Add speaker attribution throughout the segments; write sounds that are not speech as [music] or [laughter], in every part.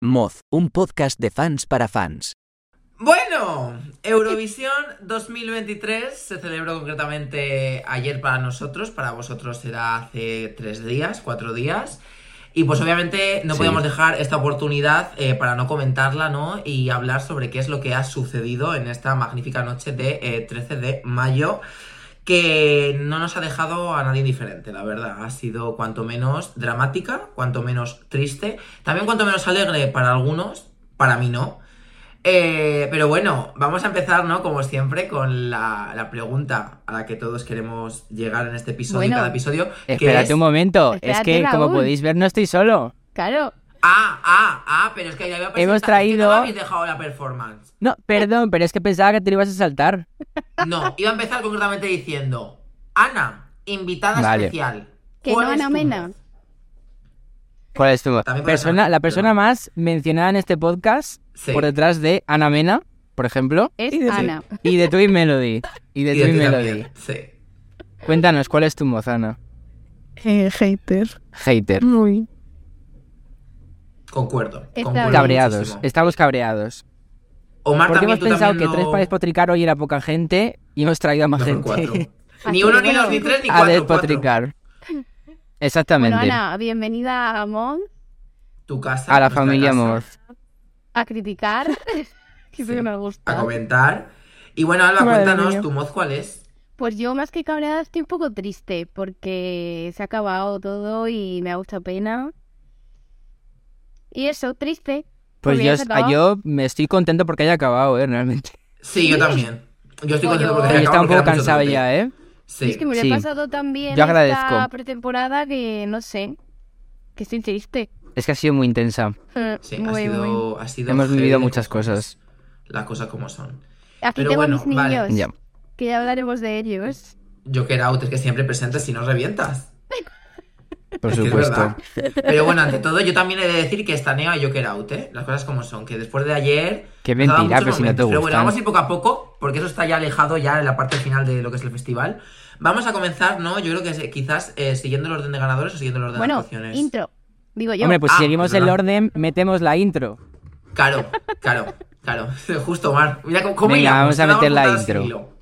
Speaker 1: Moz, un podcast de fans para fans.
Speaker 2: Bueno, Eurovisión 2023 se celebró concretamente ayer para nosotros, para vosotros será hace tres días, cuatro días. Y pues obviamente no
Speaker 1: Sí.
Speaker 2: podíamos dejar esta oportunidad eh, para no comentarla, ¿no? Y hablar sobre qué es lo que ha sucedido en esta magnífica noche de eh, 13 de mayo, que no nos ha dejado a nadie indiferente, la verdad. Ha sido cuanto menos dramática, cuanto menos triste, también cuanto menos alegre para algunos, para mí no. Eh, pero bueno, vamos a empezar, ¿no? Como siempre, con la, la pregunta a la que todos queremos llegar en este episodio,
Speaker 3: Bueno.
Speaker 2: cada episodio. que
Speaker 4: Espérate
Speaker 2: es-
Speaker 4: un momento,
Speaker 3: Espérate,
Speaker 4: es que como
Speaker 3: Raúl.
Speaker 4: podéis ver no estoy solo.
Speaker 3: Claro,
Speaker 2: Ah, ah, ah, pero es que ya había presentado-
Speaker 4: Hemos
Speaker 2: es que no
Speaker 4: traído-
Speaker 2: me habéis dejado la performance.
Speaker 4: No, perdón, pero es que pensaba que te lo ibas a saltar.
Speaker 2: No, iba a empezar concretamente diciendo: Ana, invitada
Speaker 4: Vale.
Speaker 2: especial.
Speaker 3: que
Speaker 2: ¿Cuál
Speaker 3: no
Speaker 2: es
Speaker 3: Ana
Speaker 2: tu
Speaker 3: Mena.
Speaker 2: voz?
Speaker 4: ¿Cuál es tu
Speaker 2: También puede
Speaker 4: persona,
Speaker 2: ser,
Speaker 4: La persona
Speaker 2: pero-
Speaker 4: más mencionada en este podcast,
Speaker 2: Sí.
Speaker 4: por detrás de Ana Mena, por ejemplo.
Speaker 3: Es
Speaker 4: y de,
Speaker 3: Ana.
Speaker 4: Y de Twin Melody. Y
Speaker 2: [laughs]
Speaker 4: de
Speaker 2: Y de
Speaker 4: Twin
Speaker 2: ti
Speaker 4: Melody.
Speaker 2: también, Sí.
Speaker 4: Cuéntanos, ¿cuál es tu voz, Ana?
Speaker 5: Eh, hater.
Speaker 4: Hater.
Speaker 5: Muy.
Speaker 2: Concuerdo.
Speaker 3: Está
Speaker 2: concuerdo
Speaker 3: bien.
Speaker 4: Cabreados,
Speaker 2: muchísimo.
Speaker 4: estamos cabreados.
Speaker 2: Omar
Speaker 4: Porque
Speaker 2: también,
Speaker 4: hemos
Speaker 2: tú
Speaker 4: pensado que
Speaker 2: también
Speaker 4: tres
Speaker 2: no-
Speaker 4: para despotricar hoy era poca gente y hemos traído [laughs] a más
Speaker 2: no fueron
Speaker 4: gente
Speaker 2: cuatro. [laughs] Ni uno, ni dos, ni tres, ni
Speaker 4: a
Speaker 2: cuatro. cuatro. [laughs]
Speaker 4: despotricar. Exactamente.
Speaker 3: Bueno, Ana, bienvenida a Mod,
Speaker 2: Tu casa.
Speaker 4: a la
Speaker 2: nuestra
Speaker 4: familia
Speaker 2: casa.
Speaker 4: Moz.
Speaker 3: a criticar, [laughs] que eso que nos
Speaker 2: a
Speaker 3: gusta.
Speaker 2: comentar. Y bueno, Alba,
Speaker 5: Madre
Speaker 2: cuéntanos
Speaker 5: mía.
Speaker 2: tu moz cuál es.
Speaker 3: Pues yo más que cabreada estoy un poco triste porque se ha acabado todo y me ha gustado pena. Y eso, triste.
Speaker 4: Pues
Speaker 3: Porque
Speaker 4: yo,
Speaker 3: ya se acabó.
Speaker 4: yo me estoy contento porque haya acabado, eh, realmente.
Speaker 2: [laughs] Sí, yo también. Yo estoy contento
Speaker 3: Oye.
Speaker 2: porque
Speaker 3: Pero
Speaker 4: Yo
Speaker 2: ya
Speaker 4: estaba
Speaker 2: acabo
Speaker 4: un
Speaker 2: porque era
Speaker 4: poco
Speaker 2: mucho
Speaker 4: cansado
Speaker 2: trote.
Speaker 4: ya, ¿eh?
Speaker 2: Sí.
Speaker 3: Es que me lo
Speaker 4: sí.
Speaker 3: he pasado tan bien
Speaker 4: Yo agradezco.
Speaker 3: esta pretemporada que no sé, que estoy triste.
Speaker 4: Es que ha sido muy intensa.
Speaker 3: Eh,
Speaker 2: Sí, ha
Speaker 3: muy, muy.
Speaker 2: sido, ha sido
Speaker 4: Hemos
Speaker 2: heavy
Speaker 4: vivido
Speaker 2: de
Speaker 4: muchas cosas.
Speaker 2: Las cosas como son.
Speaker 3: Aquí
Speaker 2: Pero
Speaker 3: tengo a
Speaker 2: bueno,
Speaker 3: mis
Speaker 2: vale.
Speaker 3: niños,
Speaker 4: Ya.
Speaker 3: que ya hablaremos de ellos.
Speaker 2: Joker out es que siempre presentes si no revientas.
Speaker 4: Por
Speaker 2: Es que es
Speaker 4: supuesto.
Speaker 2: verdad. Pero bueno, ante todo, yo también he de decir que estaneo a Joker out, ¿eh? Las cosas como son. Que después de ayer.
Speaker 4: Qué
Speaker 2: nos ha dado
Speaker 4: mentira,
Speaker 2: muchos
Speaker 4: pero si no te
Speaker 2: momentos. Pero bueno,
Speaker 4: gustan.
Speaker 2: vamos a ir poco a poco, porque eso está ya alejado ya en la parte final de lo que es el festival. Vamos a comenzar, ¿no? Yo creo que eh, quizás eh, siguiendo el orden de ganadores o siguiendo el orden de
Speaker 3: Bueno,
Speaker 2: actuaciones.
Speaker 3: intro, digo yo.
Speaker 4: Hombre, pues
Speaker 2: Ah,
Speaker 4: si seguimos
Speaker 2: es
Speaker 4: el
Speaker 2: verdad.
Speaker 4: orden, metemos la intro.
Speaker 2: Claro, claro, claro. [laughs] Justo, Omar. Mira cómo, cómo
Speaker 4: Venga,
Speaker 2: hilamos,
Speaker 4: vamos a
Speaker 2: hilamos
Speaker 4: meter la
Speaker 2: puntadas sin
Speaker 4: intro.
Speaker 2: hilo.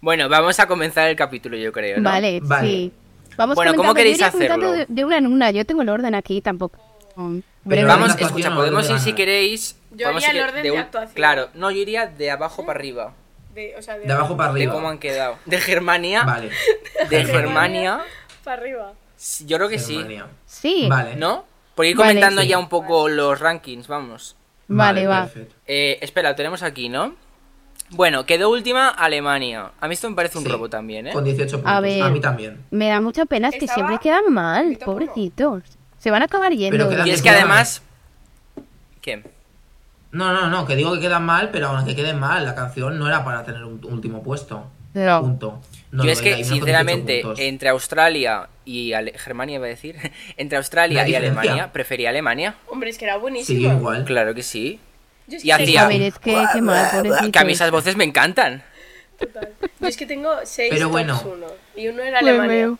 Speaker 4: Bueno, vamos a comenzar el capítulo, yo creo,
Speaker 3: Vale,
Speaker 2: Vale.
Speaker 3: sí. Vamos
Speaker 4: Bueno, ¿cómo
Speaker 3: comentando.
Speaker 4: queréis
Speaker 3: Yo iría apuntando
Speaker 4: hacerlo?
Speaker 3: De, de una en una, yo tengo el orden aquí tampoco. um,
Speaker 2: Pero
Speaker 3: breve.
Speaker 2: vamos- Orden de escucha, actuación o podemos orden de ir si ganar.
Speaker 4: queréis.
Speaker 6: Yo vamos iría si al que- orden de de un- actuación. claro,
Speaker 4: no, yo iría de abajo para arriba.
Speaker 6: De, o sea, de,
Speaker 2: De abajo para arriba.
Speaker 4: quedado. De Germania.
Speaker 2: Vale. de Germania.
Speaker 6: para arriba.
Speaker 4: Yo creo
Speaker 2: Germania.
Speaker 3: Sí, vale,
Speaker 2: Vale.
Speaker 4: ¿No? Por ir
Speaker 3: Vale, comentando
Speaker 2: sí. ya un
Speaker 4: poco los rankings, vamos.
Speaker 3: va.
Speaker 2: perfecto.
Speaker 4: Eh, espera, lo tenemos aquí, ¿no? Bueno, quedó última Alemania. A mí esto me parece un
Speaker 2: Sí.
Speaker 4: robo también, ¿eh?
Speaker 2: Con 18 puntos.
Speaker 3: A
Speaker 2: A,
Speaker 3: ver.
Speaker 2: mí también.
Speaker 3: Me da mucha pena, es que
Speaker 6: Estaba-
Speaker 3: siempre quedan mal,
Speaker 6: Yo tampoco.
Speaker 3: pobrecitos. Se van a acabar yendo.
Speaker 2: Pero quedan-
Speaker 4: Y es que además... ¿Qué?
Speaker 2: No, no, no, que digo que quedan mal, pero aunque queden mal, la canción no era para tener un último puesto.
Speaker 3: Pero-
Speaker 2: Punto. No,
Speaker 4: Yo
Speaker 2: lo
Speaker 4: es
Speaker 2: era,
Speaker 4: que,
Speaker 2: y menos con 18
Speaker 4: sinceramente,
Speaker 2: puntos.
Speaker 4: entre Australia y... Ale- Germania iba a decir. [laughs] entre Australia
Speaker 2: ¿La
Speaker 4: y
Speaker 2: diferencia?
Speaker 4: Alemania, prefería Alemania.
Speaker 6: Hombre, es que era
Speaker 2: Sí,
Speaker 6: buenísimo.
Speaker 2: yo igual.
Speaker 4: Claro que sí.
Speaker 6: Yo es
Speaker 4: Y
Speaker 6: que
Speaker 4: hacía-
Speaker 3: A ver, es que qué mal, pobrecitos.
Speaker 4: Que a mí esas voces me encantan.
Speaker 6: Total. Yo es que tengo seis
Speaker 2: Pero
Speaker 6: tops
Speaker 2: bueno.
Speaker 6: uno. Y uno era
Speaker 5: Me
Speaker 6: Alemania.
Speaker 5: veo.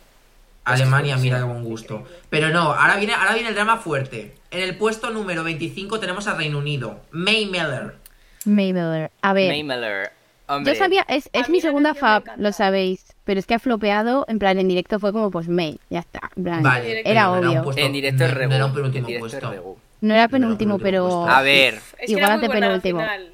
Speaker 2: Alemania, mira qué buen gusto. Pero no, ahora viene, ahora viene el drama fuerte. En el puesto número 25 tenemos a Reino Unido. May Miller.
Speaker 3: Mayweather. A ver,
Speaker 4: Maymeller. Hombre.
Speaker 3: yo sabía, es, es
Speaker 6: A mí
Speaker 3: mi
Speaker 6: la
Speaker 3: segunda
Speaker 6: canción me
Speaker 3: fab,
Speaker 6: encanta.
Speaker 3: lo sabéis. Pero es que ha flopeado, en plan, en directo fue como, pues May, ya está. en plan,
Speaker 2: Vale.
Speaker 6: Era
Speaker 2: pero no un
Speaker 3: obvio.
Speaker 2: puesto-
Speaker 4: En directo es
Speaker 2: no-
Speaker 4: regu.
Speaker 2: No era un
Speaker 4: en
Speaker 2: penúltimo
Speaker 4: directo es
Speaker 2: puesto. Oh,
Speaker 4: regu.
Speaker 3: No era
Speaker 2: Pero
Speaker 3: penúltimo,
Speaker 2: penúltimo
Speaker 3: pero.
Speaker 2: puesto.
Speaker 4: A ver,
Speaker 6: Es
Speaker 3: Igual
Speaker 6: que era
Speaker 3: hace
Speaker 6: muy buena la
Speaker 3: penúltimo.
Speaker 6: final.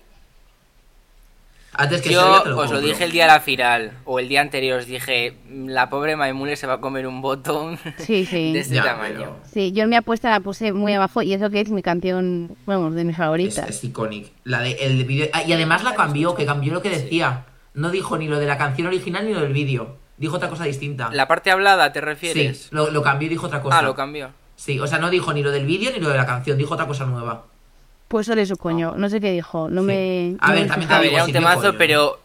Speaker 2: Antes que Serbia
Speaker 4: Yo
Speaker 2: te
Speaker 4: os lo
Speaker 2: compro.
Speaker 4: dije el día de la final, o el día anterior, os dije, la pobre Maimule se va a comer
Speaker 2: [laughs]
Speaker 4: un botón
Speaker 3: Sí, sí.
Speaker 4: de este
Speaker 2: Ya,
Speaker 4: tamaño.
Speaker 2: pero
Speaker 3: Sí, yo en mi apuesta la puse muy abajo y eso que es mi canción, vamos, de mis
Speaker 2: Es,
Speaker 3: favoritas.
Speaker 2: es icónica. La de, el vídeo- ah, y además la cambió, que cambió lo que decía. No dijo ni lo de la canción original ni lo del vídeo. Dijo otra cosa distinta.
Speaker 4: ¿La parte hablada te
Speaker 2: Ah. sí,
Speaker 4: refieres?
Speaker 2: lo, lo cambió y dijo otra cosa.
Speaker 4: Ah, lo cambió.
Speaker 2: Sí, o sea, no dijo ni lo del vídeo ni lo de la canción, dijo otra cosa nueva.
Speaker 3: Pues solo su coño, no sé qué dijo, no
Speaker 2: Sí.
Speaker 3: me...
Speaker 2: A
Speaker 3: no
Speaker 2: ver, también
Speaker 3: me fijaba.
Speaker 4: A ver, era un
Speaker 2: sirvió,
Speaker 4: temazo,
Speaker 2: coño.
Speaker 4: pero...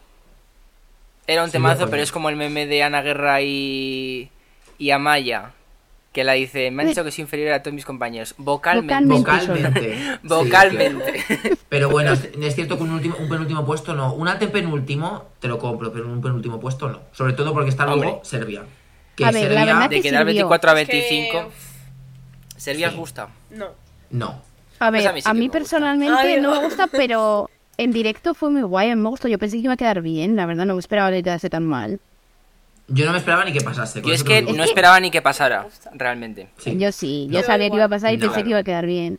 Speaker 4: Era un
Speaker 2: Sirvió,
Speaker 4: temazo,
Speaker 2: coño.
Speaker 4: pero es como el meme de Ana Guerra y... y Amaya. que la dice, me han dicho que soy inferior a todos mis compañeros. Vocalmente.
Speaker 3: Vocalmente.
Speaker 2: Vocalmente. Sí,
Speaker 4: [laughs] Vocalmente. [laughs]
Speaker 2: claro. Pero bueno, es es cierto que un, último, un penúltimo puesto no. Un antepenúltimo te lo compro, pero un penúltimo puesto no. Sobre todo porque está luego
Speaker 4: Hombre.
Speaker 2: Serbia. Que
Speaker 3: A ver, la
Speaker 2: Serbia.
Speaker 3: verdad
Speaker 4: De
Speaker 3: que
Speaker 4: quedar
Speaker 3: sirvió.
Speaker 4: 24 a
Speaker 6: Es que,
Speaker 4: 25.
Speaker 6: uf,
Speaker 4: Serbia os
Speaker 2: Sí.
Speaker 4: gusta.
Speaker 6: No.
Speaker 2: No.
Speaker 3: A ver,
Speaker 4: Pues
Speaker 3: a mí,
Speaker 4: sí que me gusta.
Speaker 3: personalmente
Speaker 6: Ay,
Speaker 3: no
Speaker 6: no.
Speaker 3: me gusta, pero en directo fue muy guay, me gustó. Yo pensé que iba a quedar bien, la verdad, no me esperaba que quedase tan mal.
Speaker 2: Yo no me esperaba ni que pasase. con
Speaker 4: Yo es
Speaker 2: eso te
Speaker 4: que
Speaker 2: lo digo
Speaker 4: no
Speaker 2: todo.
Speaker 4: esperaba ni que pasara, realmente.
Speaker 2: Sí.
Speaker 3: Yo sí, yo
Speaker 6: No,
Speaker 3: sabía que
Speaker 6: igual.
Speaker 3: iba a pasar y
Speaker 2: No,
Speaker 3: pensé
Speaker 2: claro.
Speaker 3: que iba a quedar bien.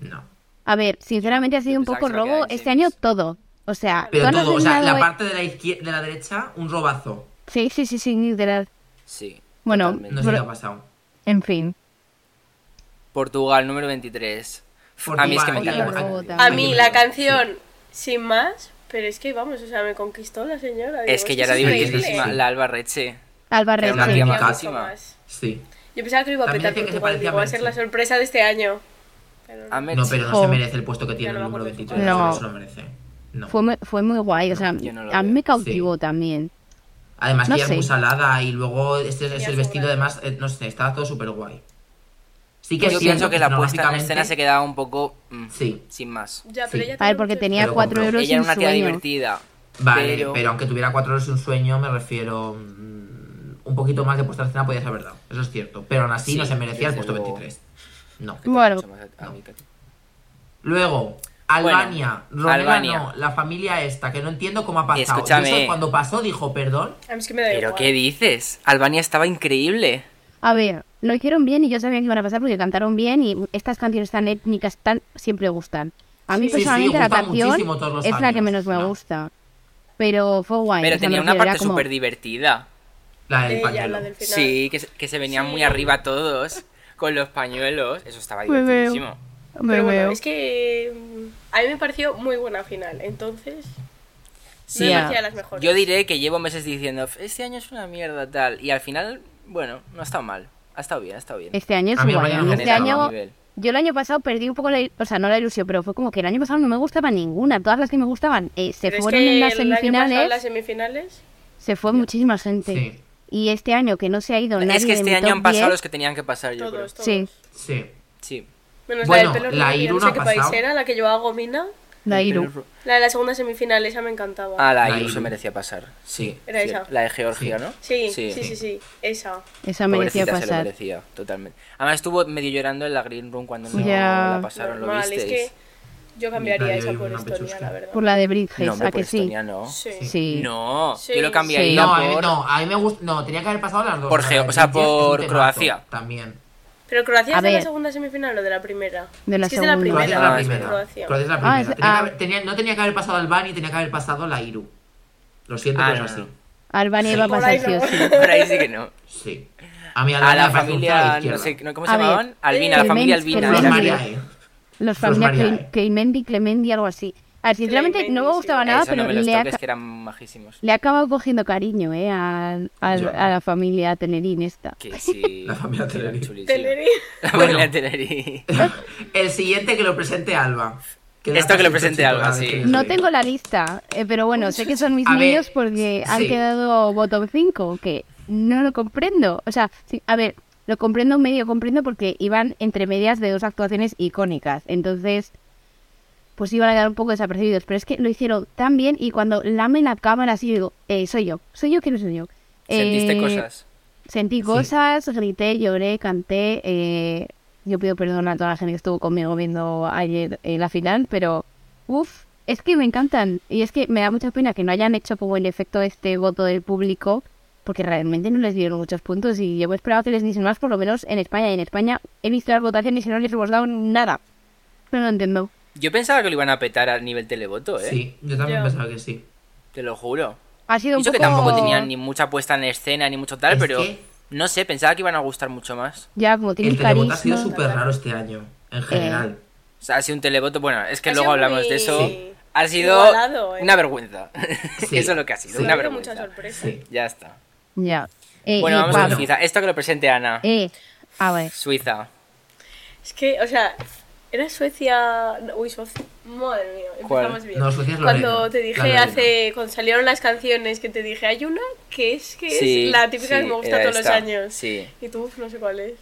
Speaker 2: No.
Speaker 3: A ver, sinceramente ha sido un
Speaker 4: Pensaba
Speaker 3: poco
Speaker 4: que se iba a
Speaker 3: robo
Speaker 4: quedar en
Speaker 3: este año
Speaker 4: semis.
Speaker 3: todo. O sea,
Speaker 2: Pero
Speaker 3: tú no has
Speaker 2: todo, o sea, la
Speaker 3: adivinado-
Speaker 2: parte de la izquierda, de la derecha, un robazo.
Speaker 3: Sí, sí, sí, sí, literal.
Speaker 4: Sí.
Speaker 3: Bueno,
Speaker 4: totalmente.
Speaker 2: No sé qué
Speaker 3: Pero-
Speaker 2: ha pasado.
Speaker 5: En fin.
Speaker 4: Portugal, número 23. a mí es que
Speaker 2: Portugal,
Speaker 4: me encanta.
Speaker 3: Oye,
Speaker 4: bastante.
Speaker 3: Bogotá.
Speaker 6: A
Speaker 3: Ay,
Speaker 6: mí la canción, sin más, pero es que vamos, o sea, me conquistó la señora.
Speaker 4: Es
Speaker 6: digo,
Speaker 4: que ya
Speaker 6: es
Speaker 4: era
Speaker 2: increíble.
Speaker 4: divertidísima. La Alba Reche.
Speaker 3: Alvarez,
Speaker 2: Era una
Speaker 3: sí.
Speaker 2: tía
Speaker 6: Me
Speaker 2: más-
Speaker 6: gusta más.
Speaker 2: Sí.
Speaker 6: Yo pensaba que lo iba a
Speaker 2: También
Speaker 6: petar
Speaker 2: decía que se
Speaker 6: Portugal,
Speaker 2: parecía a
Speaker 6: digo, va a ser la
Speaker 2: Merche.
Speaker 6: sorpresa de este año. Pero no.
Speaker 4: A Merche.
Speaker 2: No, pero no
Speaker 3: Oh.
Speaker 2: se merece el puesto que tiene
Speaker 6: Ya
Speaker 2: el
Speaker 6: no me
Speaker 2: número
Speaker 6: acuerdo
Speaker 2: 23.
Speaker 3: su nombre.
Speaker 2: No.
Speaker 3: No.
Speaker 2: se lo merece. No.
Speaker 3: fue, muy- fue muy guay, o sea,
Speaker 4: yo no lo
Speaker 3: a mí
Speaker 4: veo.
Speaker 3: me cautivó también.
Speaker 2: Además,
Speaker 3: No
Speaker 2: que ella es
Speaker 3: sé.
Speaker 2: muy salada y luego este es el
Speaker 6: azul,
Speaker 2: vestido,
Speaker 6: ¿eh?
Speaker 2: además, eh, no sé, estaba todo súper guay. Sí que
Speaker 4: Pues Yo
Speaker 2: es
Speaker 4: pienso
Speaker 2: cierto
Speaker 4: que la puesta en
Speaker 2: gráficamente-
Speaker 4: escena se quedaba un poco mm,
Speaker 2: Sí,
Speaker 4: sin más.
Speaker 6: Ya, pero
Speaker 2: Sí.
Speaker 6: ya
Speaker 3: A ver, porque tenía
Speaker 2: Pero
Speaker 3: 4
Speaker 2: compró.
Speaker 3: euros
Speaker 4: Ella era
Speaker 3: en
Speaker 4: una tía
Speaker 3: sueño.
Speaker 4: divertida.
Speaker 2: vale, pero...
Speaker 4: Pero-
Speaker 2: aunque tuviera cuatro horas y un sueño, me refiero. mm, un poquito más de puesta en escena podía ser verdad, eso es cierto. Pero aún así
Speaker 4: Sí,
Speaker 2: no se merecía el
Speaker 4: desde
Speaker 2: puesto
Speaker 4: luego.
Speaker 2: 23. No.
Speaker 3: Bueno.
Speaker 4: Mucho más a- a mí que-
Speaker 2: Luego, Albania. Romeva
Speaker 4: Albania.
Speaker 2: no, la familia esta, que no entiendo cómo ha pasado.
Speaker 4: Escúchame.
Speaker 2: Yo eso cuando pasó dijo, perdón.
Speaker 6: A mí Ah, es que me da
Speaker 4: Pero
Speaker 6: igual.
Speaker 4: ¿qué dices? Albania estaba increíble.
Speaker 3: A ver, lo hicieron bien y yo sabía que iban a pasar porque cantaron bien y estas canciones tan étnicas tan siempre gustan. A mí
Speaker 2: Sí, sí,
Speaker 3: personalmente la
Speaker 2: gusta
Speaker 3: canción
Speaker 2: muchísimo todos los
Speaker 3: es la que
Speaker 2: años,
Speaker 3: menos me
Speaker 2: ¿no?
Speaker 3: gusta. Pero fue guay. o
Speaker 4: Pero
Speaker 3: sea,
Speaker 4: tenía
Speaker 3: me
Speaker 4: una
Speaker 3: refiero, era
Speaker 4: parte
Speaker 3: como-
Speaker 4: súper divertida.
Speaker 2: La del
Speaker 6: Ella,
Speaker 2: pañuelo.
Speaker 6: la del final.
Speaker 4: Sí, que se, que se venían
Speaker 6: Sí.
Speaker 4: muy arriba todos
Speaker 6: [laughs]
Speaker 4: con los pañuelos. Eso estaba
Speaker 5: Me veo.
Speaker 4: divertidísimo.
Speaker 5: Me
Speaker 6: Pero bueno,
Speaker 5: veo.
Speaker 6: es que mm, a mí me pareció muy buena final, entonces
Speaker 3: Sí,
Speaker 6: no me
Speaker 3: ya.
Speaker 6: parecía de las mejores.
Speaker 4: Yo diré que llevo meses diciendo, "F- este año es una mierda tal. Y al final, bueno, no ha estado mal. Ha estado bien, ha estado bien.
Speaker 3: Este año es
Speaker 2: A mí
Speaker 3: guay.
Speaker 2: Albania
Speaker 3: a mí
Speaker 2: no me
Speaker 3: este
Speaker 4: General,
Speaker 2: gustaba.
Speaker 3: año,
Speaker 4: nivel.
Speaker 3: yo el año pasado perdí un poco la, il- o sea, no la ilusión, pero fue como que el año pasado no me gustaba ninguna. Todas las que me gustaban eh, se
Speaker 6: Pero es
Speaker 3: fueron
Speaker 6: que
Speaker 3: en las
Speaker 6: el año pasado
Speaker 3: semifinales,
Speaker 4: em-
Speaker 6: las semifinales
Speaker 3: se fue muchísima gente.
Speaker 2: Sí,
Speaker 3: Y este año que no se ha ido nadie
Speaker 4: Es que
Speaker 3: de mi
Speaker 4: este año
Speaker 3: top
Speaker 4: han pasado
Speaker 3: 10,
Speaker 4: los que tenían que pasar, yo creo.
Speaker 6: todos, todos.
Speaker 3: Sí,
Speaker 2: sí.
Speaker 4: Sí.
Speaker 6: Menos
Speaker 2: Bueno,
Speaker 6: la del pelo
Speaker 2: la
Speaker 6: rubio, que no
Speaker 2: Iruna
Speaker 6: sé qué
Speaker 2: ha
Speaker 6: país
Speaker 2: pasado.
Speaker 6: era, la que llevaba gomina.
Speaker 3: la
Speaker 4: Pero-
Speaker 3: Iru.
Speaker 6: La de la segunda semifinal, esa me encantaba.
Speaker 4: Ah, la
Speaker 2: La
Speaker 4: Iru
Speaker 2: Iru.
Speaker 4: se merecía pasar. Sí.
Speaker 6: Era
Speaker 4: sí,
Speaker 6: esa.
Speaker 4: La de Georgia,
Speaker 2: Sí.
Speaker 4: ¿no?
Speaker 6: Sí, sí, sí, sí, esa.
Speaker 3: Esa merecía
Speaker 4: Pobrecita, se lo
Speaker 3: pasar.
Speaker 4: merecía, totalmente. Además estuvo medio llorando en la Green Room cuando no
Speaker 5: Ya.
Speaker 4: la pasaron, ¿lo
Speaker 6: Normal,
Speaker 4: visteis?
Speaker 6: es que
Speaker 2: Nadie
Speaker 6: yo cambiaría esa
Speaker 2: oye
Speaker 6: por
Speaker 2: una
Speaker 6: Estonia,
Speaker 2: pechusca.
Speaker 6: la verdad.
Speaker 3: Por la de Bridges,
Speaker 4: No, hombre,
Speaker 3: ¿a
Speaker 4: por
Speaker 3: que sí?
Speaker 4: Estonia no.
Speaker 6: Sí.
Speaker 3: Sí.
Speaker 4: No,
Speaker 6: Sí.
Speaker 4: yo lo cambiaría
Speaker 3: Sí.
Speaker 2: No, a mí,
Speaker 4: por...
Speaker 2: no, a mí me gusta. No, tenía que haber pasado las dos.
Speaker 4: Por
Speaker 2: la
Speaker 4: Geo-
Speaker 2: de
Speaker 4: o sea,
Speaker 2: Bridges es un
Speaker 4: por
Speaker 2: temazo
Speaker 4: Croacia.
Speaker 2: También.
Speaker 6: Pero Croacia
Speaker 3: A
Speaker 6: es de la
Speaker 3: ver.
Speaker 6: segunda semifinal o de la primera.
Speaker 3: De la
Speaker 6: es que es de la
Speaker 3: segunda.
Speaker 2: Croacia es
Speaker 6: primera.
Speaker 2: la
Speaker 4: Ah, es
Speaker 2: primera.
Speaker 6: Croacia.
Speaker 2: Croacia es la
Speaker 3: Ah,
Speaker 2: primera.
Speaker 3: es-
Speaker 2: Tenía que
Speaker 3: ah.
Speaker 2: haber- tenía- no tenía que haber pasado Albania, tenía que haber pasado la Iru. Lo siento,
Speaker 4: Ah,
Speaker 2: pero
Speaker 4: no,
Speaker 2: es así.
Speaker 3: Albania iba a
Speaker 6: Por
Speaker 3: pasar
Speaker 6: ahí
Speaker 3: sí o
Speaker 6: no.
Speaker 3: sí.
Speaker 4: [laughs] Por ahí sí que no.
Speaker 2: Sí. A mí
Speaker 4: A
Speaker 2: Albania
Speaker 4: la
Speaker 2: me parece un cero
Speaker 4: familia,
Speaker 2: izquierda. Pues
Speaker 4: no sé no, ¿cómo
Speaker 3: A
Speaker 4: se
Speaker 3: ver,
Speaker 6: eh,
Speaker 4: llamaban? Albina, la
Speaker 3: Clemens,
Speaker 4: familia Albina.
Speaker 3: Clemens.
Speaker 2: Flor
Speaker 4: era
Speaker 3: María.
Speaker 4: así.
Speaker 2: Mariae.
Speaker 3: Los
Speaker 2: Los
Speaker 3: familia
Speaker 2: Mariae.
Speaker 3: Clemendi, Clemendi, algo así. A ver, sinceramente no me
Speaker 6: Clemendi,
Speaker 3: gustaba
Speaker 6: sí.
Speaker 3: nada,
Speaker 4: Eso no
Speaker 3: pero
Speaker 4: me los
Speaker 3: le, ha,
Speaker 4: toques, que eran majísimos.
Speaker 3: le ha acabado cogiendo cariño, ¿eh? al- al-
Speaker 2: Yo.
Speaker 3: a la familia Tenerín esta.
Speaker 4: Que sí.
Speaker 2: La familia
Speaker 4: que
Speaker 2: Teleri.
Speaker 4: eran chulísimos.
Speaker 6: Teleri.
Speaker 4: [laughs] La familia
Speaker 2: Bueno.
Speaker 4: Teleri.
Speaker 2: [laughs] El siguiente que lo presente Alba. le
Speaker 4: Esto que lo
Speaker 2: hace
Speaker 4: presente
Speaker 2: chico,
Speaker 4: Alba,
Speaker 2: la de
Speaker 4: sí.
Speaker 2: Teleri.
Speaker 3: No tengo la lista, eh, pero bueno, sé que son mis
Speaker 2: A ver,
Speaker 3: niños porque han
Speaker 2: sí.
Speaker 3: quedado bottom 5, que no lo comprendo. O sea, sí, a ver, lo comprendo medio, comprendo porque iban entre medias de dos actuaciones icónicas. Entonces, pues iban a quedar un poco desapercibidos. Pero es que lo hicieron tan bien y cuando lamen la cámara así, yo digo, eh, soy yo, soy yo que no soy yo.
Speaker 4: Sentiste
Speaker 3: Eh,
Speaker 4: cosas.
Speaker 3: Sentí cosas, grité, lloré, canté. eh, yo pido perdón a toda la gente que estuvo conmigo viendo ayer eh, la final, pero uff, es que me encantan. Y es que me da mucha pena que no hayan hecho como el efecto este voto del público, porque realmente no les dieron muchos puntos y yo esperaba que les diesen más, por lo menos en España. Y en España he visto las votaciones y no les hemos dado nada. No lo entiendo.
Speaker 4: Yo pensaba que lo iban a petar a nivel televoto, ¿eh?
Speaker 2: Sí, yo también
Speaker 6: Yo.
Speaker 2: pensaba que sí.
Speaker 4: Te lo juro.
Speaker 3: Ha sido
Speaker 4: Y
Speaker 3: un
Speaker 4: Eso
Speaker 3: poco...
Speaker 4: que tampoco tenían ni mucha puesta en escena ni mucho tal,
Speaker 2: Es
Speaker 4: pero
Speaker 2: que-
Speaker 4: no sé, pensaba que iban a gustar mucho más.
Speaker 3: Ya, como tienen
Speaker 2: El televoto ha sido
Speaker 3: carisma... Eh.
Speaker 2: súper raro este año, en general.
Speaker 4: O sea, ha sido un televoto, bueno, es que
Speaker 6: Ha
Speaker 4: luego
Speaker 6: sido
Speaker 4: hablamos
Speaker 6: muy
Speaker 4: de eso.
Speaker 6: Sí.
Speaker 4: Ha sido
Speaker 6: igualado, ¿eh?
Speaker 4: una vergüenza. [laughs]
Speaker 2: Sí.
Speaker 4: eso es lo que ha sido,
Speaker 2: Sí.
Speaker 6: Ha
Speaker 4: una
Speaker 6: habido mucha
Speaker 4: vergüenza.
Speaker 6: sorpresa.
Speaker 2: Sí.
Speaker 4: Ya está.
Speaker 3: Ya. Eh,
Speaker 4: Bueno,
Speaker 3: eh,
Speaker 4: vamos
Speaker 3: Pablo.
Speaker 4: con
Speaker 6: Eh.
Speaker 4: Suiza. Esto que lo presente Ana.
Speaker 3: Eh, a ver.
Speaker 4: Suiza.
Speaker 6: Es que, o sea, Era Suecia. no, Uy, Suecia. Madre mía,
Speaker 4: ¿Cuál?
Speaker 6: empezamos bien.
Speaker 2: No, Suecia es Lorena.
Speaker 6: Cuando te
Speaker 2: La
Speaker 6: dije
Speaker 2: Lorena.
Speaker 6: hace. Cuando salieron las canciones que te dije, hay una que es que
Speaker 4: Sí,
Speaker 6: es la típica
Speaker 4: sí,
Speaker 6: que me gusta
Speaker 4: era
Speaker 6: todos los
Speaker 4: esta.
Speaker 6: años.
Speaker 4: Sí.
Speaker 6: Y tú, uf, no sé cuál es.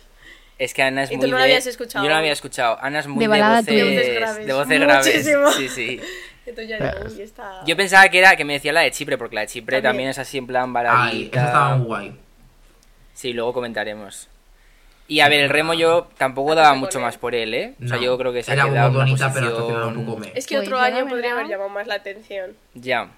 Speaker 4: Es que Ana es
Speaker 6: Y tú
Speaker 4: muy
Speaker 6: no la
Speaker 4: de-
Speaker 6: habías escuchado.
Speaker 4: Yo no la había escuchado. Ana es muy
Speaker 3: De
Speaker 4: de,
Speaker 3: balada
Speaker 4: voces,
Speaker 3: tuya. De
Speaker 6: voces graves.
Speaker 4: de voces graves.
Speaker 6: Muchísimo.
Speaker 4: Sí, sí.
Speaker 6: Entonces ya
Speaker 2: Eh,
Speaker 6: digo, uy, esta.
Speaker 4: Yo pensaba que era que me decía la de Chipre, porque la de Chipre también,
Speaker 6: También.
Speaker 4: es así en plan
Speaker 2: Ay, esa estaba muy
Speaker 4: baladita.
Speaker 2: guay.
Speaker 4: Sí, luego comentaremos. Y a ver, el remo yo tampoco daba mucho más por él, ¿eh? O sea,
Speaker 2: No,
Speaker 4: yo creo que se ha
Speaker 2: Era
Speaker 4: quedado
Speaker 2: muy
Speaker 4: en una
Speaker 2: bonita, pero hasta que era
Speaker 4: posición-
Speaker 2: un poco me.
Speaker 6: Es que
Speaker 3: Pues
Speaker 6: otro
Speaker 3: yo, la
Speaker 6: año podría
Speaker 3: verdad-
Speaker 6: haber llamado más la atención.
Speaker 4: Ya.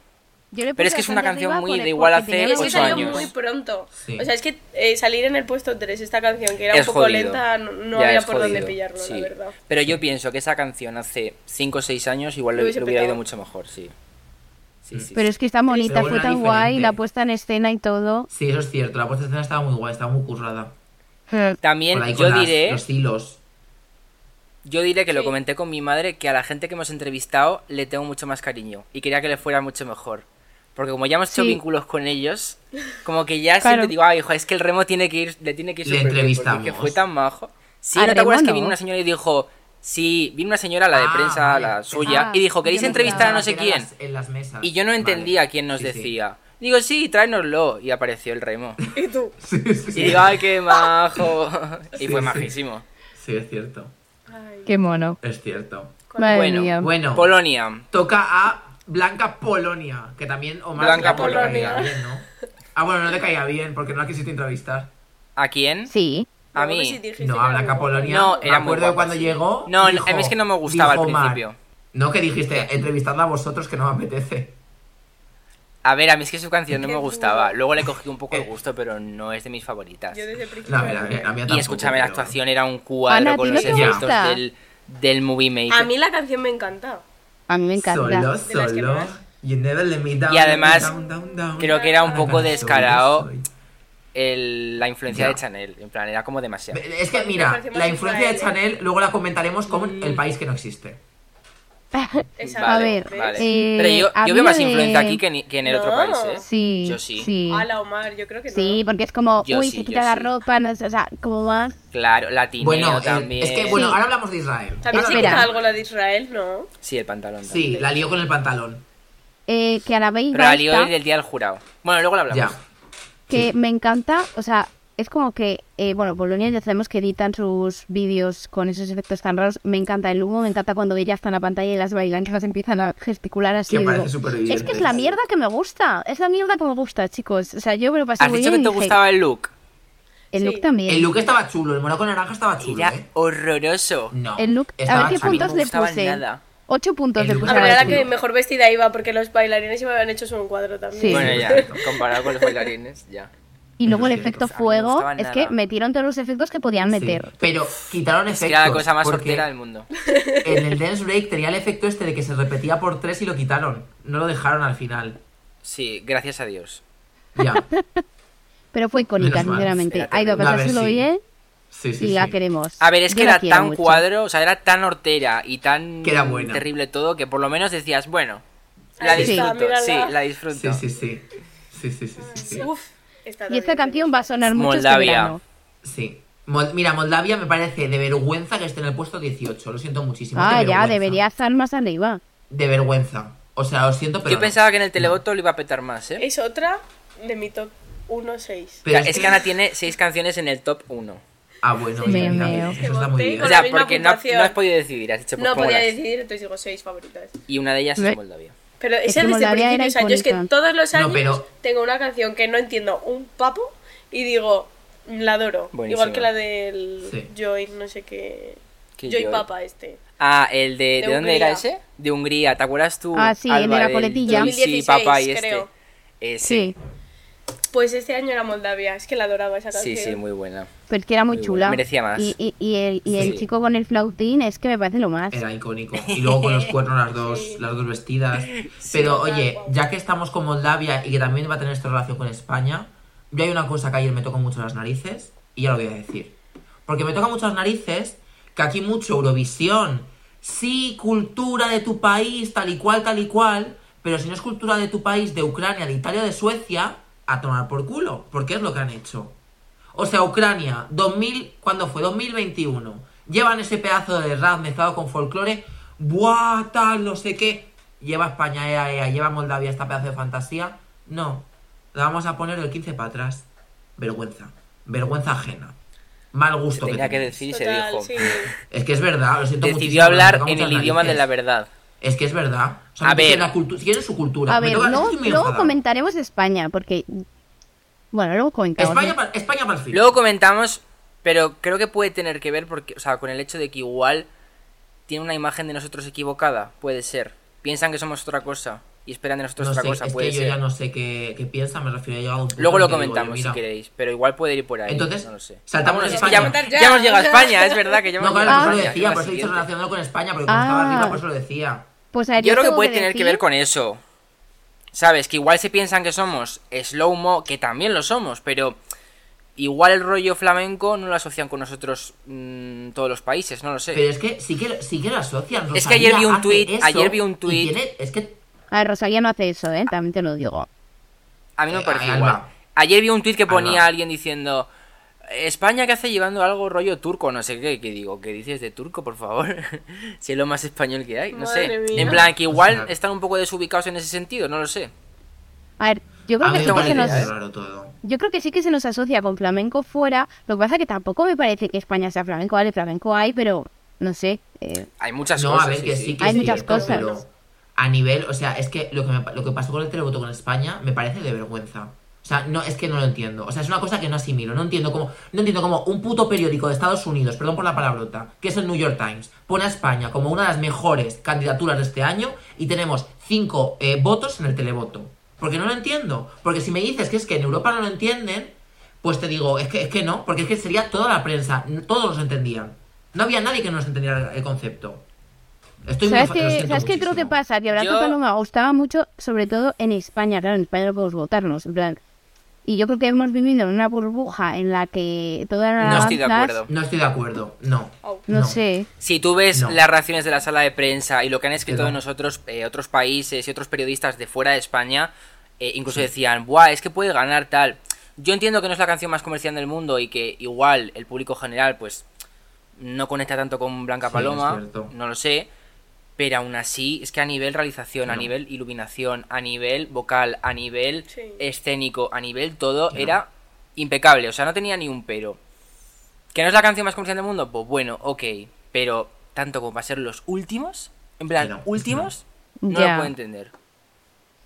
Speaker 3: Yo le
Speaker 4: Pero es
Speaker 3: puse
Speaker 4: que es
Speaker 3: bastante
Speaker 4: una canción
Speaker 3: arriba
Speaker 4: muy
Speaker 3: por-
Speaker 4: de igual
Speaker 3: porque
Speaker 4: hace
Speaker 3: tenía
Speaker 6: Es que
Speaker 4: ocho
Speaker 3: bastante-
Speaker 6: salió
Speaker 4: años.
Speaker 6: muy pronto.
Speaker 2: Sí.
Speaker 6: O sea, es que eh, salir en el puesto 3 esta canción, que era
Speaker 4: Es
Speaker 6: un poco
Speaker 4: jodido.
Speaker 6: lenta, no, no
Speaker 4: Ya
Speaker 6: había
Speaker 4: es
Speaker 6: por dónde
Speaker 4: jodido,
Speaker 6: pillarlo,
Speaker 4: sí.
Speaker 6: la verdad.
Speaker 4: Pero yo pienso que esa canción hace 5 o 6 años igual
Speaker 6: Lo
Speaker 4: le,
Speaker 6: hubiese
Speaker 4: le hubiera
Speaker 6: petado.
Speaker 4: ido mucho mejor, sí.
Speaker 2: Mm.
Speaker 4: Sí, sí.
Speaker 3: Pero es que está bonita,
Speaker 2: Pero
Speaker 3: fue
Speaker 2: era
Speaker 3: tan guay,
Speaker 2: diferente.
Speaker 3: la puesta en escena y todo.
Speaker 2: Sí, eso es cierto. La puesta en escena estaba muy guay, estaba muy currada.
Speaker 4: sí. También
Speaker 2: Por ahí
Speaker 4: yo
Speaker 2: con las-
Speaker 4: diré,
Speaker 2: los hilos.
Speaker 4: yo diré que lo
Speaker 6: Sí.
Speaker 4: comenté con mi madre que a la gente que hemos entrevistado le tengo mucho más cariño y quería que le fuera mucho mejor. Porque como ya hemos hecho
Speaker 3: Sí.
Speaker 4: vínculos con ellos, como que ya
Speaker 3: Claro.
Speaker 4: siempre digo, ay, hijo, es que el remo tiene que ir, le tiene que ir
Speaker 2: Le
Speaker 4: súper bien",
Speaker 2: entrevistamos.
Speaker 4: porque fue tan majo. Sí,
Speaker 3: ¿A
Speaker 4: ¿no te
Speaker 3: Remo
Speaker 4: acuerdas que
Speaker 3: no?
Speaker 4: vino una señora y dijo, sí, vino una señora, la de
Speaker 2: Ah,
Speaker 4: prensa,
Speaker 2: vale.
Speaker 4: la suya,
Speaker 3: Ah,
Speaker 4: y dijo, ¿queréis
Speaker 3: yo no
Speaker 4: entrevistar a no
Speaker 2: Pensaba
Speaker 4: sé
Speaker 2: que eran
Speaker 4: quién?
Speaker 2: las- en las mesas.
Speaker 4: Y yo no
Speaker 2: Vale.
Speaker 4: entendía quién nos
Speaker 2: Sí, sí.
Speaker 4: decía. Digo, sí, tráenoslo. Y apareció el remo.
Speaker 6: Y tú,
Speaker 2: [laughs] Sí, [laughs] sí,
Speaker 4: Y
Speaker 2: sí.
Speaker 4: digo, ay,
Speaker 2: [laughs]
Speaker 4: qué majo. Y
Speaker 2: Sí,
Speaker 4: fue
Speaker 2: sí.
Speaker 4: majísimo.
Speaker 2: Sí, es cierto.
Speaker 6: ay,
Speaker 3: Qué mono.
Speaker 2: Es cierto.
Speaker 3: Madre
Speaker 4: Bueno,
Speaker 3: mía.
Speaker 2: Bueno,
Speaker 4: Polonia.
Speaker 2: toca a Blanca Polonia, que también Omar
Speaker 4: Blanca
Speaker 2: Ramón le
Speaker 6: Polonia.
Speaker 2: caía bien, ¿no? Ah, bueno, no le caía bien porque no la quisiste entrevistar.
Speaker 4: ¿A quién?
Speaker 3: Sí.
Speaker 4: A
Speaker 6: luego
Speaker 4: mí.
Speaker 6: sí dijiste
Speaker 2: No,
Speaker 6: que
Speaker 2: a
Speaker 6: era
Speaker 2: Blanca
Speaker 6: muy guapa.
Speaker 2: Polonia.
Speaker 4: No, era
Speaker 2: me
Speaker 4: muy
Speaker 2: acuerdo de
Speaker 4: guapa,
Speaker 2: cuando
Speaker 4: sí.
Speaker 2: llegó.
Speaker 4: No,
Speaker 2: dijo-
Speaker 4: no, es que no me gustaba
Speaker 2: dijo
Speaker 4: al
Speaker 2: Omar,
Speaker 4: principio.
Speaker 2: No, que dijiste, entrevistadla a vosotros que no me apetece.
Speaker 4: A ver, a mí es que su canción no
Speaker 6: Qué Eh.
Speaker 4: me gustaba. Luego le cogí un poco el gusto, pero no es de mis favoritas.
Speaker 6: Yo desde el principio.
Speaker 2: No, a ver, a ver, a mí
Speaker 4: Y
Speaker 2: tampoco,
Speaker 4: escúchame, la
Speaker 2: pero-
Speaker 4: actuación era un cuadro
Speaker 3: Ana,
Speaker 4: con
Speaker 3: ¿a ti
Speaker 4: los
Speaker 3: no
Speaker 2: te
Speaker 4: efectos
Speaker 3: gusta?
Speaker 4: del, del movie maker.
Speaker 6: A mí la canción me encanta.
Speaker 3: A mí me encanta.
Speaker 2: Solo,
Speaker 6: De las que
Speaker 2: solo.
Speaker 6: más.
Speaker 2: You never let me down,
Speaker 4: Y además,
Speaker 2: down, down, down. Ah,
Speaker 4: creo que era un poco
Speaker 2: Solo
Speaker 4: descarado
Speaker 2: soy.
Speaker 4: el- la influencia
Speaker 2: Ya.
Speaker 4: de Chanel. En plan, era como demasiado.
Speaker 2: Es que mira,
Speaker 6: parecemos
Speaker 2: la influencia de
Speaker 6: Israel,
Speaker 2: Chanel luego la comentaremos
Speaker 4: Mm.
Speaker 2: con el país que no existe.
Speaker 6: Exacto.
Speaker 4: Vale,
Speaker 3: ver,
Speaker 4: vale.
Speaker 6: ¿Ves?
Speaker 3: eh,
Speaker 4: Pero yo, yo
Speaker 3: había
Speaker 4: veo más
Speaker 3: de-
Speaker 4: influencia aquí que, ni- que en el otro
Speaker 6: No.
Speaker 4: país,
Speaker 3: [laughs]
Speaker 4: ¿eh?
Speaker 3: Sí.
Speaker 4: Yo sí.
Speaker 3: Sí,
Speaker 6: Ala, Omar, yo creo que no.
Speaker 3: Sí, porque es como,
Speaker 4: Yo
Speaker 3: uy,
Speaker 4: sí,
Speaker 3: se
Speaker 4: yo
Speaker 3: quita la
Speaker 4: sí.
Speaker 3: ropa, no sé, o sea, como más.
Speaker 4: Claro, latineo
Speaker 2: Bueno, eh,
Speaker 4: también.
Speaker 2: es que bueno,
Speaker 3: Sí.
Speaker 2: ahora hablamos de Israel.
Speaker 6: También se
Speaker 3: Espera.
Speaker 6: quita algo la de Israel, ¿no?
Speaker 4: Sí, el pantalón. también.
Speaker 2: Sí, la lió con el pantalón.
Speaker 3: Eh, que a la vez
Speaker 4: Pero la lió del día del jurado. Bueno, luego la
Speaker 2: Ya.
Speaker 4: hablamos.
Speaker 3: que me encanta, o sea, es como que, eh, bueno, Polonia ya sabemos que editan sus vídeos con esos efectos tan raros. Me encanta el humo, me encanta cuando ella está en la pantalla y las bailanchas empiezan a gesticular así.
Speaker 2: Que
Speaker 3: digo,
Speaker 2: parece superviviente.
Speaker 3: es que es la mierda que me gusta, es la mierda que me gusta, chicos. O sea, yo me lo pasé
Speaker 4: Has
Speaker 3: muy
Speaker 4: dicho que
Speaker 3: bien
Speaker 4: te
Speaker 3: y dije,
Speaker 4: gustaba el look.
Speaker 3: El
Speaker 6: Sí.
Speaker 3: look también.
Speaker 2: El look estaba chulo, el morado con naranja estaba chulo,
Speaker 4: Era
Speaker 2: ¿eh?
Speaker 4: horroroso.
Speaker 2: No.
Speaker 3: El look- a
Speaker 2: estaba
Speaker 3: ver qué
Speaker 2: chulo.
Speaker 3: puntos
Speaker 4: no me
Speaker 3: le
Speaker 4: gustaba
Speaker 3: puse.
Speaker 4: nada.
Speaker 3: Ocho puntos
Speaker 2: El
Speaker 3: le
Speaker 2: look
Speaker 3: puse
Speaker 6: Ah,
Speaker 3: Pues a la
Speaker 6: pero era
Speaker 3: vez.
Speaker 6: la que mejor vestida iba porque los bailarines me habían hecho un cuadro también.
Speaker 3: Sí.
Speaker 4: Bueno, ya,
Speaker 2: Perfecto.
Speaker 6: [laughs]
Speaker 4: comparado con los bailarines, ya.
Speaker 3: Y luego el
Speaker 2: Eso sí,
Speaker 3: efecto
Speaker 2: o
Speaker 4: sea, no me
Speaker 3: fuego,
Speaker 4: gustaba
Speaker 3: es
Speaker 4: nada.
Speaker 3: que metieron todos los efectos que podían
Speaker 2: Sí,
Speaker 3: meter.
Speaker 2: Pero quitaron efectos.
Speaker 4: Es que era la cosa más
Speaker 2: porque
Speaker 4: sortera del mundo.
Speaker 2: En el dance break tenía el efecto este de que se repetía por tres y lo quitaron. No lo dejaron al final.
Speaker 4: Sí, gracias a Dios.
Speaker 2: Ya.
Speaker 3: [laughs] Pero fue icónica,
Speaker 2: Menos mal.
Speaker 3: sinceramente.
Speaker 4: Era
Speaker 3: Ha ido
Speaker 2: terrible. A
Speaker 3: a
Speaker 2: ver,
Speaker 3: pasárselo
Speaker 2: sí.
Speaker 3: bien
Speaker 2: Sí, sí,
Speaker 3: y
Speaker 2: sí.
Speaker 3: la queremos.
Speaker 4: A ver, es
Speaker 3: Yo
Speaker 4: que
Speaker 3: la
Speaker 4: era
Speaker 3: quiero
Speaker 4: tan
Speaker 3: mucho.
Speaker 4: cuadro, o sea, era tan hortera y tan
Speaker 2: Que era buena.
Speaker 4: terrible todo que por lo menos decías, bueno,
Speaker 6: Ahí
Speaker 4: la
Speaker 6: está,
Speaker 4: disfruto.
Speaker 6: mírala.
Speaker 4: sí, la disfruto.
Speaker 2: Sí, sí, sí. Sí, sí, sí, sí, sí.
Speaker 6: Uf, esta
Speaker 3: Y esta
Speaker 6: también.
Speaker 3: canción va a sonar mucho este
Speaker 4: Moldavia.
Speaker 3: verano.
Speaker 2: Sí. Mol- Mira, Moldavia me parece de vergüenza que esté en el puesto 18. Lo siento muchísimo.
Speaker 3: Ah,
Speaker 2: de
Speaker 3: ya,
Speaker 2: vergüenza.
Speaker 3: debería estar más arriba.
Speaker 2: De vergüenza. O sea, lo siento, pero.
Speaker 4: Yo
Speaker 2: no.
Speaker 4: pensaba que en el televoto lo iba a petar más, ¿eh?
Speaker 6: Es otra de mi top 1-6.
Speaker 4: O sea,
Speaker 2: Pero
Speaker 4: es que Ana tiene seis canciones en el top 1.
Speaker 2: Ah, bueno,
Speaker 3: Me
Speaker 2: mira, mira,
Speaker 3: meo.
Speaker 2: eso está muy bien.
Speaker 4: O
Speaker 6: Con
Speaker 4: sea,
Speaker 6: la misma
Speaker 4: porque no,
Speaker 6: puntuación.
Speaker 4: no has podido decidir, has dicho pues,
Speaker 6: No
Speaker 4: pongo
Speaker 6: podía
Speaker 4: las-
Speaker 6: decidir, entonces digo 6 favoritas.
Speaker 4: Y una de ellas
Speaker 3: Me-
Speaker 4: es Moldavia.
Speaker 6: Pero esa
Speaker 3: que
Speaker 6: desde el
Speaker 3: Moldavia era
Speaker 6: principio, o sea, yo es que
Speaker 3: icónica.
Speaker 6: todos los
Speaker 2: No,
Speaker 6: años
Speaker 2: pero-
Speaker 6: tengo una canción que no entiendo un papo y digo, "Mm, la adoro.
Speaker 4: Buenísima.
Speaker 6: Igual que la del
Speaker 2: Sí.
Speaker 6: Joy, no sé qué.
Speaker 4: Que
Speaker 6: Joy
Speaker 4: yo-
Speaker 6: Papa este.
Speaker 4: Ah, el de...
Speaker 6: De
Speaker 4: ¿De, dónde era
Speaker 6: Hungría.
Speaker 4: ese? De Hungría, ¿te acuerdas tú?
Speaker 3: Ah, sí, el de
Speaker 4: Alba,
Speaker 3: la
Speaker 4: del
Speaker 3: coletilla.
Speaker 4: Joy, Sí,
Speaker 6: 2016,
Speaker 4: papá y este.
Speaker 6: creo.
Speaker 4: Ese.
Speaker 3: Sí,
Speaker 6: Pues este año era Moldavia, es que la adoraba esa
Speaker 4: Sí,
Speaker 6: canción.
Speaker 4: sí, muy buena.
Speaker 3: pero es que era muy,
Speaker 4: Muy bueno,
Speaker 3: chula.
Speaker 4: merecía más.
Speaker 3: Y, y- y el, y el
Speaker 4: Sí.
Speaker 3: chico con el flautín es que me parece lo más.
Speaker 2: Era icónico. Y luego con los cuernos las dos, las dos vestidas. Pero
Speaker 6: tal
Speaker 2: oye,
Speaker 6: cual.
Speaker 2: ya que estamos con Moldavia y que también va a tener esta relación con España, yo hay una cosa que ayer me tocó mucho las narices y ya lo voy a decir. Porque me toca mucho las narices que aquí mucho Eurovisión, sí, cultura de tu país, tal y cual, tal y cual, pero si no es cultura de tu país, de Ucrania, de Italia, de Suecia, a tomar por culo, porque es lo que han hecho. O sea, Ucrania, 2000, ¿cuándo fue? 2021. Llevan ese pedazo de rap mezclado con folclore. Buah, tal, no sé qué. Lleva España, ea, ea, lleva Moldavia esta pedazo de fantasía. No, la vamos a poner el 15 para atrás. Vergüenza. Vergüenza ajena. Mal
Speaker 4: Se
Speaker 2: gusto.
Speaker 4: tenía que
Speaker 2: tenéis.
Speaker 4: decir y se
Speaker 6: Total,
Speaker 4: dijo.
Speaker 6: sí.
Speaker 4: [laughs]
Speaker 2: Es que es verdad, lo siento
Speaker 4: Decidió
Speaker 2: muchísimo, me
Speaker 4: hablar
Speaker 2: toca
Speaker 4: en
Speaker 2: muchas
Speaker 4: el idioma de
Speaker 2: narices.
Speaker 4: la verdad.
Speaker 2: Es que es verdad. O sea,
Speaker 4: A
Speaker 2: me
Speaker 4: ver.
Speaker 2: dicen La cultu- tienen su cultura.
Speaker 3: A
Speaker 2: Me
Speaker 3: ver,
Speaker 2: toca-
Speaker 3: luego,
Speaker 2: estoy muy
Speaker 3: luego
Speaker 2: enfadado.
Speaker 3: comentaremos España, porque. Bueno, luego comentamos.
Speaker 2: España,
Speaker 3: ¿no?
Speaker 2: pa- España para el fin.
Speaker 4: Luego comentamos, pero creo que puede tener que ver porque, o sea, con el hecho de que igual tiene una imagen de nosotros equivocada, puede ser. Piensan que somos otra cosa y esperan de nosotros
Speaker 2: no
Speaker 4: otra
Speaker 2: sé,
Speaker 4: cosa,
Speaker 2: es
Speaker 4: puede
Speaker 2: que yo
Speaker 4: ser.
Speaker 2: ya no sé qué, qué piensa, me refiero he llegado a un punto
Speaker 4: Luego
Speaker 2: en
Speaker 4: lo
Speaker 2: que digo, oye,
Speaker 4: comentamos si
Speaker 2: mira,
Speaker 4: queréis, pero igual puede ir por ahí.
Speaker 2: Entonces,
Speaker 4: no lo sé.
Speaker 2: saltamos
Speaker 4: Vámonos,
Speaker 2: en
Speaker 4: es que
Speaker 2: España.
Speaker 4: Ya, ya hemos llegado a España, es verdad que ya hemos
Speaker 2: No, claro,
Speaker 4: llegado
Speaker 2: por eso lo decía,
Speaker 4: a España. que
Speaker 2: por
Speaker 4: es
Speaker 2: eso
Speaker 4: la
Speaker 2: he dicho
Speaker 4: siguiente.
Speaker 2: relacionado con España, porque como
Speaker 3: Ah.
Speaker 2: estaba arriba, por eso lo decía.
Speaker 3: Pues a ver,
Speaker 4: Yo creo que
Speaker 3: tengo
Speaker 4: puede tener que ver
Speaker 3: decir-
Speaker 4: con eso. ¿Sabes? Que igual se piensan que somos slow-mo, que también lo somos, pero igual el rollo flamenco no lo asocian con nosotros mm, todos los países, no lo sé.
Speaker 2: Pero es que sí que, sí que lo asocian.
Speaker 4: Es que ayer
Speaker 2: Rosalía
Speaker 4: vi un
Speaker 2: hace
Speaker 4: tuit,
Speaker 2: eso
Speaker 4: ayer vi un
Speaker 2: y
Speaker 4: tuit.
Speaker 2: tiene- Es que
Speaker 3: A ver, Rosalía no hace eso, ¿eh? También te lo digo.
Speaker 4: A mí me
Speaker 2: Eh,
Speaker 4: parece
Speaker 2: Alba.
Speaker 4: igual. Ayer vi un tuit que ponía
Speaker 2: Alba.
Speaker 4: alguien diciendo España que hace llevando algo rollo turco, no sé qué, que digo, ¿qué dices de turco, por favor? [laughs] si es lo más español que hay, no
Speaker 6: Madre
Speaker 4: sé.
Speaker 6: mía.
Speaker 4: En plan, que
Speaker 2: O
Speaker 4: igual
Speaker 2: sea-
Speaker 4: están un poco desubicados en ese sentido, no lo sé.
Speaker 3: A ver, yo creo
Speaker 2: a
Speaker 3: que
Speaker 2: mí
Speaker 3: sí
Speaker 2: me
Speaker 4: tengo
Speaker 2: parece
Speaker 3: que nos.
Speaker 4: idea,
Speaker 2: muy raro todo.
Speaker 3: Yo creo que sí que se nos asocia con flamenco fuera. Lo que pasa que tampoco me parece que España sea flamenco, vale, flamenco hay, pero no sé. eh,
Speaker 4: Hay muchas
Speaker 2: no,
Speaker 4: cosas.
Speaker 2: a ver,
Speaker 4: sí,
Speaker 2: que sí,
Speaker 4: sí.
Speaker 2: que
Speaker 3: Hay
Speaker 2: sí,
Speaker 3: muchas
Speaker 2: esto,
Speaker 3: cosas.
Speaker 2: Pero a nivel, o sea, es que lo que, me- lo que pasó con el televoto con España me parece de vergüenza. O sea, no, es que no lo entiendo. O sea, es una cosa que no asimilo. No entiendo cómo, no entiendo cómo un puto periódico de Estados Unidos, perdón por la palabrota, que es el New York Times, pone a España como una de las mejores candidaturas de este año y tenemos cinco eh, votos en el televoto. Porque no lo entiendo. Porque si me dices que es que en Europa no lo entienden, pues te digo, es que, es que no, porque es que sería toda la prensa, n- todos los entendían. No había nadie que no nos entendiera el concepto. Estoy muy
Speaker 3: ¿Sabes
Speaker 2: fa- lo
Speaker 3: qué
Speaker 2: siento
Speaker 3: ¿sabes qué creo que
Speaker 2: muchísimo.
Speaker 3: pasa? Que Abrazo
Speaker 4: Yo-
Speaker 3: Paloma gustaba mucho, sobre todo en España. Claro, en España no podemos votarnos, en plan. Y yo creo que hemos vivido en una burbuja en la que toda la.
Speaker 4: No estoy de acuerdo.
Speaker 2: No estoy de acuerdo, no.
Speaker 6: Au.
Speaker 3: No,
Speaker 2: No.
Speaker 3: sé.
Speaker 4: Si tú ves
Speaker 2: No.
Speaker 4: las reacciones de la sala de prensa y lo que han escrito
Speaker 2: Perdón.
Speaker 4: de nosotros, eh, otros países y otros periodistas de fuera de España, eh, incluso decían, ¡buah! Es que puede ganar tal. Yo entiendo que no es la canción más comercial del mundo y que igual el público general, pues, no conecta tanto con Blanca
Speaker 2: Sí, es
Speaker 4: Paloma,
Speaker 2: cierto.
Speaker 4: no lo sé. Pero aún así, es que a nivel realización, a
Speaker 2: No.
Speaker 4: nivel iluminación, a nivel vocal, a nivel
Speaker 6: Sí.
Speaker 4: escénico, a nivel todo,
Speaker 2: No.
Speaker 4: era impecable. O sea, no tenía ni un pero. ¿Que no es la canción más comercial del mundo? Pues bueno, ok. Pero tanto como para ser los últimos, en plan,
Speaker 2: Que no, [laughs]
Speaker 4: últimos,
Speaker 3: no.
Speaker 4: no,
Speaker 3: Ya.
Speaker 4: lo puedo entender.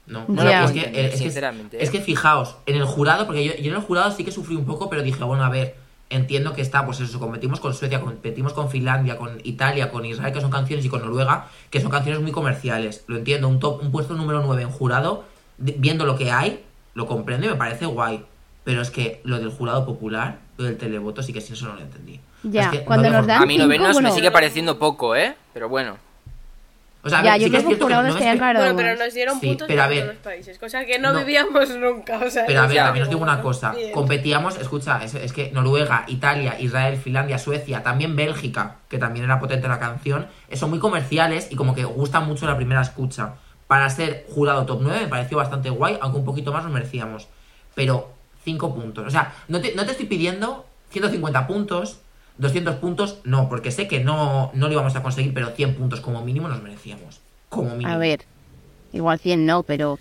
Speaker 2: No,
Speaker 3: No
Speaker 2: no
Speaker 3: lo
Speaker 2: es,
Speaker 4: puedo
Speaker 2: que,
Speaker 4: entender,
Speaker 2: es, que-
Speaker 4: sinceramente. eh.
Speaker 2: es que fijaos, en el jurado, porque yo, yo en el jurado sí que sufrí un poco, pero dije, bueno, a ver, entiendo que está, pues eso, competimos con Suecia, competimos con Finlandia, con Italia, con Israel, que son canciones, y con Noruega, que son canciones muy comerciales. Lo entiendo, un, top, un puesto número 9 en jurado, di- viendo lo que hay, lo comprendo y me parece guay. Pero es que lo del jurado popular, lo del televoto, sí que sí, eso no lo entendí. O sea,
Speaker 3: Ya,
Speaker 2: es que
Speaker 3: cuando
Speaker 2: no
Speaker 3: nos
Speaker 2: lo-
Speaker 3: dan
Speaker 4: A mí
Speaker 3: cinco,
Speaker 4: novenos me
Speaker 3: bueno.
Speaker 4: sigue pareciendo poco, ¿eh? Pero bueno.
Speaker 2: O sea, a
Speaker 3: ya,
Speaker 2: ver,
Speaker 3: yo
Speaker 2: sí que
Speaker 3: creo
Speaker 2: es
Speaker 3: que los
Speaker 2: cierto que no
Speaker 3: jurados
Speaker 2: me
Speaker 3: tenían
Speaker 2: espe-
Speaker 3: claro.
Speaker 6: Bueno, pero nos dieron
Speaker 2: Sí,
Speaker 6: puntos
Speaker 2: pero a
Speaker 6: de
Speaker 2: ver.
Speaker 6: todos los países, cosa que no,
Speaker 2: No.
Speaker 6: vivíamos [laughs] nunca. O sea,
Speaker 2: Pero a ver,
Speaker 4: Ya.
Speaker 2: también os digo una cosa.
Speaker 6: Bien.
Speaker 2: Competíamos, escucha, es, es que Noruega, Italia, Israel, Finlandia, Suecia, también Bélgica, que también era potente la canción, eh, son muy comerciales y como que gusta mucho la primera escucha. Para ser jurado top 9 me pareció bastante guay, aunque un poquito más nos merecíamos. Pero 5 puntos. O sea, no te, no te estoy pidiendo 150 puntos, 200 puntos, no, porque sé que no, no lo íbamos a conseguir, pero 100 puntos como mínimo nos merecíamos. Como mínimo.
Speaker 3: A ver, igual 100 no, pero...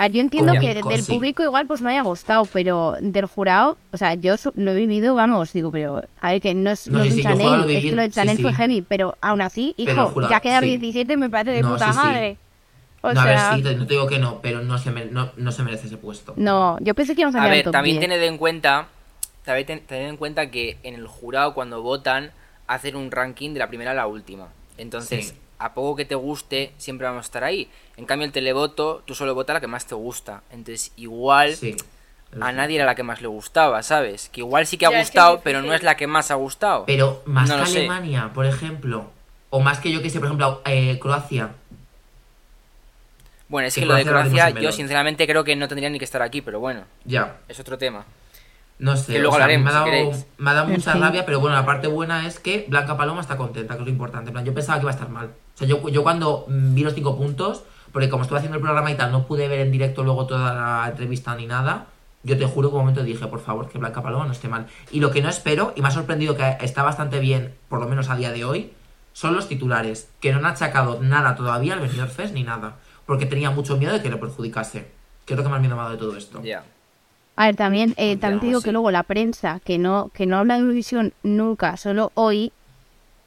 Speaker 3: Ah, Yo entiendo
Speaker 2: Coño,
Speaker 3: que de- del
Speaker 2: sí.
Speaker 3: público igual pues no haya gustado, pero del jurado, o sea, yo su- lo he vivido, vamos, digo, pero a ver que no es
Speaker 2: No,
Speaker 3: no
Speaker 2: sí,
Speaker 3: es
Speaker 2: sí,
Speaker 3: un
Speaker 2: yo jurado
Speaker 3: Chanel,
Speaker 2: lo
Speaker 3: es
Speaker 2: viví,
Speaker 3: que lo de
Speaker 2: sí,
Speaker 3: Chanel fue
Speaker 2: sí.
Speaker 3: heavy, pero aún así,
Speaker 2: Pero
Speaker 3: hijo,
Speaker 2: el jurado,
Speaker 3: ya quedar
Speaker 2: sí.
Speaker 3: 17 me parece de
Speaker 2: No,
Speaker 3: puta
Speaker 2: sí, sí.
Speaker 3: madre. O
Speaker 2: no, a
Speaker 3: sea,
Speaker 2: ver, sí, te- no te digo que no, pero no se, mere- no, no se merece ese puesto.
Speaker 3: no, yo pensé que íbamos a
Speaker 4: A
Speaker 3: quedar
Speaker 4: ver,
Speaker 3: top
Speaker 4: también
Speaker 3: 10.
Speaker 4: tened en cuenta, también ten- tened en cuenta que en el jurado cuando votan hacen un ranking de la primera a la última. Entonces,
Speaker 2: Sí.
Speaker 4: a poco que te guste, siempre vamos a estar ahí. En cambio, el televoto, tú solo votas la que más te gusta. Entonces, igual
Speaker 2: Sí.
Speaker 4: a nadie era la que más le gustaba, ¿sabes? Que igual sí que ha
Speaker 6: Ya, es que es
Speaker 4: gustado, pero
Speaker 6: difícil.
Speaker 4: no es la que más ha gustado.
Speaker 2: Pero más
Speaker 4: No
Speaker 2: que
Speaker 4: lo sé.
Speaker 2: Alemania, por ejemplo. O más que yo que sé, por ejemplo, eh, Croacia.
Speaker 4: Bueno, es
Speaker 2: que
Speaker 4: que lo de
Speaker 2: Croacia lo
Speaker 4: Croacia,
Speaker 2: dimos en
Speaker 4: yo
Speaker 2: Melón.
Speaker 4: sinceramente creo que no tendría ni que estar aquí, pero bueno,
Speaker 2: Ya,
Speaker 4: es otro tema.
Speaker 2: no sé.
Speaker 4: Que luego
Speaker 2: o sea,
Speaker 4: hablaremos,
Speaker 2: me ha dado,
Speaker 4: si queréis.
Speaker 2: me ha dado
Speaker 5: En
Speaker 2: mucha
Speaker 5: fin.
Speaker 2: rabia, pero bueno, la parte buena es que Blanca Paloma está contenta, que es lo importante. En plan, yo pensaba que iba a estar mal. O sea, yo, yo cuando mm, vi los cinco puntos, porque como estuve haciendo el programa y tal, no pude ver en directo luego toda la entrevista ni nada. Yo te juro que un momento dije, por favor, que Blanca Paloma no esté mal. Y lo que no espero, y me ha sorprendido que está bastante bien, por lo menos a día de hoy, son los titulares, que no han achacado nada todavía al Benidorm Fest ni nada, porque tenía mucho miedo de que lo perjudicase. Que es lo que más me ha dado de todo esto.
Speaker 4: Ya.
Speaker 3: A ver, también, eh,
Speaker 4: Ya,
Speaker 3: también te digo
Speaker 4: sí.
Speaker 3: que luego la prensa, que no, que no habla de Eurovisión nunca, solo hoy,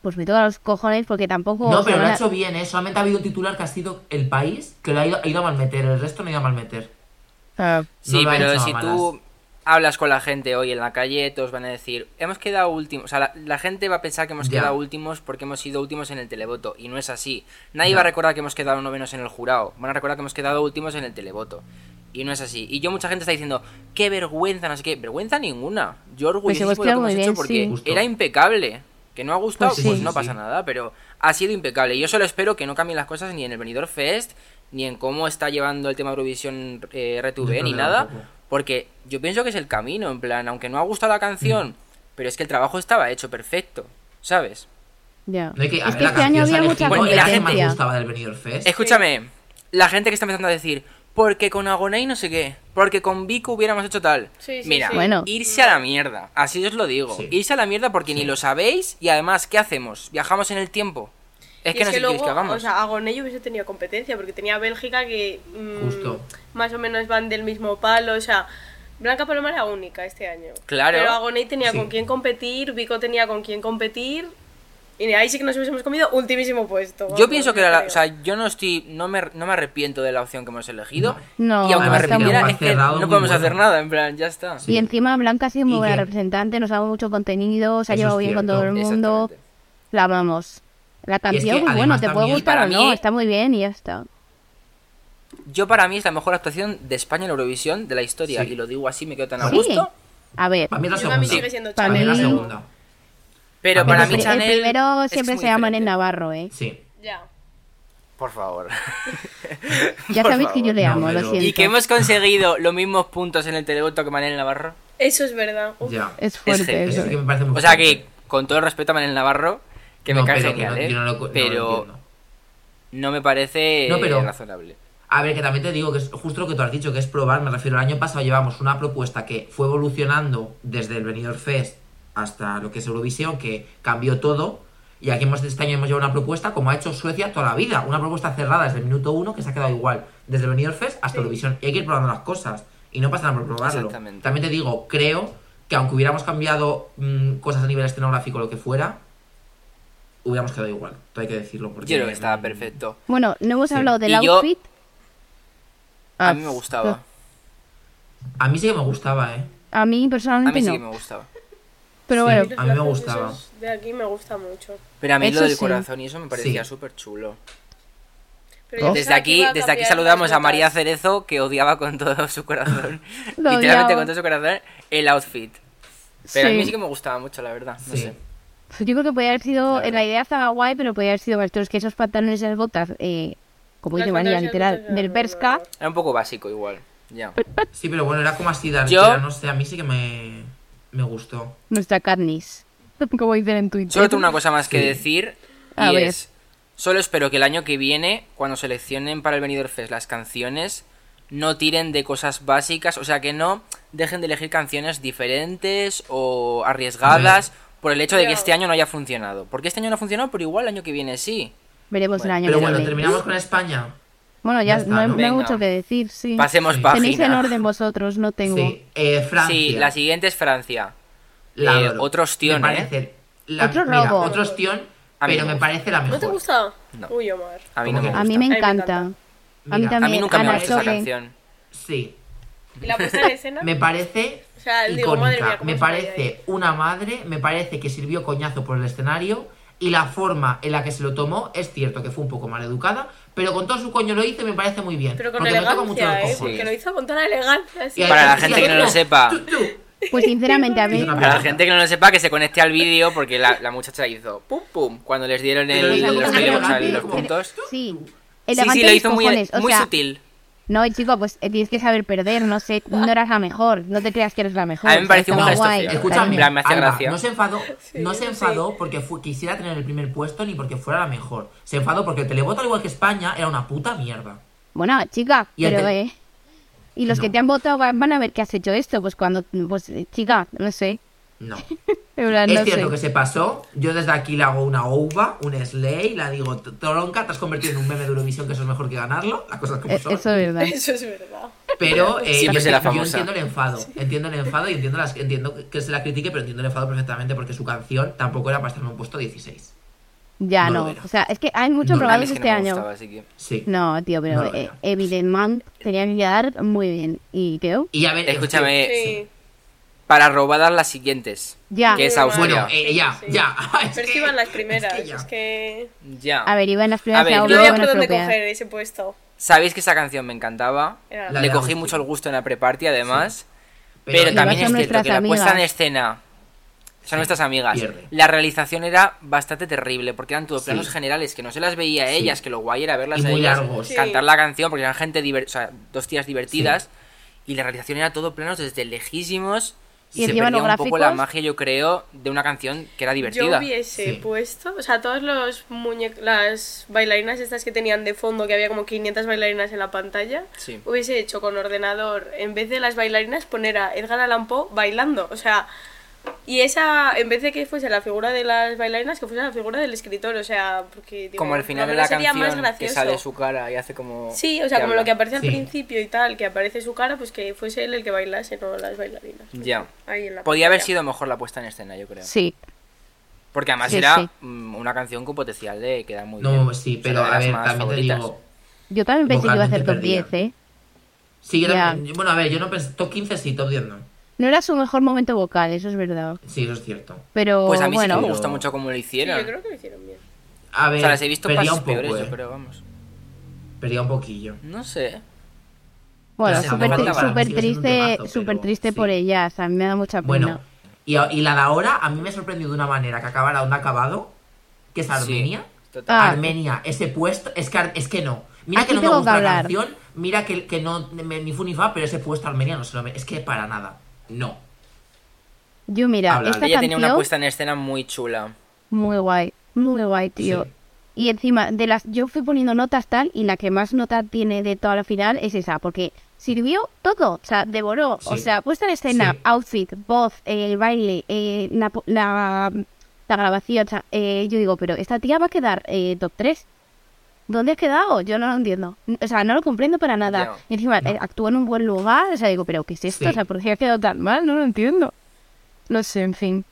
Speaker 3: pues me toca los cojones porque tampoco...
Speaker 2: No,
Speaker 3: se
Speaker 2: pero lo
Speaker 3: van
Speaker 2: ha
Speaker 3: a-
Speaker 2: hecho bien, ¿eh? Solamente ha habido un titular que ha sido el país que lo ha ido, ha ido a malmeter, el resto no ha ido a malmeter.
Speaker 3: Ah,
Speaker 2: No
Speaker 4: Sí,
Speaker 2: lo ha
Speaker 4: pero
Speaker 2: hecho a
Speaker 4: si
Speaker 2: malas.
Speaker 4: tú hablas con la gente hoy en la calle, todos van a decir, hemos quedado últimos. O sea, la, la gente va a pensar que hemos
Speaker 2: Ya.
Speaker 4: quedado últimos porque hemos sido últimos en el televoto. Y no es así. Nadie
Speaker 2: Ya.
Speaker 4: va a recordar que hemos quedado novenos en el jurado. Van a recordar que hemos quedado últimos en el televoto. Y no es así. Y yo mucha gente está diciendo, qué vergüenza, no sé qué. Vergüenza ninguna. Yo orgulloso
Speaker 3: hemos
Speaker 4: de lo que
Speaker 3: quedado
Speaker 4: hemos
Speaker 3: muy
Speaker 4: hecho
Speaker 3: bien,
Speaker 4: porque
Speaker 3: sí.
Speaker 2: Justo.
Speaker 4: era impecable. Que no ha gustado,
Speaker 2: Pues
Speaker 4: pues,
Speaker 2: sí.
Speaker 4: no
Speaker 2: Sí.
Speaker 4: pasa nada, pero ha sido impecable. Yo solo espero que no cambien las cosas ni en el Benidorm Fest, ni en cómo está llevando el tema Eurovisión eh,
Speaker 2: Yo
Speaker 4: RTV,
Speaker 2: creo
Speaker 4: ni
Speaker 2: que
Speaker 4: nada.
Speaker 2: tampoco.
Speaker 4: Porque yo pienso que es el camino, en plan, aunque no ha gustado la canción,
Speaker 2: Mm.
Speaker 4: pero es que el trabajo estaba hecho perfecto, ¿sabes?
Speaker 3: ya.
Speaker 2: No hay que, a
Speaker 3: es
Speaker 2: ver,
Speaker 3: que
Speaker 2: la
Speaker 3: este año
Speaker 2: canción se ha
Speaker 3: había mucha
Speaker 2: elegido,
Speaker 4: Bueno, y
Speaker 2: era
Speaker 4: la
Speaker 2: el que
Speaker 4: gente-
Speaker 2: más
Speaker 3: competencia.
Speaker 2: gustaba del Benidorm Fest.
Speaker 4: Escúchame, la gente que está empezando a decir, porque con Agonay no sé qué, porque con Vico hubiéramos hecho tal.
Speaker 6: Sí, sí,
Speaker 4: Mira,
Speaker 6: sí.
Speaker 3: Bueno.
Speaker 4: irse a la mierda, así os lo digo,
Speaker 2: Sí.
Speaker 4: irse a la mierda porque ni lo sabéis y además, ¿qué hacemos? ¿Viajamos en el tiempo? Es
Speaker 6: Y
Speaker 4: que no sé qué queréis que hagamos.
Speaker 6: O sea, Agoné yo hubiese tenido competencia, porque tenía Bélgica que mm,
Speaker 2: Justo.
Speaker 6: más o menos van del mismo palo. O sea, Blanca Paloma era única este año.
Speaker 4: Claro.
Speaker 6: Pero Agoné tenía
Speaker 2: Sí.
Speaker 6: con quién competir, Vico tenía con quién competir. Y ahí sí que nos hubiésemos comido ultimísimo puesto.
Speaker 4: Yo
Speaker 6: vamos,
Speaker 4: pienso que era la,
Speaker 6: creo.
Speaker 4: o sea, yo no estoy no me, no me arrepiento de la opción que hemos elegido
Speaker 3: No.
Speaker 4: y aunque me
Speaker 3: Además, era un
Speaker 4: arrepintiera
Speaker 2: pack
Speaker 4: es que
Speaker 2: cerrado
Speaker 4: no
Speaker 2: muy
Speaker 4: podemos
Speaker 2: bueno.
Speaker 4: hacer nada, en plan, ya está.
Speaker 2: Sí.
Speaker 3: Y encima Blanca ha sido muy
Speaker 2: ¿Y
Speaker 3: buena
Speaker 2: qué?
Speaker 3: representante, nos ha dado mucho contenido, se ha
Speaker 2: Eso
Speaker 3: llevado
Speaker 2: es
Speaker 3: bien con
Speaker 2: cierto.
Speaker 3: todo el mundo,
Speaker 4: Exactamente.
Speaker 3: la amamos. La canción,
Speaker 2: que
Speaker 3: pues bueno,
Speaker 2: además
Speaker 3: te puede
Speaker 2: también-
Speaker 3: gustar
Speaker 4: para
Speaker 3: o no,
Speaker 4: mí-
Speaker 3: está muy bien y ya está.
Speaker 4: Yo para mí es la mejor actuación de España en Eurovisión de la historia
Speaker 2: Sí.
Speaker 4: y lo digo así, me quedo tan a
Speaker 3: Sí.
Speaker 4: gusto.
Speaker 3: A ver,
Speaker 2: Para mí es la
Speaker 6: Yo para mí
Speaker 2: segunda.
Speaker 6: sigue siendo
Speaker 2: Para mí es la
Speaker 3: Chanel.
Speaker 2: segunda.
Speaker 4: Pero
Speaker 2: Pero
Speaker 4: para
Speaker 3: el
Speaker 4: mí
Speaker 3: pri- el
Speaker 4: Chanel
Speaker 3: primero
Speaker 4: es que
Speaker 3: siempre
Speaker 4: es muy
Speaker 3: se llama en
Speaker 4: diferente.
Speaker 3: Navarro, ¿eh?
Speaker 2: Sí.
Speaker 6: Ya.
Speaker 4: Por favor.
Speaker 3: Ya
Speaker 4: Por
Speaker 3: sabéis que yo
Speaker 4: favor.
Speaker 3: le
Speaker 2: No,
Speaker 3: amo,
Speaker 2: pero-
Speaker 3: lo
Speaker 2: Y
Speaker 3: siento.
Speaker 4: Y que hemos conseguido los mismos puntos en el televoto que Manel Navarro.
Speaker 6: Eso es verdad. Uf.
Speaker 2: Ya.
Speaker 3: Es fuerte
Speaker 4: heavy.
Speaker 2: Eso
Speaker 3: eso. eh.
Speaker 2: sí que me parece muy
Speaker 4: O sea
Speaker 2: fuerte.
Speaker 4: que con todo el respeto a Manel Navarro, que
Speaker 2: No,
Speaker 4: me cae
Speaker 2: pero que
Speaker 4: genial,
Speaker 2: no-
Speaker 4: ¿eh?
Speaker 2: yo no lo co- no lo
Speaker 4: pero
Speaker 2: entiendo.
Speaker 4: no me parece
Speaker 2: No, pero-
Speaker 4: razonable.
Speaker 2: A ver, que también te digo que es justo lo que tú has dicho, que es probar. Me refiero, el año pasado llevamos una propuesta que fue evolucionando desde el Benidorm Fest hasta lo que es Eurovisión, que cambió todo. Y aquí hemos, este año hemos llevado una propuesta como ha hecho Suecia toda la vida. Una propuesta cerrada desde el minuto uno que se ha quedado igual desde el Benidorm Fest hasta Eurovisión. Y hay que ir probando las cosas. Y no pasa nada por probarlo.
Speaker 4: Exactamente.
Speaker 2: También te digo, creo que aunque hubiéramos cambiado mm, cosas a nivel escenográfico o lo que fuera, hubiéramos quedado igual. Todo hay que decirlo. Porque,
Speaker 4: Yo creo que estaba
Speaker 2: mm,
Speaker 4: perfecto.
Speaker 3: Bueno, no hemos
Speaker 2: Sí.
Speaker 3: hablado del
Speaker 4: Y yo-
Speaker 3: outfit.
Speaker 4: A
Speaker 3: Ah,
Speaker 4: mí me gustaba.
Speaker 2: A mí sí que me gustaba, ¿eh?
Speaker 3: A mí
Speaker 4: A mí
Speaker 3: personalmente
Speaker 4: sí que me
Speaker 3: no.
Speaker 4: gustaba.
Speaker 3: Pero
Speaker 2: Sí.
Speaker 3: bueno,
Speaker 6: Los
Speaker 2: A mí me
Speaker 6: lazos
Speaker 2: gustaba.
Speaker 6: esos De aquí me gusta mucho.
Speaker 4: Pero a mí lo
Speaker 3: Eso
Speaker 4: del
Speaker 3: sí.
Speaker 4: corazón y eso me parecía
Speaker 2: Sí.
Speaker 4: súper chulo.
Speaker 6: Pero yo
Speaker 4: Desde
Speaker 6: pensaba que
Speaker 4: aquí,
Speaker 6: iba a
Speaker 4: desde aquí
Speaker 6: cambiar
Speaker 4: saludamos
Speaker 6: las
Speaker 4: a María
Speaker 6: notas.
Speaker 4: Cerezo que odiaba con todo
Speaker 3: [laughs]
Speaker 4: su corazón,
Speaker 3: Lo
Speaker 4: literalmente
Speaker 3: odiaba.
Speaker 4: con todo su corazón, el outfit. Pero a mí
Speaker 3: Sí.
Speaker 4: sí que me gustaba mucho, la verdad. No
Speaker 2: Sí.
Speaker 4: sé.
Speaker 3: yo creo que podría haber sido.
Speaker 4: Claro.
Speaker 3: La idea estaba guay, pero podría haber sido más. Pero es que esos pantalones y esas botas, eh, como
Speaker 6: Las
Speaker 3: dice María,
Speaker 6: notas
Speaker 3: literal,
Speaker 6: eran
Speaker 3: del
Speaker 6: un
Speaker 3: Berska.
Speaker 6: horror.
Speaker 4: Era un poco básico igual. Ya.
Speaker 2: Sí, pero bueno, era como así de
Speaker 4: Yo-
Speaker 2: arquera, no sé, a mí sí que me, me gustó.
Speaker 3: Nuestra Katniss. Como dicen en Twitter.
Speaker 4: Solo tengo una cosa más que
Speaker 2: Sí.
Speaker 4: decir. Y
Speaker 3: A ver.
Speaker 4: es. Solo espero que el año que viene, cuando seleccionen para el Benidorm Fest las canciones, no tiren de cosas básicas. O sea, que no dejen de elegir canciones diferentes o arriesgadas por el hecho de que
Speaker 6: Ya.
Speaker 4: este año no haya funcionado. Porque este año no ha funcionado, pero igual el año que viene sí.
Speaker 3: Veremos
Speaker 4: Bueno,
Speaker 3: el año
Speaker 2: Pero
Speaker 3: que
Speaker 2: bueno,
Speaker 3: viene.
Speaker 2: terminamos con España.
Speaker 3: Bueno, ya
Speaker 2: Ya está,
Speaker 3: no, hay-
Speaker 2: ¿no?
Speaker 3: no hay
Speaker 4: Venga.
Speaker 3: mucho que decir, sí.
Speaker 4: Pasemos
Speaker 2: Sí.
Speaker 4: página.
Speaker 3: Tenéis en orden vosotros, no tengo.
Speaker 2: Sí, eh, Francia.
Speaker 4: Sí, la siguiente es Francia.
Speaker 2: La
Speaker 4: eh,
Speaker 2: adoro.
Speaker 4: otro ostión,
Speaker 2: Me
Speaker 4: ¿eh?
Speaker 2: parece la-
Speaker 3: Otro
Speaker 2: mira,
Speaker 3: robo.
Speaker 2: otro ostión,
Speaker 4: A mí
Speaker 2: pero
Speaker 4: no.
Speaker 2: me parece la mejor.
Speaker 6: ¿No te gusta?
Speaker 4: No.
Speaker 6: Uy, Omar.
Speaker 4: A mí
Speaker 2: ¿Cómo
Speaker 4: no me
Speaker 2: que
Speaker 4: gusta.
Speaker 3: A mí me
Speaker 6: A mí me
Speaker 3: encanta. A mí
Speaker 2: Mira,
Speaker 4: A mí
Speaker 3: también.
Speaker 4: nunca me
Speaker 3: Ana
Speaker 4: gustó esa
Speaker 3: Sobe.
Speaker 4: canción.
Speaker 2: Sí,
Speaker 6: ¿Y la puesta [laughs] en escena?
Speaker 2: me parece
Speaker 6: O sea, digo, madre
Speaker 2: icónica.
Speaker 6: mía, ¿cómo
Speaker 2: me
Speaker 6: se veía
Speaker 2: parece una madre, me parece que sirvió coñazo por el escenario y la forma en la que se lo tomó es cierto que fue un poco maleducada, pero con todo su coño lo hizo y me parece muy bien.
Speaker 6: Pero con
Speaker 2: porque me toca mucho
Speaker 6: elegancia,
Speaker 2: los
Speaker 6: ¿eh?
Speaker 2: cojones.
Speaker 6: Porque lo hizo con toda la elegancia. así.
Speaker 2: Y
Speaker 4: Para
Speaker 6: [laughs]
Speaker 4: la
Speaker 2: y
Speaker 4: gente que no lo
Speaker 2: como,
Speaker 4: sepa.
Speaker 2: tú, tú.
Speaker 3: Pues sinceramente a mí.
Speaker 2: Es una
Speaker 4: Para la gente que no lo sepa, que se conecte al vídeo porque la, la muchacha hizo pum pum cuando les dieron el,
Speaker 2: Pero
Speaker 3: o sea,
Speaker 2: lo
Speaker 4: los,
Speaker 3: como
Speaker 2: hizo
Speaker 4: códigos
Speaker 2: elegante,
Speaker 4: al- los
Speaker 2: como-
Speaker 4: puntos.
Speaker 3: Sí.
Speaker 4: Sí,
Speaker 3: Elegante
Speaker 4: sí, lo
Speaker 3: mis
Speaker 4: hizo muy,
Speaker 3: cojones, o
Speaker 4: muy
Speaker 3: sea,
Speaker 4: sutil.
Speaker 3: No, y chico, pues eh, tienes que saber perder, no sé, no eras la mejor, no te creas que eres la mejor.
Speaker 4: A mí me
Speaker 3: o sea,
Speaker 4: pareció un
Speaker 3: estaba
Speaker 4: gesto
Speaker 3: guay,
Speaker 4: feo.
Speaker 2: Escúchame,
Speaker 4: En plan, me hace
Speaker 2: Alba,
Speaker 4: gracia.
Speaker 2: no se enfadó, no se
Speaker 6: sí.
Speaker 2: enfadó porque fue- quisiera tener el primer puesto ni porque fuera la mejor. Se enfadó porque el televoto, al igual que España, era una puta mierda.
Speaker 3: Bueno, chica,
Speaker 2: Y el
Speaker 3: pero
Speaker 2: te-
Speaker 3: eh. Y Y los que
Speaker 2: No.
Speaker 3: te han votado van van a ver que has hecho esto, pues cuando, pues eh, chica, no sé.
Speaker 2: No.
Speaker 3: En plan,
Speaker 2: es
Speaker 3: no
Speaker 2: cierto
Speaker 3: sé.
Speaker 2: que se pasó. Yo desde aquí le hago una uva, un slay, la digo, "T- tronca, te has convertido en un meme de Eurovisión que eso es mejor que ganarlo. Las cosas como
Speaker 3: Eh,
Speaker 2: son.
Speaker 3: Eso es verdad.
Speaker 6: Eso es verdad.
Speaker 2: Pero eh,
Speaker 4: Siempre
Speaker 2: yo,
Speaker 4: será
Speaker 2: entiendo- yo
Speaker 4: famosa.
Speaker 2: entiendo el enfado. Entiendo el enfado y entiendo, las, entiendo que se la critique, pero entiendo el enfado perfectamente porque su canción tampoco era para estar en un puesto 16.
Speaker 3: Ya
Speaker 2: No lo
Speaker 3: no.
Speaker 2: era.
Speaker 3: O sea, es que hay muchos
Speaker 2: No,
Speaker 4: A mí
Speaker 3: probados
Speaker 4: es que no
Speaker 3: este
Speaker 4: me
Speaker 3: año.
Speaker 4: gustaba, así que-
Speaker 2: Sí.
Speaker 3: No, tío, pero
Speaker 2: No lo
Speaker 3: eh,
Speaker 2: era.
Speaker 3: Evidentment tenía que quedar muy bien. ¿Y quedó?
Speaker 2: Y ya ver,
Speaker 4: Escúchame,
Speaker 6: Eh, Sí.
Speaker 4: para robadas las siguientes.
Speaker 3: Ya.
Speaker 4: Que es
Speaker 6: Muy
Speaker 4: Austria.
Speaker 2: Bueno, eh, ya, ya. [laughs] Es
Speaker 6: Pero es
Speaker 2: que-
Speaker 6: que iban las
Speaker 2: es que
Speaker 6: primeras. Es que,
Speaker 2: ya.
Speaker 4: Ya.
Speaker 3: A ver, iba en las primeras
Speaker 4: A ver,
Speaker 3: y
Speaker 4: yo-
Speaker 3: ahora
Speaker 6: No
Speaker 3: iba
Speaker 6: había
Speaker 3: en
Speaker 6: por
Speaker 3: las
Speaker 6: dónde
Speaker 3: propias.
Speaker 6: coger ese puesto.
Speaker 4: Sabéis que esa canción me encantaba.
Speaker 6: Era
Speaker 2: La-
Speaker 6: la...
Speaker 4: Le
Speaker 2: de
Speaker 4: cogí
Speaker 2: Agustín.
Speaker 4: mucho el gusto en la pre party, además.
Speaker 2: Pero,
Speaker 4: Pero,
Speaker 3: Le
Speaker 4: también
Speaker 3: vas a
Speaker 4: es cierto
Speaker 3: nuestras
Speaker 4: que la puesta en
Speaker 3: amigas.
Speaker 4: escena son nuestras amigas.
Speaker 2: pierde.
Speaker 4: La realización era bastante terrible porque eran todos
Speaker 2: Sí.
Speaker 4: planos generales que no se las veía a
Speaker 2: Sí.
Speaker 4: ellas, que lo guay era verlas
Speaker 2: Y
Speaker 4: a
Speaker 2: muy
Speaker 4: ellas
Speaker 2: largos.
Speaker 6: Sí.
Speaker 4: cantar la canción porque eran gente diver- o sea, dos tías divertidas y la realización era todo planos desde lejísimos
Speaker 3: Y
Speaker 4: y, se
Speaker 3: encima
Speaker 4: perdía
Speaker 3: los
Speaker 4: un poco la
Speaker 3: gráficos.
Speaker 4: magia, yo creo, de una canción que era
Speaker 6: Yo
Speaker 4: divertida.
Speaker 6: hubiese
Speaker 2: Sí.
Speaker 6: puesto, o sea, todos los muñe- las bailarinas estas que tenían de fondo, que había como 500 bailarinas en la pantalla,
Speaker 4: Sí.
Speaker 6: hubiese hecho con ordenador, en vez de las bailarinas, poner a Edgar Allan Poe bailando, o sea, y esa, en vez de que fuese la figura de las bailarinas, que fuese la figura del escritor, o sea, porque digo,
Speaker 4: Como al final de
Speaker 6: por lo menos
Speaker 4: la
Speaker 6: sería más
Speaker 4: canción que
Speaker 6: gracioso.
Speaker 4: sale su cara y hace como...
Speaker 6: Sí, o sea, como lo que
Speaker 4: habla.
Speaker 6: aparece al
Speaker 2: Sí.
Speaker 6: principio y tal, que aparece su cara, pues que fuese él el que bailase, no las bailarinas.
Speaker 4: Ya.
Speaker 6: Ahí en la
Speaker 4: Mm. Podía haber
Speaker 6: pantalla.
Speaker 4: sido mejor la puesta en escena, yo creo.
Speaker 3: Sí.
Speaker 4: Porque además
Speaker 3: Sí,
Speaker 4: era
Speaker 3: sí.
Speaker 4: mm, una canción con potencial de quedar muy bien.
Speaker 2: No, sí,
Speaker 4: O sea,
Speaker 2: pero
Speaker 4: era de
Speaker 2: a
Speaker 4: las
Speaker 2: ver,
Speaker 4: más
Speaker 2: también
Speaker 4: favoritas.
Speaker 2: te digo.
Speaker 3: Yo también pensé que iba a hacer top
Speaker 2: Vocalmente
Speaker 3: 10, ¿eh?
Speaker 2: Sí, yo
Speaker 3: Ya.
Speaker 2: también- yo- bueno, a ver, yo no pensé. Top 15 sí, top 10 no.
Speaker 3: No era su mejor momento vocal, eso es verdad.
Speaker 2: Sí, eso es cierto.
Speaker 3: Pero
Speaker 4: Pues a mí sí
Speaker 3: bueno,
Speaker 4: que me gusta mucho cómo lo
Speaker 6: Sí,
Speaker 4: hicieron.
Speaker 6: yo creo que lo hicieron bien.
Speaker 2: A ver,
Speaker 4: o sea, las he visto
Speaker 2: perdía
Speaker 4: pasos
Speaker 2: un poco,
Speaker 4: peores, yo
Speaker 2: eh.
Speaker 4: creo, vamos.
Speaker 2: Perdía un poquillo.
Speaker 4: No sé.
Speaker 3: bueno,
Speaker 2: No sé,
Speaker 3: súper
Speaker 2: me falta
Speaker 3: tri- súper
Speaker 2: balance, sigue siendo un
Speaker 3: triste,
Speaker 2: temazo,
Speaker 3: súper
Speaker 2: pero
Speaker 3: triste
Speaker 2: sí.
Speaker 3: por ellas. A mí me da mucha pena.
Speaker 2: Bueno, y, a- y la de ahora a mí me sorprendió de una manera que acabara donde ha acabado, que es Armenia.
Speaker 4: Sí, total.
Speaker 3: Ah.
Speaker 2: Armenia, ese puesto, es que, Ar- es que no. Mira
Speaker 3: Aquí
Speaker 2: que no me
Speaker 3: tengo
Speaker 2: gusta
Speaker 3: que
Speaker 2: la
Speaker 3: hablar.
Speaker 2: canción, mira que, que no, me- ni fu ni fa, pero ese puesto Armenia no se lo me- Es que para nada. No.
Speaker 3: Yo mira,
Speaker 2: Habla,
Speaker 3: esta
Speaker 4: Ella tenía una
Speaker 3: canción
Speaker 4: puesta en escena muy chula.
Speaker 3: muy guay, muy guay, tío.
Speaker 2: Sí.
Speaker 3: Y encima de las yo fui poniendo notas tal y la que más nota tiene de toda la final es esa, porque sirvió todo, o sea, devoró, o
Speaker 2: Sí.
Speaker 3: sea, puesta en escena,
Speaker 2: Sí.
Speaker 3: outfit, voz, eh, el baile, eh, la, po- la- la grabación, o sea, eh, yo digo, pero esta tía va a quedar eh, top 3. ¿Dónde has quedado? Yo no lo entiendo. O sea, no lo comprendo para nada.
Speaker 4: Ya.
Speaker 3: Y encima, eh, actúa en un buen lugar. O sea, digo, pero ¿qué es esto?
Speaker 2: Sí.
Speaker 3: O sea, ¿por qué ha quedado tan mal? No lo entiendo. No sé, en fin.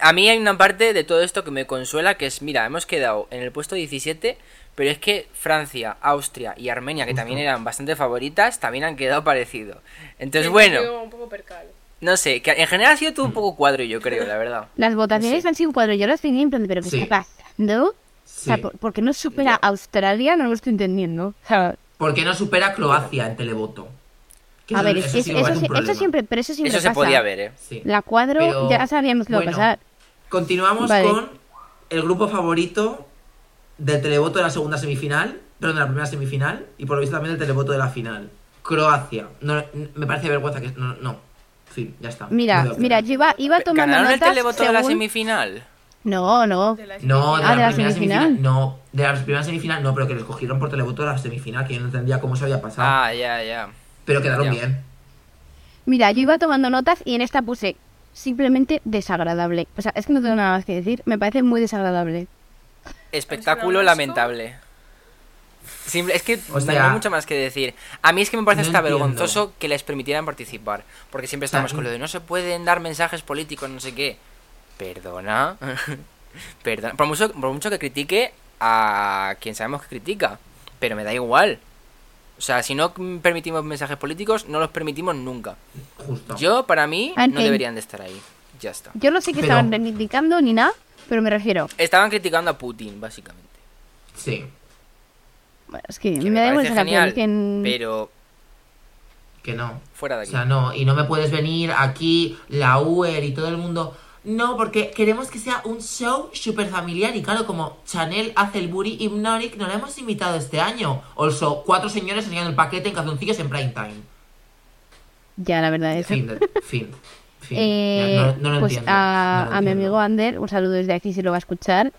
Speaker 4: A mí hay una parte de todo esto que me consuela, que es, mira, hemos quedado en el puesto 17, pero es que Francia, Austria y Armenia, que también eran bastante favoritas, también han quedado parecido. Entonces,
Speaker 6: Sí,
Speaker 4: Pues bueno,
Speaker 6: yo Un poco percal.
Speaker 4: no sé, que en general ha sido todo un poco cuadro, yo creo, la verdad.
Speaker 3: Las votaciones
Speaker 4: Sí.
Speaker 3: han sido cuatro. Yo las tenía en plan, de, pero ¿qué
Speaker 2: Sí.
Speaker 3: está pasando? O sea,
Speaker 2: Sí.
Speaker 3: ¿por, por qué no supera a Australia? No lo estoy entendiendo. O sea,
Speaker 2: Porque no supera a Croacia en televoto. Que
Speaker 3: a
Speaker 2: eso-
Speaker 3: ver, es que
Speaker 2: sí
Speaker 3: eso,
Speaker 2: me parece un
Speaker 3: sí- eso
Speaker 2: problema.
Speaker 3: siempre, pero eso siempre
Speaker 4: Eso se
Speaker 3: pasa.
Speaker 4: podía ver, ¿eh?
Speaker 2: Sí.
Speaker 3: La cuadro
Speaker 2: Pero,
Speaker 3: ya sabíamos que
Speaker 2: bueno,
Speaker 3: iba a pasar.
Speaker 2: Continuamos
Speaker 3: Vale.
Speaker 2: con el grupo favorito del televoto de la segunda semifinal, perdón, de la primera semifinal, y por lo visto también del televoto de la final. Croacia. No, n- me parece vergüenza que... No, no. Fin, ya está.
Speaker 3: Mira,
Speaker 2: No veo-
Speaker 3: mira, yo iba, iba tomando
Speaker 4: ¿Ganaron el
Speaker 3: notas
Speaker 4: televoto de la
Speaker 3: según-
Speaker 4: semifinal?
Speaker 3: No, no.
Speaker 6: De la
Speaker 2: No, de la,
Speaker 3: Ah, de la
Speaker 2: primera semifinal.
Speaker 3: semifinal.
Speaker 2: No, de la primera semifinal no, pero que les cogieron por televoto de la semifinal, que yo no entendía cómo se había pasado.
Speaker 4: Ah, ya, ya.
Speaker 2: pero quedaron
Speaker 4: ya.
Speaker 2: bien.
Speaker 3: Mira, yo iba tomando notas y en esta puse simplemente desagradable. O sea, es que no tengo nada más que decir. Me parece muy desagradable.
Speaker 4: Espectáculo
Speaker 6: Os la busco.
Speaker 4: lamentable. Simple- es que
Speaker 2: O
Speaker 4: no
Speaker 2: sea,
Speaker 4: hay mucho más que decir. A mí es que me parece
Speaker 2: no
Speaker 4: hasta
Speaker 2: entiendo.
Speaker 4: vergonzoso que les permitieran participar. Porque siempre
Speaker 2: sea,
Speaker 4: estamos con lo de no se pueden dar mensajes políticos, no sé qué. Perdona. [laughs] Perdona. Por mucho, por mucho que critique a quien sabemos que critica. Pero me da igual. O sea, si no permitimos mensajes políticos, no los permitimos nunca.
Speaker 2: Justo.
Speaker 4: Yo, para mí,
Speaker 3: Ante-
Speaker 4: no deberían de estar ahí. Ya está.
Speaker 3: Yo no sé qué
Speaker 2: Pero-
Speaker 3: estaban reivindicando ni nada, pero me refiero.
Speaker 4: Estaban criticando a Putin, básicamente.
Speaker 2: Sí,
Speaker 3: Bueno, es que,
Speaker 4: Que
Speaker 3: me, da igual
Speaker 4: parece
Speaker 3: esa
Speaker 4: genial,
Speaker 3: canción que en-
Speaker 4: Pero
Speaker 2: que no.
Speaker 4: fuera de
Speaker 2: O
Speaker 4: aquí.
Speaker 2: sea, no, y no me puedes venir aquí, la UER y todo el mundo. No, porque queremos que sea un show súper familiar. Y claro, como Chanel hace el Buri Hypnotic, no la hemos invitado este año. Also, cuatro señores enseñando el paquete en calzoncillos en prime time.
Speaker 3: Ya, la verdad es
Speaker 2: Fin, de- fin. fin.
Speaker 3: [laughs] Eh,
Speaker 2: Ya, no, no lo
Speaker 3: pues
Speaker 2: entiendo.
Speaker 3: a,
Speaker 2: no lo
Speaker 3: a mi
Speaker 2: entiendo.
Speaker 3: amigo Ander, un saludo desde aquí si lo va a escuchar.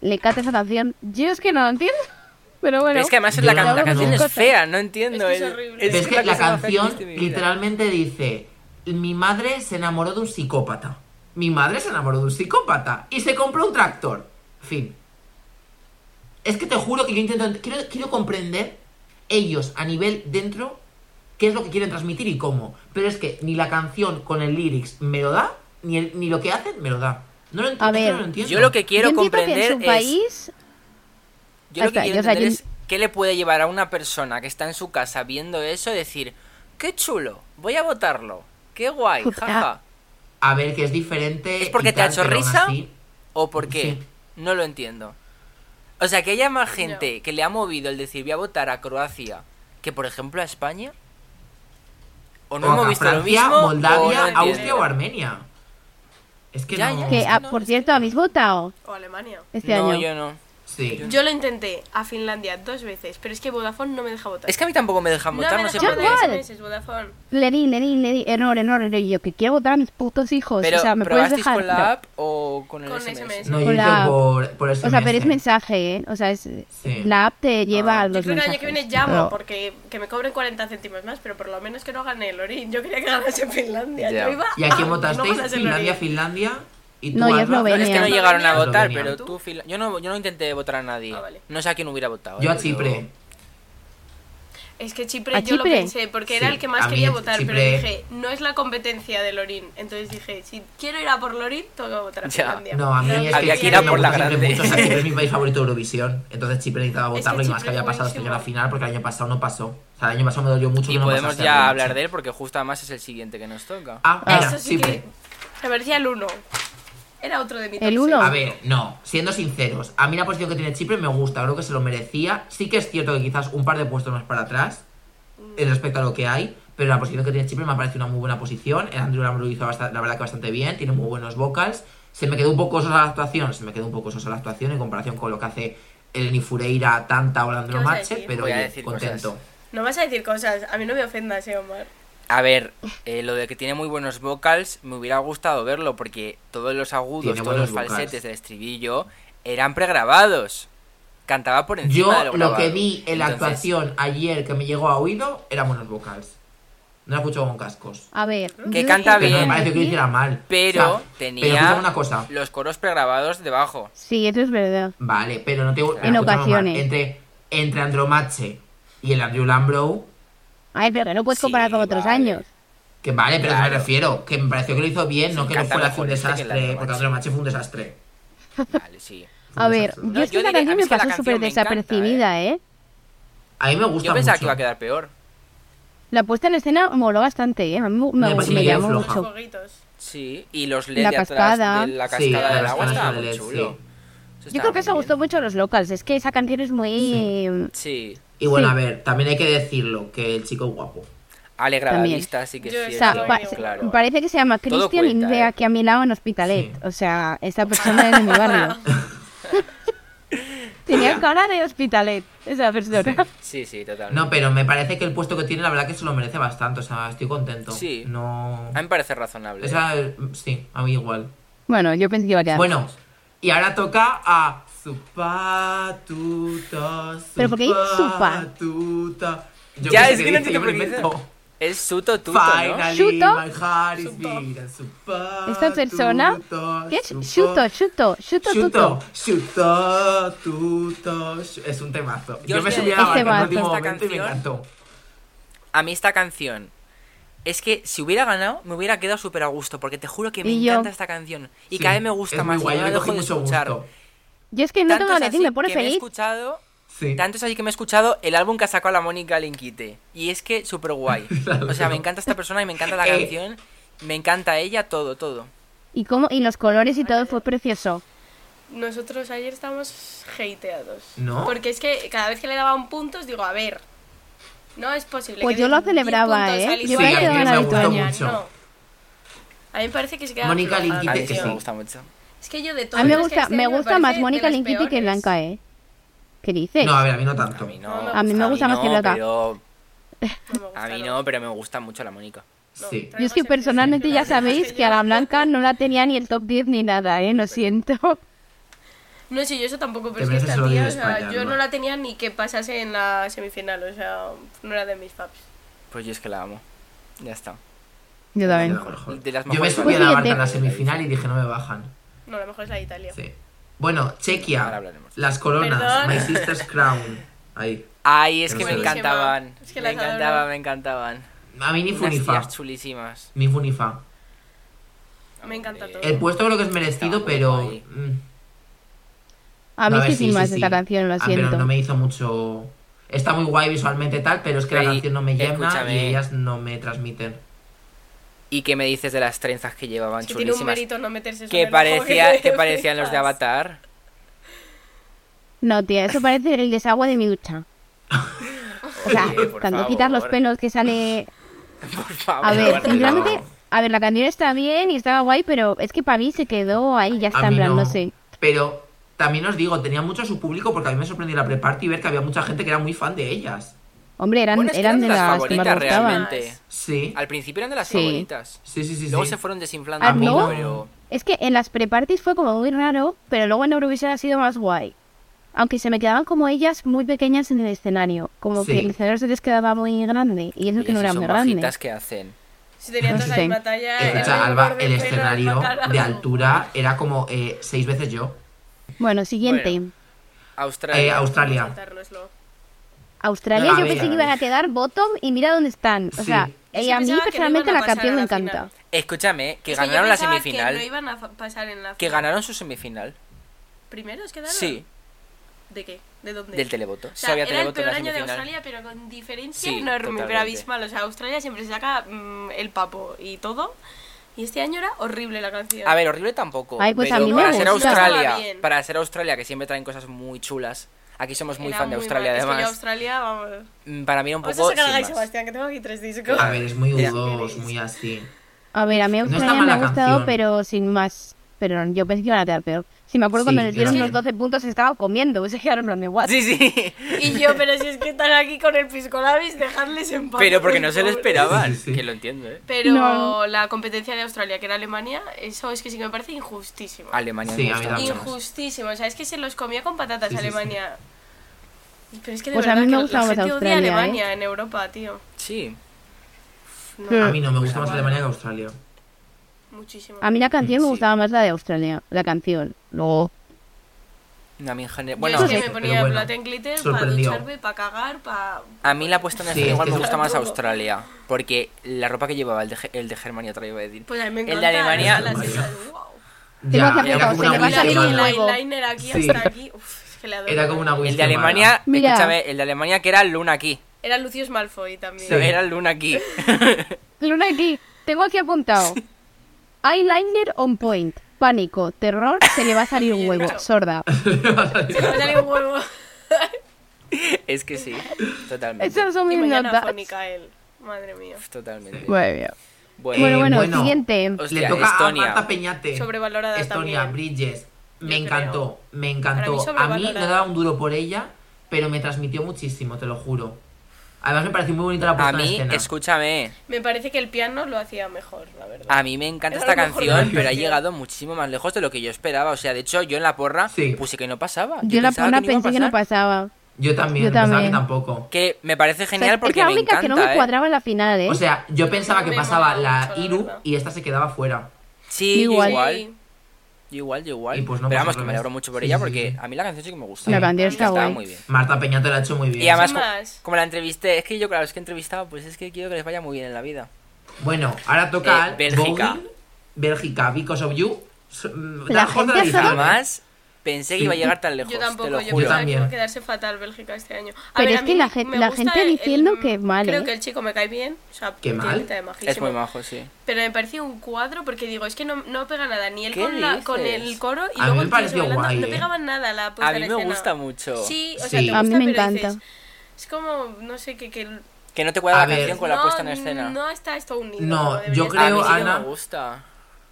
Speaker 3: Le canta esa canción. Yo es que no lo entiendo. [laughs] Pero bueno.
Speaker 4: Pero es que además es la,
Speaker 2: yo
Speaker 4: can-
Speaker 2: no-
Speaker 4: la canción es
Speaker 3: cosas.
Speaker 4: fea, no entiendo.
Speaker 6: Es que es horrible.
Speaker 2: Pero es que la
Speaker 4: cosa más fea que he
Speaker 2: canción
Speaker 4: visto en mi vida.
Speaker 2: literalmente dice: Mi madre se enamoró de un psicópata. Mi madre se enamoró de un psicópata. Y se compró un tractor. Fin. Es que te juro que yo intento. Quiero, quiero comprender ellos a nivel dentro qué es lo que quieren transmitir y cómo. Pero es que ni la canción con el lyrics me lo da, ni, el- ni lo que hacen me lo da. No lo entiendo.
Speaker 3: A ver,
Speaker 2: no lo entiendo.
Speaker 4: Yo lo que quiero
Speaker 3: Yo entiendo
Speaker 4: comprender
Speaker 3: que en su
Speaker 4: es.
Speaker 3: país.
Speaker 4: Yo lo que
Speaker 3: Hasta-
Speaker 4: quiero
Speaker 3: o sea,
Speaker 4: entender
Speaker 3: yo-
Speaker 4: es qué le puede llevar a una persona que está en su casa viendo eso y decir, qué chulo, voy a votarlo, qué guay,
Speaker 3: Puta.
Speaker 4: jaja.
Speaker 2: A ver, que es diferente.
Speaker 4: ¿Es porque
Speaker 2: y
Speaker 4: te
Speaker 2: tal, pero aún
Speaker 4: achorriza?
Speaker 2: así-
Speaker 4: ¿O por qué?
Speaker 2: Sí.
Speaker 4: No lo entiendo. O sea, que haya más gente que le ha movido el decir voy a votar a Croacia que, por ejemplo, a España. O no
Speaker 2: O
Speaker 4: hemos
Speaker 2: a
Speaker 4: visto lo
Speaker 2: Francia,
Speaker 4: mismo. o
Speaker 2: Moldavia,
Speaker 4: no entiendo.
Speaker 2: Austria o Armenia. Es que
Speaker 4: Ya,
Speaker 2: no.
Speaker 4: ya.
Speaker 3: Que, ah,
Speaker 4: No,
Speaker 3: por
Speaker 4: es-
Speaker 3: cierto, habéis votado
Speaker 6: O Alemania.
Speaker 3: este
Speaker 4: No,
Speaker 3: año.
Speaker 4: yo no.
Speaker 2: Sí.
Speaker 6: Yo lo intenté a Finlandia dos veces, pero es que Vodafone no me deja votar.
Speaker 4: Es que a mí tampoco me dejan
Speaker 6: no
Speaker 4: votar,
Speaker 6: me
Speaker 4: no sé
Speaker 6: deja
Speaker 4: por
Speaker 3: dejan
Speaker 4: qué.
Speaker 6: votar
Speaker 3: votar.
Speaker 6: SMS, Vodafone.
Speaker 3: Le di, le di, le di, error, error, error. Yo que quiero votar a mis putos hijos.
Speaker 4: Pero,
Speaker 3: o sea, ¿me puedes
Speaker 4: ¿probasteis
Speaker 3: dejar?
Speaker 4: con la
Speaker 3: No.
Speaker 4: app o con el
Speaker 6: Con
Speaker 4: SMS?
Speaker 6: SMS.
Speaker 2: No, yo
Speaker 3: Hola.
Speaker 2: hice por, por
Speaker 3: O sea, pero es
Speaker 2: SMS.
Speaker 3: mensaje, ¿eh? O sea, es,
Speaker 2: Sí.
Speaker 3: la app te lleva a
Speaker 6: Yo
Speaker 3: los
Speaker 6: creo que el año
Speaker 3: mensajes.
Speaker 6: que viene llamo,
Speaker 3: Pero-
Speaker 6: porque que me cobren 40 céntimos más, pero por lo menos que no gane el Orin. Yo quería que ganase Finlandia.
Speaker 4: Ya.
Speaker 6: Yo iba
Speaker 2: ¿Y a quién
Speaker 6: no
Speaker 2: votasteis?
Speaker 6: ganas el
Speaker 2: Finlandia,
Speaker 6: Orin.
Speaker 2: Finlandia. ¿Y tú,
Speaker 3: No, yo
Speaker 2: Alba?
Speaker 4: No, es que no
Speaker 3: Eslovenia.
Speaker 4: llegaron a votar,
Speaker 2: Eslovenia.
Speaker 4: pero tú, Fila- yo, no, yo no intenté votar a nadie.
Speaker 6: Ah, vale.
Speaker 4: No sé a quién hubiera votado.
Speaker 2: Yo
Speaker 4: eh,
Speaker 2: a Chipre.
Speaker 6: Es que Chipre
Speaker 3: ¿A
Speaker 6: yo lo
Speaker 3: Chipre?
Speaker 6: pensé, porque
Speaker 2: Sí,
Speaker 6: era el que
Speaker 2: a
Speaker 6: más
Speaker 2: mí
Speaker 6: quería
Speaker 2: es
Speaker 6: votar,
Speaker 2: Chipre.
Speaker 6: pero dije, no es la competencia del Lorin. Entonces dije, si quiero ir a por Lorin, tengo que votar a
Speaker 4: Ya.
Speaker 6: Finlandia.
Speaker 2: No, a mí
Speaker 6: Pero
Speaker 2: es
Speaker 4: Había
Speaker 2: que
Speaker 4: que
Speaker 2: Chipre
Speaker 4: ir a
Speaker 2: me
Speaker 4: por la
Speaker 2: gusta Chipre
Speaker 4: grande.
Speaker 2: mucho, o sea, Chipre es mi país favorito de Eurovisión. Entonces Chipre necesitaba
Speaker 6: Es que
Speaker 2: votarlo y más que
Speaker 6: Chipre
Speaker 2: había
Speaker 6: es
Speaker 2: pasado hasta que
Speaker 6: buenísimo.
Speaker 2: la final porque el año pasado no pasó. O sea, el año pasado me dolió mucho.
Speaker 4: Y
Speaker 2: que no
Speaker 4: podemos
Speaker 2: pasase
Speaker 4: ya
Speaker 2: Eurovisión.
Speaker 4: hablar de él porque justo además es el siguiente que nos toca.
Speaker 2: Ah,
Speaker 3: Ah.
Speaker 2: mira,
Speaker 6: Eso sí
Speaker 2: Chipre.
Speaker 6: que se parecía al 1. Era otro de mi
Speaker 3: ¿El
Speaker 6: top
Speaker 3: uno?
Speaker 6: seis.
Speaker 2: A ver, no, siendo sinceros, a mí la posición que tiene Chipre me gusta, creo que se lo merecía. Sí que es cierto que quizás un par de puestos más para atrás
Speaker 6: Mm.
Speaker 2: eh, respecto a lo que hay, pero la posición que tiene Chipre me parece una muy buena posición. El Andrew Lam lo hizo basta- la verdad que bastante bien, tiene muy buenos vocals. Se me quedó un poco sosa la actuación, se me quedó un poco sosa la actuación en comparación con lo que hace Eleni Fureira, Tanta o Landro
Speaker 6: ¿Qué vas a
Speaker 2: Marche,
Speaker 6: decir?
Speaker 2: pero
Speaker 4: Voy a
Speaker 2: oye,
Speaker 4: decir
Speaker 2: contento.
Speaker 4: cosas.
Speaker 6: No vas a decir cosas, a mí no me ofendas, eh, Omar.
Speaker 4: A ver, eh, lo de que tiene muy buenos vocals, me hubiera gustado verlo porque todos los agudos,
Speaker 2: Tiene
Speaker 4: todos
Speaker 2: buenos
Speaker 4: los
Speaker 2: vocals.
Speaker 4: falsetes del estribillo eran pregrabados. Cantaba por [laughs] encima de
Speaker 2: Yo
Speaker 4: lo
Speaker 2: lo
Speaker 4: grabado.
Speaker 2: que vi en la
Speaker 4: Entonces,
Speaker 2: actuación ayer que me llegó a oído eran buenos vocals. No la escucho con cascos.
Speaker 3: A ver.
Speaker 4: Que
Speaker 3: yo
Speaker 4: canta
Speaker 3: tengo
Speaker 2: Pero no me
Speaker 4: bien.
Speaker 2: parece que lo hiciera mal.
Speaker 4: Pero
Speaker 2: O sea,
Speaker 4: tenía-
Speaker 2: Pero escúchame una cosa.
Speaker 4: Los coros pregrabados debajo.
Speaker 3: Sí, eso es verdad.
Speaker 2: Vale, pero no tengo.
Speaker 3: En ocasiones.
Speaker 2: Entre, entre Andromache y el Andrew Lambrow,
Speaker 3: Ay, pero que no puedes
Speaker 4: Sí,
Speaker 3: comparar con otros
Speaker 4: vale.
Speaker 3: años.
Speaker 2: que vale, pero a eso me
Speaker 4: Claro.
Speaker 2: refiero. Que me pareció que lo hizo bien, no que no
Speaker 4: canta
Speaker 2: fuera
Speaker 4: mejor
Speaker 2: un
Speaker 4: este que el
Speaker 2: desastre. Porque
Speaker 4: Andromache.
Speaker 2: Andromache fue un desastre.
Speaker 4: Vale, sí.
Speaker 3: A ver,
Speaker 2: desastre.
Speaker 3: yo es
Speaker 4: Yo
Speaker 3: que esta
Speaker 4: diré- a
Speaker 3: canción
Speaker 4: mí
Speaker 3: me
Speaker 4: es que la
Speaker 3: pasó
Speaker 4: canción
Speaker 3: súper
Speaker 4: me encanta,
Speaker 3: desapercibida, ¿eh?
Speaker 2: A mí me gusta
Speaker 4: Yo pensaba
Speaker 2: mucho.
Speaker 4: que iba a quedar peor.
Speaker 3: La puesta en escena moló bastante, ¿eh? A mí me, me-
Speaker 2: Me pareció
Speaker 3: me
Speaker 2: que
Speaker 3: llamó
Speaker 2: floja.
Speaker 3: mucho.
Speaker 6: Foguitos.
Speaker 4: Sí, y los LED
Speaker 3: La
Speaker 4: de atrás
Speaker 3: cascada.
Speaker 4: de la cascada
Speaker 2: Sí, la
Speaker 4: del agua
Speaker 2: cascada
Speaker 4: estaba
Speaker 2: de
Speaker 4: muy
Speaker 2: LED,
Speaker 4: chulo.
Speaker 2: sí.
Speaker 4: Eso
Speaker 3: Yo
Speaker 4: estaba
Speaker 3: creo que
Speaker 4: muy
Speaker 3: eso
Speaker 4: bien.
Speaker 3: gustó mucho a los locals. Es que esa canción es muy...
Speaker 4: Sí.
Speaker 2: Y bueno,
Speaker 3: Sí.
Speaker 2: a ver, también hay que decirlo, que el chico es guapo.
Speaker 4: Alegra la
Speaker 3: También.
Speaker 4: vista, sí que es
Speaker 6: Yo
Speaker 3: O
Speaker 4: cierto.
Speaker 3: sea,
Speaker 6: Sí,
Speaker 3: pa-
Speaker 6: sí,
Speaker 4: claro.
Speaker 3: parece que se llama
Speaker 4: Todo
Speaker 3: Cristian y
Speaker 4: cuenta,
Speaker 3: vive
Speaker 4: ¿eh?
Speaker 3: aquí a mi lado en Hospitalet.
Speaker 2: Sí.
Speaker 3: O sea, esta persona es de mi
Speaker 4: [laughs]
Speaker 3: barrio. [laughs] Tenía cara de Hospitalet, esa persona.
Speaker 4: Sí, sí, totalmente.
Speaker 2: No, pero me parece que el puesto que tiene, la verdad que se lo merece bastante. O sea, estoy contento.
Speaker 4: Sí.
Speaker 2: No.
Speaker 4: A mí me parece razonable.
Speaker 2: O sea, sí, a mí igual.
Speaker 3: Bueno, yo pensé que iba a quedar.
Speaker 2: Bueno, y ahora toca a Zupatuta,
Speaker 3: ¿Pero por qué dice supa?
Speaker 2: Zupatuta. Yo
Speaker 4: Ya,
Speaker 2: qué sé
Speaker 4: es
Speaker 2: qué
Speaker 4: que no
Speaker 2: dice, yo
Speaker 4: entiendo
Speaker 2: me lo
Speaker 4: por qué
Speaker 2: invento.
Speaker 4: dice. Es suto tuto, ¿no?
Speaker 2: Finally,
Speaker 3: Shuto.
Speaker 2: my heart is beating,
Speaker 3: Esta persona.
Speaker 2: Zupatuta,
Speaker 3: ¿Qué es? Shuto,
Speaker 2: Zupa-
Speaker 3: Shuto, Shuto,
Speaker 2: Shuto,
Speaker 3: Tuto.
Speaker 2: Shuto, tuto, sh- Es un temazo. Yo,
Speaker 4: Yo
Speaker 2: me
Speaker 4: os
Speaker 2: subí
Speaker 4: voy
Speaker 2: a
Speaker 4: a
Speaker 2: la barca
Speaker 3: decir
Speaker 2: en el
Speaker 3: esta
Speaker 2: último
Speaker 4: canción.
Speaker 2: momento y me encantó.
Speaker 4: A mí esta canción. Es que si hubiera ganado, me hubiera quedado súper a gusto, porque te juro que me
Speaker 3: Y yo.
Speaker 4: encanta esta canción. Y
Speaker 2: Sí,
Speaker 4: cada vez me gusta
Speaker 2: es muy
Speaker 4: más. y
Speaker 2: guay,
Speaker 4: no
Speaker 2: yo
Speaker 4: la
Speaker 2: le cogí
Speaker 4: dejo de
Speaker 2: mucho
Speaker 4: escuchar.
Speaker 2: gusto.
Speaker 3: Yo es que Eh, no
Speaker 4: Tanto
Speaker 3: tengo nada
Speaker 4: es
Speaker 3: que
Speaker 4: así
Speaker 3: decir, me pone
Speaker 4: que me he
Speaker 3: feliz.
Speaker 4: escuchado,
Speaker 2: Sí.
Speaker 4: tanto es así que me he escuchado el álbum que ha sacado la Mónica Linquite. Y es que
Speaker 2: [laughs]
Speaker 4: súper guay. O sea, me encanta esta persona y me encanta la
Speaker 2: Eh.
Speaker 4: canción. Me encanta ella, todo, todo.
Speaker 3: Y, cómo, y los colores y todo fue precioso.
Speaker 6: Nosotros ayer estábamos hateados.
Speaker 2: ¿No?
Speaker 6: Porque es que cada vez que le daban puntos, digo, a ver, no es posible.
Speaker 3: Pues
Speaker 6: que
Speaker 3: yo
Speaker 6: den
Speaker 3: lo
Speaker 6: 10
Speaker 3: celebraba,
Speaker 6: puntos
Speaker 3: ¿eh?
Speaker 6: a Lituania,
Speaker 3: Yo Sí, a mí me
Speaker 6: no,
Speaker 3: gustó
Speaker 6: Lituania,
Speaker 2: mucho.
Speaker 6: no. A mí me parece que se queda.
Speaker 2: Mónica
Speaker 6: floja la
Speaker 2: Linkitte,
Speaker 4: A mí
Speaker 2: que
Speaker 4: sí
Speaker 6: canción.
Speaker 4: me gusta mucho.
Speaker 6: Es que este yo de todo.
Speaker 3: A mí me gusta, este me gusta más Mónica Linkitti que Blanca, ¿eh? ¿Qué dices?
Speaker 2: No, a ver, a mí no tanto.
Speaker 4: A mí no.
Speaker 6: No,
Speaker 3: a mí me gusta más que
Speaker 4: no,
Speaker 3: Blanca.
Speaker 4: pero-
Speaker 6: No me gusta,
Speaker 4: A mí no, pero me gusta mucho la Mónica.
Speaker 2: Sí.
Speaker 3: Yo es que personalmente ya sabéis que a la Blanca no la tenía ni el top 10 ni nada, ¿eh? Lo siento.
Speaker 6: No sé, yo eso tampoco,
Speaker 2: Te
Speaker 6: pero es que
Speaker 2: mereces
Speaker 6: esta
Speaker 2: el odio
Speaker 6: tía,
Speaker 2: de
Speaker 6: o sea,
Speaker 2: España,
Speaker 6: yo
Speaker 2: ¿no?
Speaker 6: no la tenía ni que pasase en la semifinal, o sea, no era de mis faps.
Speaker 4: Pues yo es que la amo. Ya está.
Speaker 3: Yo también.
Speaker 2: De la mejor.
Speaker 4: De las
Speaker 2: Yo me
Speaker 4: mejores
Speaker 2: subí a la
Speaker 3: Oye,
Speaker 2: barca
Speaker 3: te-
Speaker 2: en la semifinal y dije, no me bajan.
Speaker 6: No, a lo mejor es la de Italia.
Speaker 2: Sí. Bueno,
Speaker 4: Ahora
Speaker 2: Chequia,
Speaker 4: hablaremos.
Speaker 2: las coronas,
Speaker 6: Perdón.
Speaker 2: My Sister's Crown. Ahí.
Speaker 4: Ay, es
Speaker 2: Pero
Speaker 4: que me
Speaker 2: sí.
Speaker 4: encantaban.
Speaker 6: Es que
Speaker 4: me
Speaker 6: las adoro.
Speaker 4: encantaban, me encantaban.
Speaker 2: A mí ni
Speaker 4: Unas
Speaker 2: Funifa.
Speaker 4: tías chulísimas.
Speaker 2: Ni Funifa.
Speaker 6: Me
Speaker 4: Eh,
Speaker 6: encanta todo.
Speaker 2: El puesto creo que es merecido,
Speaker 4: Estaba
Speaker 2: pero.
Speaker 4: guay.
Speaker 2: mm,
Speaker 3: A mí
Speaker 2: no, ver,
Speaker 3: sí, sin más
Speaker 2: sí,
Speaker 3: esta
Speaker 2: sí.
Speaker 3: canción, lo
Speaker 2: Ah,
Speaker 3: siento.
Speaker 2: Pero no me hizo mucho. Está muy guay visualmente tal, pero es que la
Speaker 4: Ey,
Speaker 2: canción no me llena y
Speaker 4: escúchame.
Speaker 2: ellas no me transmiten.
Speaker 4: ¿Y qué me dices de las trenzas que llevaban
Speaker 6: Si tiene un
Speaker 4: chulísimas?
Speaker 6: mérito no meterse eso
Speaker 4: Que
Speaker 6: en el ojo,
Speaker 4: parecía, que
Speaker 6: te
Speaker 4: parecían
Speaker 6: [laughs]
Speaker 4: los de
Speaker 6: flipas.
Speaker 4: Avatar. [laughs]
Speaker 3: No, tía, eso parece el desagüe de mi ducha. O sea,
Speaker 4: Oye, por
Speaker 3: tanto quitar los
Speaker 4: favor.
Speaker 3: pelos que sale.
Speaker 4: Por favor.
Speaker 3: A ver,
Speaker 2: Aparte, no.
Speaker 3: sinceramente, a ver, la canción está bien y estaba guay, pero es que para mí se quedó ahí, ya
Speaker 2: A
Speaker 3: está, en
Speaker 2: mí
Speaker 3: plan,
Speaker 2: no.
Speaker 3: no sé.
Speaker 2: Pero también os digo, tenía mucho su público porque a mí me sorprendió la pre-party ver que había mucha gente que era muy fan de ellas.
Speaker 3: Hombre, eran,
Speaker 4: Bueno, es que
Speaker 3: eran de
Speaker 4: las
Speaker 3: las que
Speaker 4: favoritas
Speaker 3: más gustaban.
Speaker 6: realmente.
Speaker 4: realmente.
Speaker 2: Sí.
Speaker 4: Al principio eran de las
Speaker 3: Sí.
Speaker 4: favoritas.
Speaker 2: Sí, sí, sí.
Speaker 4: Luego
Speaker 2: sí.
Speaker 4: se fueron desinflando
Speaker 3: Ah,
Speaker 4: un poco,
Speaker 3: ¿no?
Speaker 4: pero.
Speaker 3: Es que en las pre-parties fue como muy raro, pero luego en Eurovisión ha sido más guay. Aunque se me quedaban como ellas muy pequeñas en el escenario. Como
Speaker 2: Sí.
Speaker 3: que el escenario se les quedaba muy grande. Y eso que
Speaker 4: Oye,
Speaker 3: no
Speaker 4: si
Speaker 3: era
Speaker 4: son
Speaker 3: muy grande.
Speaker 4: bajitas que hacen.
Speaker 2: Eh,
Speaker 6: Si tenían todas la
Speaker 3: Sí.
Speaker 6: misma talla.
Speaker 2: Escucha,
Speaker 6: era
Speaker 2: Alba,
Speaker 6: gordo,
Speaker 2: el
Speaker 6: pero
Speaker 2: escenario
Speaker 6: bacalao.
Speaker 2: de altura era como eh, seis veces yo.
Speaker 3: Bueno, siguiente.
Speaker 4: Bueno. Australia.
Speaker 2: Eh, Australia.
Speaker 6: Saltárnoslo.
Speaker 3: Australia,
Speaker 2: A
Speaker 3: yo
Speaker 2: ver.
Speaker 3: pensé que iban a quedar bottom y mira dónde están. O
Speaker 2: Sí.
Speaker 3: sea,
Speaker 6: Yo
Speaker 3: eh,
Speaker 6: sí
Speaker 3: a mí
Speaker 6: pensaba que no
Speaker 3: personalmente
Speaker 6: iban
Speaker 3: la
Speaker 6: a pasar
Speaker 3: canción
Speaker 6: a
Speaker 3: me
Speaker 6: la
Speaker 3: encanta.
Speaker 6: final.
Speaker 4: Escúchame, que
Speaker 6: Es yo
Speaker 4: ganaron la
Speaker 6: pensaba
Speaker 4: semifinal.
Speaker 6: Que no iban a fa- pasar en la
Speaker 4: que
Speaker 6: final.
Speaker 4: ganaron su semifinal.
Speaker 6: ¿Primeros quedaron?
Speaker 4: Sí,
Speaker 6: ¿De qué? ¿De dónde?
Speaker 4: del televoto.
Speaker 6: O
Speaker 4: Se
Speaker 6: sea,
Speaker 4: había
Speaker 6: era el
Speaker 4: televoto en
Speaker 6: peor
Speaker 4: la
Speaker 6: año de
Speaker 4: semifinal.
Speaker 6: Australia, pero con diferencia
Speaker 4: Sí,
Speaker 6: enorme,
Speaker 4: totalmente.
Speaker 6: pero abismal. O sea, Australia siempre se saca mm, el papo y todo. Y este año era horrible la canción.
Speaker 4: A ver, horrible tampoco.
Speaker 3: Ay, pues a
Speaker 4: pero
Speaker 3: mí me
Speaker 4: para ser
Speaker 3: gusta.
Speaker 4: Australia,
Speaker 6: Estaba bien.
Speaker 4: para ser Australia, que siempre traen cosas muy chulas. Aquí somos muy
Speaker 6: Era
Speaker 4: fan de Australia,
Speaker 6: mal. Es que yo
Speaker 4: además.
Speaker 6: Australia, vamos.
Speaker 4: Mm, Para mí era un
Speaker 3: Pues
Speaker 6: Vamos
Speaker 4: poco.
Speaker 6: a sacar a
Speaker 4: sin
Speaker 6: Guy
Speaker 4: más.
Speaker 6: Sebastián, que tengo aquí tres discos.
Speaker 2: A ver, es muy
Speaker 4: Ya.
Speaker 2: U2, muy así.
Speaker 3: A ver, a mí
Speaker 2: está
Speaker 3: Australia me
Speaker 2: mala
Speaker 3: ha gustado,
Speaker 2: canción.
Speaker 3: pero sin más. Pero yo pensé que iban a quedar peor. Si me acuerdo
Speaker 2: Sí,
Speaker 3: cuando les
Speaker 2: yo
Speaker 3: dieron
Speaker 2: también.
Speaker 3: los 12 puntos, estaba comiendo. [laughs] Se quedaron en plan de what.
Speaker 4: Sí,
Speaker 6: [laughs]
Speaker 4: sí.
Speaker 6: Y yo, pero si es que están aquí con el pisco labis, dejarles en paz.
Speaker 4: Pero porque
Speaker 6: por
Speaker 4: no se lo
Speaker 6: favor.
Speaker 4: esperaban.
Speaker 2: Sí, sí, sí.
Speaker 4: Que lo entiendo, ¿eh?
Speaker 6: Pero
Speaker 3: No.
Speaker 6: la competencia de Australia, que era Alemania, eso es que sí que me parece injustísimo.
Speaker 4: Alemania
Speaker 2: Sí,
Speaker 4: me
Speaker 2: a mí
Speaker 4: gusta
Speaker 2: también.
Speaker 4: mucho más.
Speaker 6: Injustísimo, o sea, es que se los comía con patatas
Speaker 2: Sí, sí, sí.
Speaker 6: Alemania. Pero es que de
Speaker 3: Pues a
Speaker 6: verdad
Speaker 3: mí me
Speaker 6: que
Speaker 3: gustaba
Speaker 6: la
Speaker 3: más
Speaker 6: gente odia a
Speaker 3: Australia, ¿eh?
Speaker 6: Alemania en Europa, tío.
Speaker 4: Sí.
Speaker 6: No,
Speaker 3: Sí.
Speaker 2: A mí no me gusta más Alemania que Australia.
Speaker 6: Muchísimo.
Speaker 3: A mí la canción me
Speaker 4: Sí.
Speaker 3: gustaba más la de Australia. La canción. Luego.
Speaker 4: A mí en general.
Speaker 6: Yo
Speaker 4: Bueno,
Speaker 6: es que
Speaker 2: sí,
Speaker 6: me
Speaker 2: pero
Speaker 6: ponía
Speaker 2: bueno,
Speaker 6: plata en glitter para
Speaker 2: sorprendió.
Speaker 6: ducharme, para cagar, para...
Speaker 4: a mí la puesta en
Speaker 2: Sí,
Speaker 4: escena
Speaker 2: es
Speaker 4: igual
Speaker 2: que
Speaker 4: me
Speaker 2: es
Speaker 4: gusta más
Speaker 6: todo.
Speaker 4: Australia. Porque la ropa que llevaba, el de, Ge- el de Germania, otra iba a decir.
Speaker 6: Pues a mí me
Speaker 4: El de
Speaker 6: encanta.
Speaker 4: Alemania-
Speaker 6: las esas, wow.
Speaker 3: Tengo que
Speaker 2: era
Speaker 3: apuntar,
Speaker 2: como
Speaker 3: se
Speaker 2: una
Speaker 3: le va a
Speaker 2: Wilson
Speaker 3: salir un
Speaker 2: Manor.
Speaker 3: huevo.
Speaker 6: el eyeliner aquí
Speaker 2: Sí.
Speaker 6: hasta aquí. Uf, es que le adoro.
Speaker 2: Era como una
Speaker 4: El
Speaker 2: Wilson
Speaker 4: de
Speaker 2: Manor.
Speaker 4: Alemania,
Speaker 3: Mira.
Speaker 4: escúchame, el de Alemania que era Luna aquí.
Speaker 6: Era Lucius Malfoy también.
Speaker 2: Sí.
Speaker 4: Era Luna aquí. [laughs]
Speaker 3: Luna aquí. Tengo aquí apuntado. Eyeliner on point. Pánico. Terror. Se le va a salir
Speaker 4: [laughs]
Speaker 3: un huevo. Sorda.
Speaker 6: Se me
Speaker 2: [laughs]
Speaker 6: ha salido
Speaker 3: [laughs]
Speaker 6: un huevo.
Speaker 4: es que sí, totalmente.
Speaker 3: Esas son
Speaker 6: Y
Speaker 3: mis
Speaker 6: mañana
Speaker 3: notas.
Speaker 6: fónica él. Madre mía.
Speaker 4: Totalmente.
Speaker 5: Madre mía.
Speaker 3: Bueno, bueno,
Speaker 2: Eh, bueno.
Speaker 3: siguiente.
Speaker 4: Hostia,
Speaker 2: Le toca
Speaker 4: Estonia.
Speaker 2: a Marta Peñate.
Speaker 6: Sobrevalorada
Speaker 2: Estonia,
Speaker 6: también.
Speaker 2: Bridges. Me
Speaker 6: Yo
Speaker 2: encantó, me
Speaker 6: Para mí
Speaker 2: encantó. A mí no
Speaker 6: sobrevalorada.
Speaker 2: daba un duro por ella, pero me transmitió muchísimo, te lo juro. Además me pareció muy bonita la
Speaker 4: A
Speaker 2: puesta en
Speaker 4: mí,
Speaker 2: escena.
Speaker 4: escúchame,
Speaker 6: Me parece que el piano lo hacía mejor, la verdad.
Speaker 4: a mí me encanta
Speaker 6: Era
Speaker 4: esta
Speaker 6: lo mejor de
Speaker 4: canción,
Speaker 6: la
Speaker 4: pero ha
Speaker 6: canción.
Speaker 4: llegado muchísimo más lejos de lo que yo esperaba. O sea, de hecho, yo en la porra
Speaker 2: Sí.
Speaker 4: puse que no pasaba.
Speaker 3: Yo la
Speaker 4: pensaba
Speaker 3: pona
Speaker 4: no iba a
Speaker 3: pensé que no
Speaker 4: pasar.
Speaker 3: pasaba.
Speaker 2: Yo también,
Speaker 3: Yo
Speaker 2: pensaba
Speaker 3: también.
Speaker 2: que tampoco.
Speaker 4: Que me parece
Speaker 3: O sea,
Speaker 4: genial porque
Speaker 3: es la
Speaker 4: me
Speaker 3: única
Speaker 4: encanta.
Speaker 3: que no me
Speaker 4: ¿eh?
Speaker 3: cuadraba en la final, ¿eh?
Speaker 2: O sea, yo pensaba
Speaker 6: No
Speaker 2: que
Speaker 6: me
Speaker 2: pasaba
Speaker 6: molaba
Speaker 2: la
Speaker 6: mucho, la
Speaker 2: Iru
Speaker 6: verdad.
Speaker 2: y esta se quedaba fuera.
Speaker 4: Sí, yo
Speaker 3: Igual.
Speaker 4: igual.
Speaker 6: Sí.
Speaker 4: Yo igual, yo igual.
Speaker 2: Y pues no
Speaker 4: pero
Speaker 2: pasa al
Speaker 4: vamos, que me
Speaker 2: revés.
Speaker 4: alegro mucho por
Speaker 2: Sí,
Speaker 4: ella
Speaker 2: sí,
Speaker 4: porque
Speaker 2: sí.
Speaker 4: a mí la canción sí que me gusta.
Speaker 3: La canción
Speaker 4: Y
Speaker 3: está
Speaker 4: estaba
Speaker 3: guay.
Speaker 4: muy bien.
Speaker 2: Marta Peñate la ha hecho muy bien.
Speaker 4: Y además,
Speaker 6: Sin
Speaker 4: co-
Speaker 6: más.
Speaker 4: como la entrevisté, es que yo, claro, es que he entrevistado, pues es que quiero que les vaya muy bien en la vida.
Speaker 2: Bueno, ahora toca
Speaker 4: Eh, Bélgica.
Speaker 2: Bowling, Bélgica, Because of You. S- mm,
Speaker 3: La
Speaker 2: Dark Horse
Speaker 3: gente
Speaker 2: de la
Speaker 3: sabe-
Speaker 2: Victoria.
Speaker 4: Además, pensé que iba a llegar tan lejos,
Speaker 6: Yo
Speaker 4: te
Speaker 6: tampoco,
Speaker 4: lo
Speaker 6: yo
Speaker 4: juro.
Speaker 6: pensaba que iba
Speaker 2: Yo
Speaker 6: a
Speaker 2: también.
Speaker 6: quedarse fatal Bélgica este año. A
Speaker 3: Pero
Speaker 6: ver,
Speaker 3: es
Speaker 6: a
Speaker 3: que
Speaker 6: mí
Speaker 3: la gen-
Speaker 6: me
Speaker 3: la
Speaker 6: gusta
Speaker 3: gente
Speaker 6: el- mm,
Speaker 3: diciendo que mal,
Speaker 6: Creo
Speaker 3: ¿eh?
Speaker 6: que el chico me cae bien, o sea,
Speaker 2: Que
Speaker 6: tiene
Speaker 2: mal.
Speaker 6: pinta de majísimo.
Speaker 4: Es muy majo, sí.
Speaker 6: Pero me pareció un cuadro porque digo, es que no, no pega nada, ni él
Speaker 4: ¿Qué
Speaker 6: con, la- con
Speaker 4: dices?
Speaker 6: el coro y
Speaker 2: A mí
Speaker 6: luego
Speaker 2: me
Speaker 6: el tío
Speaker 2: pareció
Speaker 6: bailando,
Speaker 2: guay,
Speaker 6: no
Speaker 2: eh.
Speaker 6: pegaban nada la puesta
Speaker 4: A mí
Speaker 6: en
Speaker 4: me
Speaker 6: escena.
Speaker 4: gusta mucho.
Speaker 6: Sí, o sea,
Speaker 2: Sí.
Speaker 6: te gusta,
Speaker 2: A
Speaker 3: mí me
Speaker 6: pero
Speaker 3: encanta.
Speaker 6: dices, es como, no sé, que, que el-
Speaker 4: Que no te cuadra
Speaker 2: A
Speaker 4: la
Speaker 2: ver.
Speaker 4: canción con la
Speaker 6: no,
Speaker 4: puesta en escena.
Speaker 6: No está esto unido.
Speaker 2: No,
Speaker 6: como debería
Speaker 2: yo
Speaker 6: estar.
Speaker 4: a mí
Speaker 2: creo,
Speaker 4: sí que
Speaker 2: Ana-
Speaker 4: me gusta.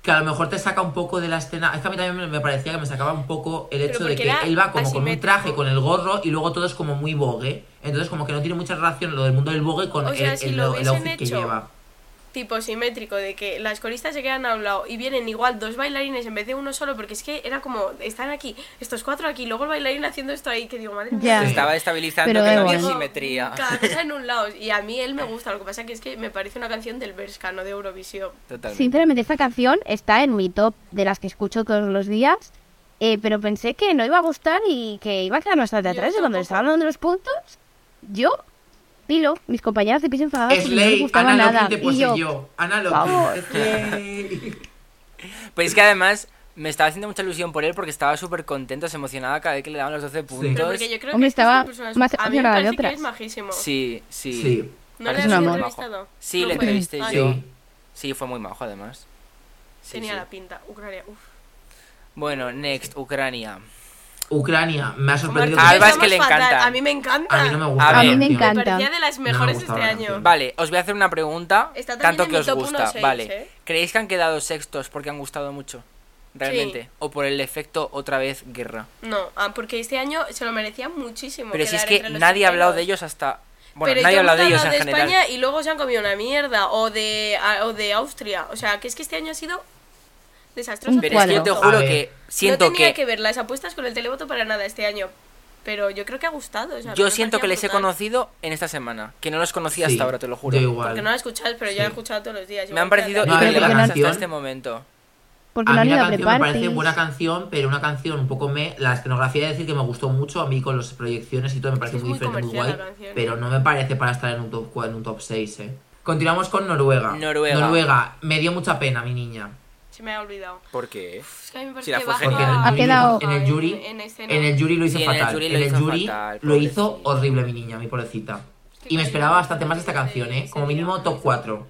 Speaker 2: Que a lo mejor te saca un poco de la escena. Es que a mí también me- me parecía que me sacaba un poco el
Speaker 6: Pero
Speaker 2: hecho de
Speaker 6: porque
Speaker 2: que
Speaker 6: era
Speaker 2: él va como con un
Speaker 6: asimétrico.
Speaker 2: traje, con el gorro y luego todo es como muy bogue. Entonces, como que no tiene mucha relación lo del mundo del bogue con
Speaker 6: O sea,
Speaker 2: el,
Speaker 6: si
Speaker 2: el-
Speaker 6: lo
Speaker 2: el
Speaker 6: hubiesen
Speaker 2: outfit que
Speaker 6: hecho
Speaker 2: lleva.
Speaker 6: tipo simétrico de que las coristas se quedan a un lado y vienen igual dos bailarines en vez de uno solo, porque es que era como, están aquí, estos cuatro aquí, luego el bailarín haciendo esto ahí, que digo, madre mía.
Speaker 3: Ya.
Speaker 4: Se estaba estabilizando
Speaker 3: Pero
Speaker 4: que
Speaker 3: da
Speaker 4: no había
Speaker 3: igual.
Speaker 6: Digo,
Speaker 4: simetría. [laughs]
Speaker 6: Cada cosa en un lado. Y a mí él me gusta, lo que pasa que es que me parece una canción del Berska, no de Eurovisión.
Speaker 4: Totalmente.
Speaker 3: Sinceramente, esta canción está en mi top de las que escucho todos los días, eh, pero pensé que no iba a gustar y que iba a quedar bastante
Speaker 6: Yo
Speaker 3: atrás. Y cuando
Speaker 6: tampoco.
Speaker 3: estaban dando los puntos, yo, Pilo, mis compañeras de piso enfadadas porque Ah, no les
Speaker 2: Slay,
Speaker 3: gustaba
Speaker 2: Ana pues
Speaker 3: nada.
Speaker 2: Loki te
Speaker 3: Y yo,
Speaker 2: poseyó. Ana Loki.
Speaker 3: Vamos.
Speaker 2: Slay.
Speaker 4: Pero es que además me estaba haciendo mucha ilusión por él porque estaba súper contento, se emocionaba cada vez que le daban los 12
Speaker 6: Pero
Speaker 4: puntos.
Speaker 6: porque yo creo
Speaker 3: Hombre,
Speaker 6: que es que es
Speaker 3: estaba
Speaker 6: una persona-
Speaker 3: más
Speaker 6: a mí me
Speaker 3: emocionada de
Speaker 6: parece que
Speaker 3: otras.
Speaker 6: es majísimo.
Speaker 4: Sí, sí.
Speaker 2: Sí,
Speaker 6: ¿No le
Speaker 4: Parece
Speaker 6: has
Speaker 3: un amor.
Speaker 6: entrevistado?
Speaker 4: Sí,
Speaker 6: No
Speaker 4: le
Speaker 6: fue.
Speaker 4: entrevisté
Speaker 6: Ah,
Speaker 4: yo.
Speaker 2: sí.
Speaker 4: Sí, fue muy majo además. Sí,
Speaker 6: Tenía
Speaker 4: sí.
Speaker 6: la pinta, Ucrania. Uf.
Speaker 4: Bueno, next, Ucrania.
Speaker 2: Ucrania, me ha sorprendido.
Speaker 4: Marta,
Speaker 2: que-
Speaker 4: Alba es que le
Speaker 6: Estamos fatal,
Speaker 4: encanta.
Speaker 6: A mí me encanta.
Speaker 2: A mí no me gusta.
Speaker 4: A
Speaker 2: la
Speaker 4: mí me
Speaker 2: canción.
Speaker 3: encanta.
Speaker 6: Me parecía de las
Speaker 2: No me
Speaker 6: mejores
Speaker 2: gustaba
Speaker 6: este
Speaker 2: la
Speaker 6: año.
Speaker 2: canción.
Speaker 4: Vale, os voy a hacer una pregunta,
Speaker 6: Está también
Speaker 4: tanto
Speaker 6: en
Speaker 4: que
Speaker 6: mi
Speaker 4: os
Speaker 6: top
Speaker 4: gusta.
Speaker 6: 1-6,
Speaker 4: vale,
Speaker 6: ¿eh?
Speaker 4: ¿creéis que han quedado sextos porque han gustado mucho? Realmente. O por el efecto otra vez guerra.
Speaker 6: No, ah, porque este año se lo merecía muchísimo.
Speaker 4: Pero si es
Speaker 6: quedar
Speaker 4: que
Speaker 6: entre los
Speaker 4: nadie ha hablado de
Speaker 6: primeros.
Speaker 4: ellos hasta... Bueno,
Speaker 6: Pero
Speaker 4: nadie
Speaker 6: yo
Speaker 4: ha hablado de
Speaker 6: nunca he
Speaker 4: ellos en
Speaker 6: hablado
Speaker 4: general.
Speaker 6: España y luego se han comido una mierda. O de, a- o de Austria. O sea, que es que este año ha sido desastroso.
Speaker 3: Un
Speaker 4: Pero es que yo te
Speaker 3: Cuadro.
Speaker 4: juro
Speaker 2: A ver.
Speaker 4: que siento
Speaker 6: no tenía
Speaker 4: que...
Speaker 6: que... ver las apuestas con el televoto para nada este año. Pero yo creo que ha gustado. o sea,
Speaker 4: Yo
Speaker 6: me
Speaker 4: siento
Speaker 6: parecía
Speaker 4: que les he
Speaker 6: brutal.
Speaker 4: conocido en esta semana, que no los conocía
Speaker 2: Sí,
Speaker 4: hasta ahora, te lo juro.
Speaker 2: Yo igual.
Speaker 6: Porque no la escucháis, pero yo la he
Speaker 2: Sí.
Speaker 6: escuchado todos los días.
Speaker 4: Me han parecido
Speaker 2: No, a ver, la
Speaker 4: irrelevantes hasta
Speaker 2: canción-
Speaker 4: este momento.
Speaker 3: porque no
Speaker 2: A
Speaker 3: han
Speaker 2: mí
Speaker 3: ido
Speaker 2: la
Speaker 3: a
Speaker 2: canción me parece
Speaker 3: prepartis.
Speaker 2: buena canción, pero una canción un poco me. La escenografía he de decir que me gustó mucho, a mí con las proyecciones y todo me parece
Speaker 6: Es
Speaker 2: muy
Speaker 6: muy
Speaker 2: diferente, muy guay.
Speaker 6: comercial la canción.
Speaker 2: Pero no me parece para estar en un top, cua- en un top 6, eh. Continuamos con Noruega.
Speaker 4: Noruega.
Speaker 2: Noruega, me dio mucha pena, mi niña.
Speaker 6: Se me ha olvidado.
Speaker 4: ¿Por qué?
Speaker 6: Es que a mí me parece
Speaker 4: Si la
Speaker 6: que
Speaker 4: fue
Speaker 6: baja-
Speaker 2: Porque en
Speaker 3: Ha
Speaker 2: el jury,
Speaker 3: quedado-
Speaker 2: en el jury,
Speaker 6: en- en escena.
Speaker 2: en el jury lo hizo
Speaker 4: Sí, en el
Speaker 2: fatal.
Speaker 4: jury
Speaker 2: En
Speaker 4: lo
Speaker 2: el
Speaker 4: hizo
Speaker 2: jury
Speaker 4: fatal,
Speaker 2: lo hizo
Speaker 4: pobrecito.
Speaker 2: horrible, mi niña, mi pobrecita.
Speaker 6: Qué
Speaker 2: Y me
Speaker 6: cañón.
Speaker 2: esperaba bastante más de esta canción, eh. Como mínimo top 4.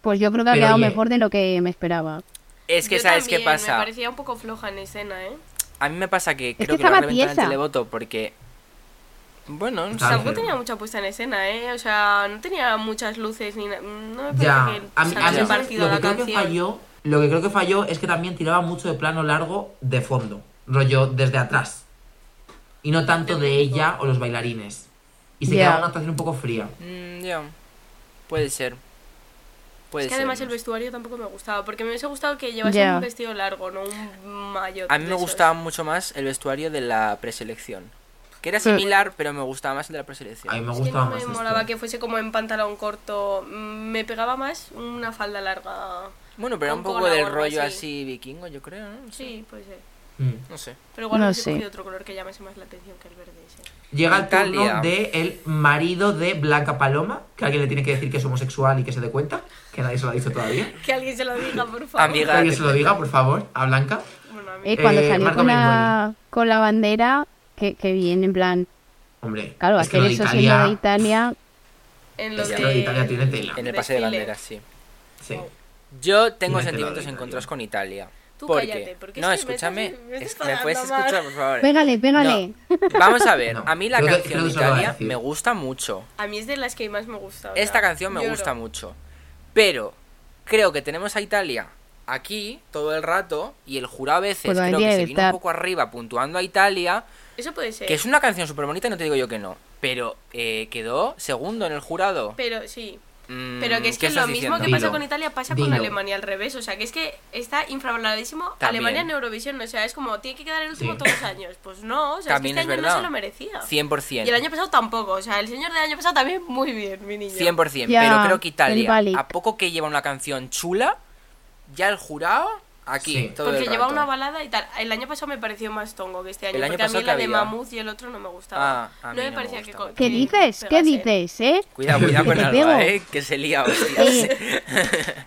Speaker 3: Pues yo creo que ha
Speaker 2: Pero
Speaker 3: quedado
Speaker 2: oye.
Speaker 3: mejor de lo que me esperaba.
Speaker 4: Es que
Speaker 6: Yo
Speaker 4: sabes
Speaker 6: también,
Speaker 4: qué
Speaker 6: Me
Speaker 4: pasa.
Speaker 6: parecía un poco floja en escena, ¿eh?
Speaker 4: A mí me pasa que
Speaker 3: que
Speaker 4: creo que, lo
Speaker 3: estaba
Speaker 4: han reventado en
Speaker 3: tiesa.
Speaker 4: el televoto porque... Bueno, no
Speaker 2: Claro.
Speaker 4: sé.
Speaker 6: Tampoco tenía mucha puesta en escena, ¿eh? O sea, no tenía muchas luces ni nada. No me
Speaker 2: Ya,
Speaker 6: parece que
Speaker 2: a mí, a mí
Speaker 6: sacara
Speaker 4: sacarle
Speaker 2: ¿sabes?
Speaker 6: partido
Speaker 2: lo
Speaker 6: a
Speaker 2: que
Speaker 6: la
Speaker 2: creo que
Speaker 6: canción.
Speaker 2: falló, lo que creo que falló es que también tiraba mucho de plano largo de fondo, rollo desde atrás. Y no tanto de ella o los bailarines. Y se
Speaker 3: Ya.
Speaker 2: quedaba una actuación un poco fría.
Speaker 4: Mm, ya. Puede ser. Puede
Speaker 6: Es que
Speaker 4: ser.
Speaker 6: además
Speaker 4: no
Speaker 6: el
Speaker 4: sé.
Speaker 6: vestuario tampoco me gustaba, porque me hubiese gustado que llevase
Speaker 3: Ya.
Speaker 6: un vestido largo, no un maillot.
Speaker 4: A mí me
Speaker 6: de esos.
Speaker 4: gustaba mucho más el vestuario de la preselección. Que era
Speaker 5: Sí.
Speaker 4: similar, pero me gustaba más el de la
Speaker 2: A mí
Speaker 4: preselección.
Speaker 2: me
Speaker 6: Es que
Speaker 2: gustaba
Speaker 6: no me
Speaker 2: más. este.
Speaker 6: molaba
Speaker 2: esto.
Speaker 6: que fuese como en pantalón corto. Mm, Me pegaba más una falda larga.
Speaker 4: Bueno, pero era
Speaker 6: Con
Speaker 4: un poco
Speaker 6: cola o
Speaker 4: del
Speaker 6: algo
Speaker 4: rollo
Speaker 6: así.
Speaker 4: así vikingo, yo creo, ¿no?
Speaker 6: Sí, puede ser.
Speaker 2: Mm.
Speaker 4: No sé.
Speaker 6: Pero igual
Speaker 3: No
Speaker 6: no sé.
Speaker 3: sé.
Speaker 6: otro color que llamase más la atención que el verde ese.
Speaker 2: Llega el
Speaker 4: Natalia.
Speaker 2: turno de el marido de Blanca Paloma, que alguien le tiene que decir que es homosexual y que se dé cuenta, que nadie se lo ha dicho todavía.
Speaker 6: Que alguien se lo diga, por favor.
Speaker 2: Que
Speaker 4: Amiga.
Speaker 2: alguien se lo diga, por favor, a Blanca.
Speaker 6: Bueno, a mí.
Speaker 3: Eh, cuando
Speaker 2: Eh,
Speaker 3: salió
Speaker 2: Marta
Speaker 3: con la, con la bandera, que, que bien, en plan,
Speaker 2: Hombre,
Speaker 3: claro,
Speaker 2: es que
Speaker 3: hacer
Speaker 2: lo de
Speaker 3: eso siendo de
Speaker 2: Italia,
Speaker 3: Italia,
Speaker 6: En lo
Speaker 2: es que
Speaker 6: de...
Speaker 2: lo de Italia tiene tela.
Speaker 4: En el
Speaker 6: Desfile.
Speaker 4: pase de banderas, sí.
Speaker 2: Sí.
Speaker 4: Yo tengo
Speaker 2: Tiene
Speaker 4: sentimientos
Speaker 2: tela de
Speaker 4: encontrados
Speaker 2: Italia.
Speaker 4: con Italia.
Speaker 6: Tú
Speaker 4: porque...
Speaker 6: cállate, porque es
Speaker 4: no,
Speaker 6: que me
Speaker 4: escúchame.
Speaker 6: estás- me
Speaker 4: es-
Speaker 6: estás
Speaker 4: me puedes
Speaker 6: pagando mal.
Speaker 4: escuchar, por favor.
Speaker 3: pégale, pégale.
Speaker 4: No. Vamos a ver,
Speaker 2: No,
Speaker 4: a mí la
Speaker 2: creo que-
Speaker 4: canción
Speaker 2: creo
Speaker 4: de
Speaker 2: que se lo va a
Speaker 4: Italia
Speaker 2: decir.
Speaker 4: me gusta mucho.
Speaker 6: A mí es de las que más me gusta. o sea,
Speaker 4: Esta canción me
Speaker 6: lloro.
Speaker 4: gusta mucho. Pero creo que tenemos a Italia aquí todo el rato y el jurado a veces
Speaker 3: Pues lo
Speaker 4: creo que
Speaker 3: debería
Speaker 4: se vino un
Speaker 3: evitar.
Speaker 4: poco arriba puntuando a Italia,
Speaker 6: Eso puede ser.
Speaker 4: que es una canción súper bonita, no te digo yo que no, pero eh, quedó segundo en el jurado.
Speaker 6: Pero sí.
Speaker 4: Mm,
Speaker 6: Pero que es
Speaker 4: ¿qué
Speaker 6: que lo
Speaker 4: estás
Speaker 6: mismo
Speaker 4: diciendo?
Speaker 6: que pasa
Speaker 2: Dilo.
Speaker 6: con Italia pasa con
Speaker 2: Dilo.
Speaker 6: Alemania al revés. O sea, que es que está infravaloradísimo
Speaker 4: También.
Speaker 6: Alemania en Eurovisión. O sea, es como tiene que quedar el último
Speaker 2: Sí.
Speaker 6: todos los años. Pues no, o sea,
Speaker 4: También
Speaker 6: es que
Speaker 4: es
Speaker 6: este año
Speaker 4: verdad.
Speaker 6: no se lo merecía.
Speaker 4: 100%.
Speaker 6: Y el año pasado tampoco. O sea, el señor del año pasado también muy bien, mi niño.
Speaker 4: 100%,
Speaker 3: Ya,
Speaker 4: pero creo que
Speaker 3: el
Speaker 4: Italia,
Speaker 3: Balik.
Speaker 4: a poco que lleva una canción chula, ya el jurado aquí
Speaker 2: Sí.
Speaker 4: todo el
Speaker 6: Porque llevaba
Speaker 4: rato.
Speaker 6: una balada y tal. El año pasado me pareció más tongo que este año.
Speaker 4: El año
Speaker 6: porque
Speaker 4: pasado
Speaker 6: a mí la
Speaker 4: que
Speaker 6: de
Speaker 4: había.
Speaker 6: Mamuz y el otro no me gustaba.
Speaker 4: Ah, a mí
Speaker 6: no me
Speaker 4: no me
Speaker 6: parecía que.
Speaker 4: gustaba.
Speaker 6: co-
Speaker 3: ¿Qué
Speaker 6: que
Speaker 3: dices? ¿Qué
Speaker 6: pegase.
Speaker 3: dices, eh?
Speaker 4: Cuidado, cuidado
Speaker 3: Que [laughs]
Speaker 4: con
Speaker 3: te
Speaker 4: Alba,
Speaker 3: pego.
Speaker 4: eh, que se lía
Speaker 3: [laughs]
Speaker 4: hostias.
Speaker 3: Eh,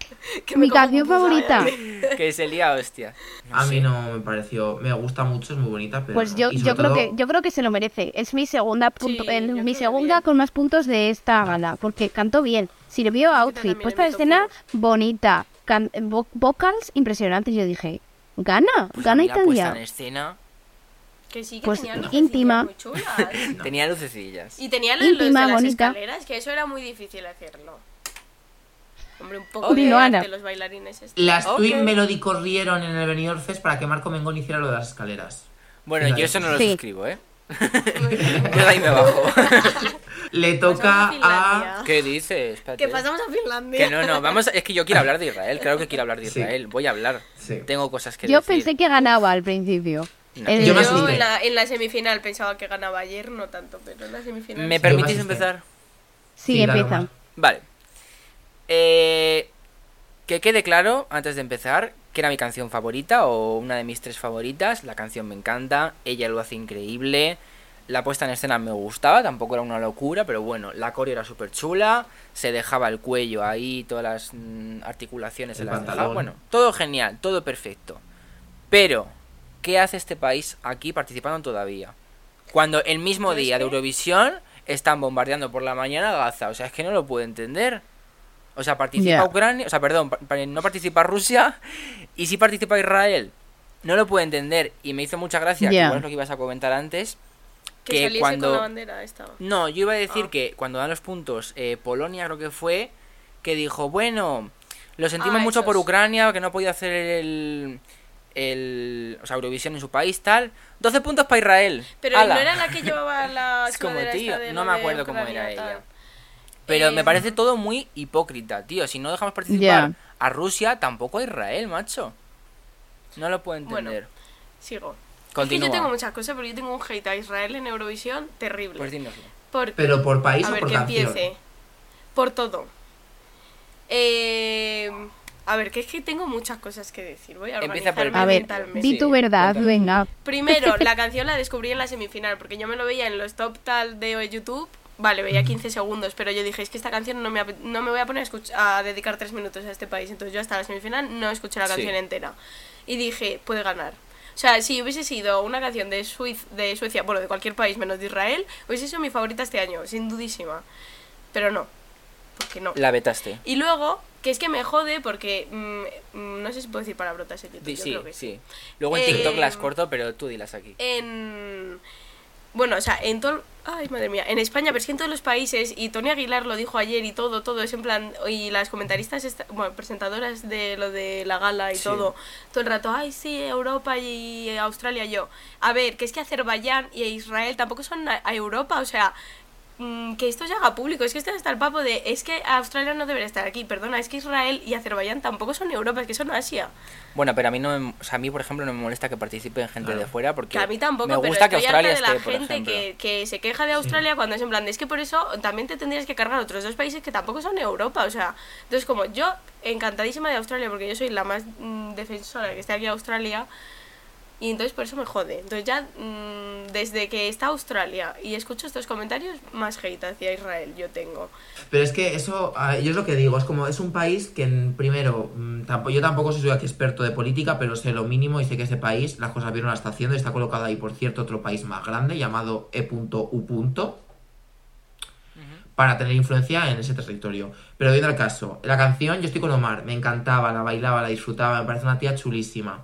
Speaker 6: Que me
Speaker 3: mi
Speaker 6: como
Speaker 3: canción
Speaker 6: pupusas.
Speaker 3: favorita.
Speaker 4: que se lía hostias. No
Speaker 2: A mí
Speaker 4: sé.
Speaker 2: no me pareció, me gusta mucho, es muy bonita, pero
Speaker 3: Pues
Speaker 2: no.
Speaker 3: yo,
Speaker 2: Y sobre
Speaker 3: yo creo
Speaker 2: todo,
Speaker 3: que yo creo que se lo merece. Es mi segunda punto-
Speaker 6: Sí,
Speaker 3: el-
Speaker 6: yo
Speaker 3: mi
Speaker 6: creo
Speaker 3: segunda
Speaker 6: bien.
Speaker 3: con más puntos de esta gala, porque cantó bien, sirvió outfit,
Speaker 6: también
Speaker 3: puesta de
Speaker 6: me tocó.
Speaker 3: escena bonita, can- vo- vocals impresionantes. Yo dije, gana,
Speaker 4: Pues a
Speaker 3: gana
Speaker 4: mí la puesta
Speaker 3: Italia.
Speaker 4: en escena
Speaker 6: Que sí, que
Speaker 3: Pues
Speaker 6: tenía luces
Speaker 3: íntima.
Speaker 6: muy chulas.
Speaker 4: tenía lucecillas.
Speaker 6: Y tenía lo de los
Speaker 3: Íntima,
Speaker 6: de las
Speaker 3: bonita.
Speaker 6: escaleras, que eso era muy difícil hacerlo. Hombre, un poco
Speaker 3: Oh,
Speaker 6: de
Speaker 3: dilo,
Speaker 6: arte,
Speaker 3: Ana.
Speaker 6: los bailarines. estos.
Speaker 2: Las
Speaker 4: Ok.
Speaker 2: Twin Melody corrieron en el Benidorm Fest para que Marco Mengón hiciera lo de las escaleras.
Speaker 6: [laughs]
Speaker 4: Bueno, yo eso no lo
Speaker 3: Sí.
Speaker 4: suscribo, ¿eh? yo de ahí me bajo.
Speaker 2: le toca
Speaker 6: Pasamos Pues a
Speaker 2: a...
Speaker 6: Finlandia.
Speaker 4: ¿Qué dices? Espérate.
Speaker 6: Que pasamos a Finlandia.
Speaker 4: Que no, no, vamos. a- Es que yo quiero hablar de Israel, claro que quiero hablar de
Speaker 2: Sí.
Speaker 4: Israel. Voy a hablar.
Speaker 2: Sí.
Speaker 4: Tengo cosas que
Speaker 3: Yo
Speaker 4: decir.
Speaker 3: pensé que ganaba al principio.
Speaker 4: No.
Speaker 3: Eh,
Speaker 2: Yo me
Speaker 6: Yo
Speaker 2: asusté.
Speaker 6: en la, en la semifinal pensaba que ganaba ayer, no tanto, pero en la semifinal.
Speaker 4: ¿Me
Speaker 6: sí.
Speaker 2: per-
Speaker 4: permitís
Speaker 2: Yo me asusté.
Speaker 4: empezar?
Speaker 3: Sí,
Speaker 2: Sí, dale,
Speaker 3: empieza.
Speaker 2: Omar.
Speaker 4: Vale. Eh, que quede claro, antes de empezar, que era mi canción favorita o una de mis tres favoritas. La canción me encanta, ella lo hace increíble. La puesta en escena me gustaba, tampoco era una locura, pero bueno, la coreo era súper chula. Se dejaba el cuello ahí, todas las mm, articulaciones se
Speaker 2: El
Speaker 4: las dejaba.
Speaker 2: pantalón.
Speaker 4: Bueno, todo genial, todo perfecto. Pero, ¿qué hace este país aquí participando todavía? Cuando el mismo
Speaker 6: Pero es
Speaker 4: día de
Speaker 6: que-
Speaker 4: Eurovisión están bombardeando por la mañana Gaza. O sea, es que no lo puedo entender. O sea, participa
Speaker 3: Ya.
Speaker 4: Ucrania, o sea, perdón, pa- pa- no participa Rusia [laughs] y sí participa Israel. No lo puedo entender y me hizo mucha gracia, que
Speaker 3: Ya.
Speaker 4: igual es lo que ibas a comentar antes.
Speaker 6: que,
Speaker 4: que
Speaker 6: saliese
Speaker 4: cuando-
Speaker 6: con la bandera esta.
Speaker 4: No, yo iba a decir
Speaker 6: Ah.
Speaker 4: que cuando dan los puntos, eh, Polonia creo que fue, que dijo, bueno, lo sentimos
Speaker 6: Ah,
Speaker 4: mucho por
Speaker 6: esos.
Speaker 4: Ucrania, que no ha podido hacer el, el o sea, Eurovisión en su país, tal. 12 puntos para Israel.
Speaker 6: Pero
Speaker 4: ¡Hala!
Speaker 6: no era la que llevaba la
Speaker 4: [laughs] Es como,
Speaker 6: sudadera
Speaker 4: tío,
Speaker 6: esta Ah, de
Speaker 4: no
Speaker 6: lo
Speaker 4: me
Speaker 6: de
Speaker 4: acuerdo cómo
Speaker 6: Ucrania,
Speaker 4: era
Speaker 6: tal.
Speaker 4: ella. Pero me
Speaker 6: Em,
Speaker 4: parece todo muy hipócrita, tío. Si no dejamos participar
Speaker 3: Ya.
Speaker 4: a Rusia, tampoco a Israel, macho. No lo puedo
Speaker 6: Bueno,
Speaker 4: entender.
Speaker 6: Sigo.
Speaker 4: Continúa.
Speaker 6: Es que yo tengo muchas cosas, pero yo tengo un hate a Israel en Eurovisión terrible.
Speaker 4: Pues dínoslo.
Speaker 6: Porque-
Speaker 2: Pero por país
Speaker 6: a
Speaker 2: o
Speaker 6: ver,
Speaker 2: por
Speaker 6: que
Speaker 2: canción.
Speaker 6: empiece. Por todo. Eh, a ver, que es que tengo muchas cosas que decir. Voy a
Speaker 4: Empieza por el
Speaker 6: organizarme
Speaker 3: A ver,
Speaker 6: mentalmente.
Speaker 3: di
Speaker 4: Sí,
Speaker 3: tu verdad,
Speaker 4: cuéntame.
Speaker 3: venga.
Speaker 4: [laughs]
Speaker 6: Primero, la canción la descubrí en la semifinal, porque yo me lo veía en los top tal de YouTube. Vale, veía 15 segundos, pero yo dije, es que esta canción no me, ap- no me voy a poner a, escuch- a dedicar 3 minutos a este país. Entonces yo hasta la semifinal no escuché la
Speaker 4: Sí.
Speaker 6: canción entera. Y dije, puede ganar. O sea, si hubiese sido una canción de, Suiz- de Suecia, bueno, de cualquier país menos de Israel, hubiese sido mi favorita este año, sin dudísima. Pero no, porque no.
Speaker 4: La vetaste.
Speaker 6: Y luego, que es que me jode porque... mm, mm, no sé si puedo decir palabrotas en YouTube.
Speaker 4: Di-
Speaker 6: yo
Speaker 4: sí,
Speaker 6: creo que
Speaker 4: sí. Luego en TikTok
Speaker 6: Eh,
Speaker 4: las corto, pero tú dilas aquí.
Speaker 6: en bueno, o sea, en todo ay, madre mía, en España, pero es que en todos los países y Tony Aguilar lo dijo ayer y todo, todo es en plan y las comentaristas, esta- bueno, presentadoras de lo de la gala y
Speaker 4: Sí.
Speaker 6: todo, todo el rato, ay, sí, Europa y Australia yo. A ver, que es que Azerbaiyán y Israel tampoco son a, a Europa, o sea, mm, que esto se haga público, es que este está hasta el papo de, es que Australia no debería estar aquí, perdona, es que Israel y Azerbaiyán tampoco son Europa, es que son Asia.
Speaker 4: Bueno, pero a mí no me, o sea, a mí, por ejemplo, no me molesta que participen gente de fuera porque
Speaker 6: Que a mí tampoco,
Speaker 4: me
Speaker 6: pero
Speaker 4: gusta que
Speaker 6: estoy harta
Speaker 4: Australia
Speaker 6: de la
Speaker 4: esté, por
Speaker 6: gente
Speaker 4: ejemplo.
Speaker 6: que, que se queja de Australia cuando es en plan, de, es que por eso también te tendrías que cargar otros dos países que tampoco son Europa, o sea, entonces como yo encantadísima de Australia porque yo soy la más mm, defensora que está aquí a Australia y entonces por eso me jode. Entonces ya mm, desde que está Australia y escucho estos comentarios, más hate hacia Israel yo tengo.
Speaker 2: Pero es que eso, ah, yo es lo que digo, es como, es un país que en- primero, mm, tampo- yo tampoco soy aquí experto de política, pero sé lo mínimo y sé que ese país las cosas bien no las está haciendo y está colocado ahí, por cierto, otro país más grande llamado E E.U. para tener influencia en ese territorio. Pero viendo el caso, la canción yo estoy con Omar, me encantaba, la bailaba, la disfrutaba, me parece una tía chulísima.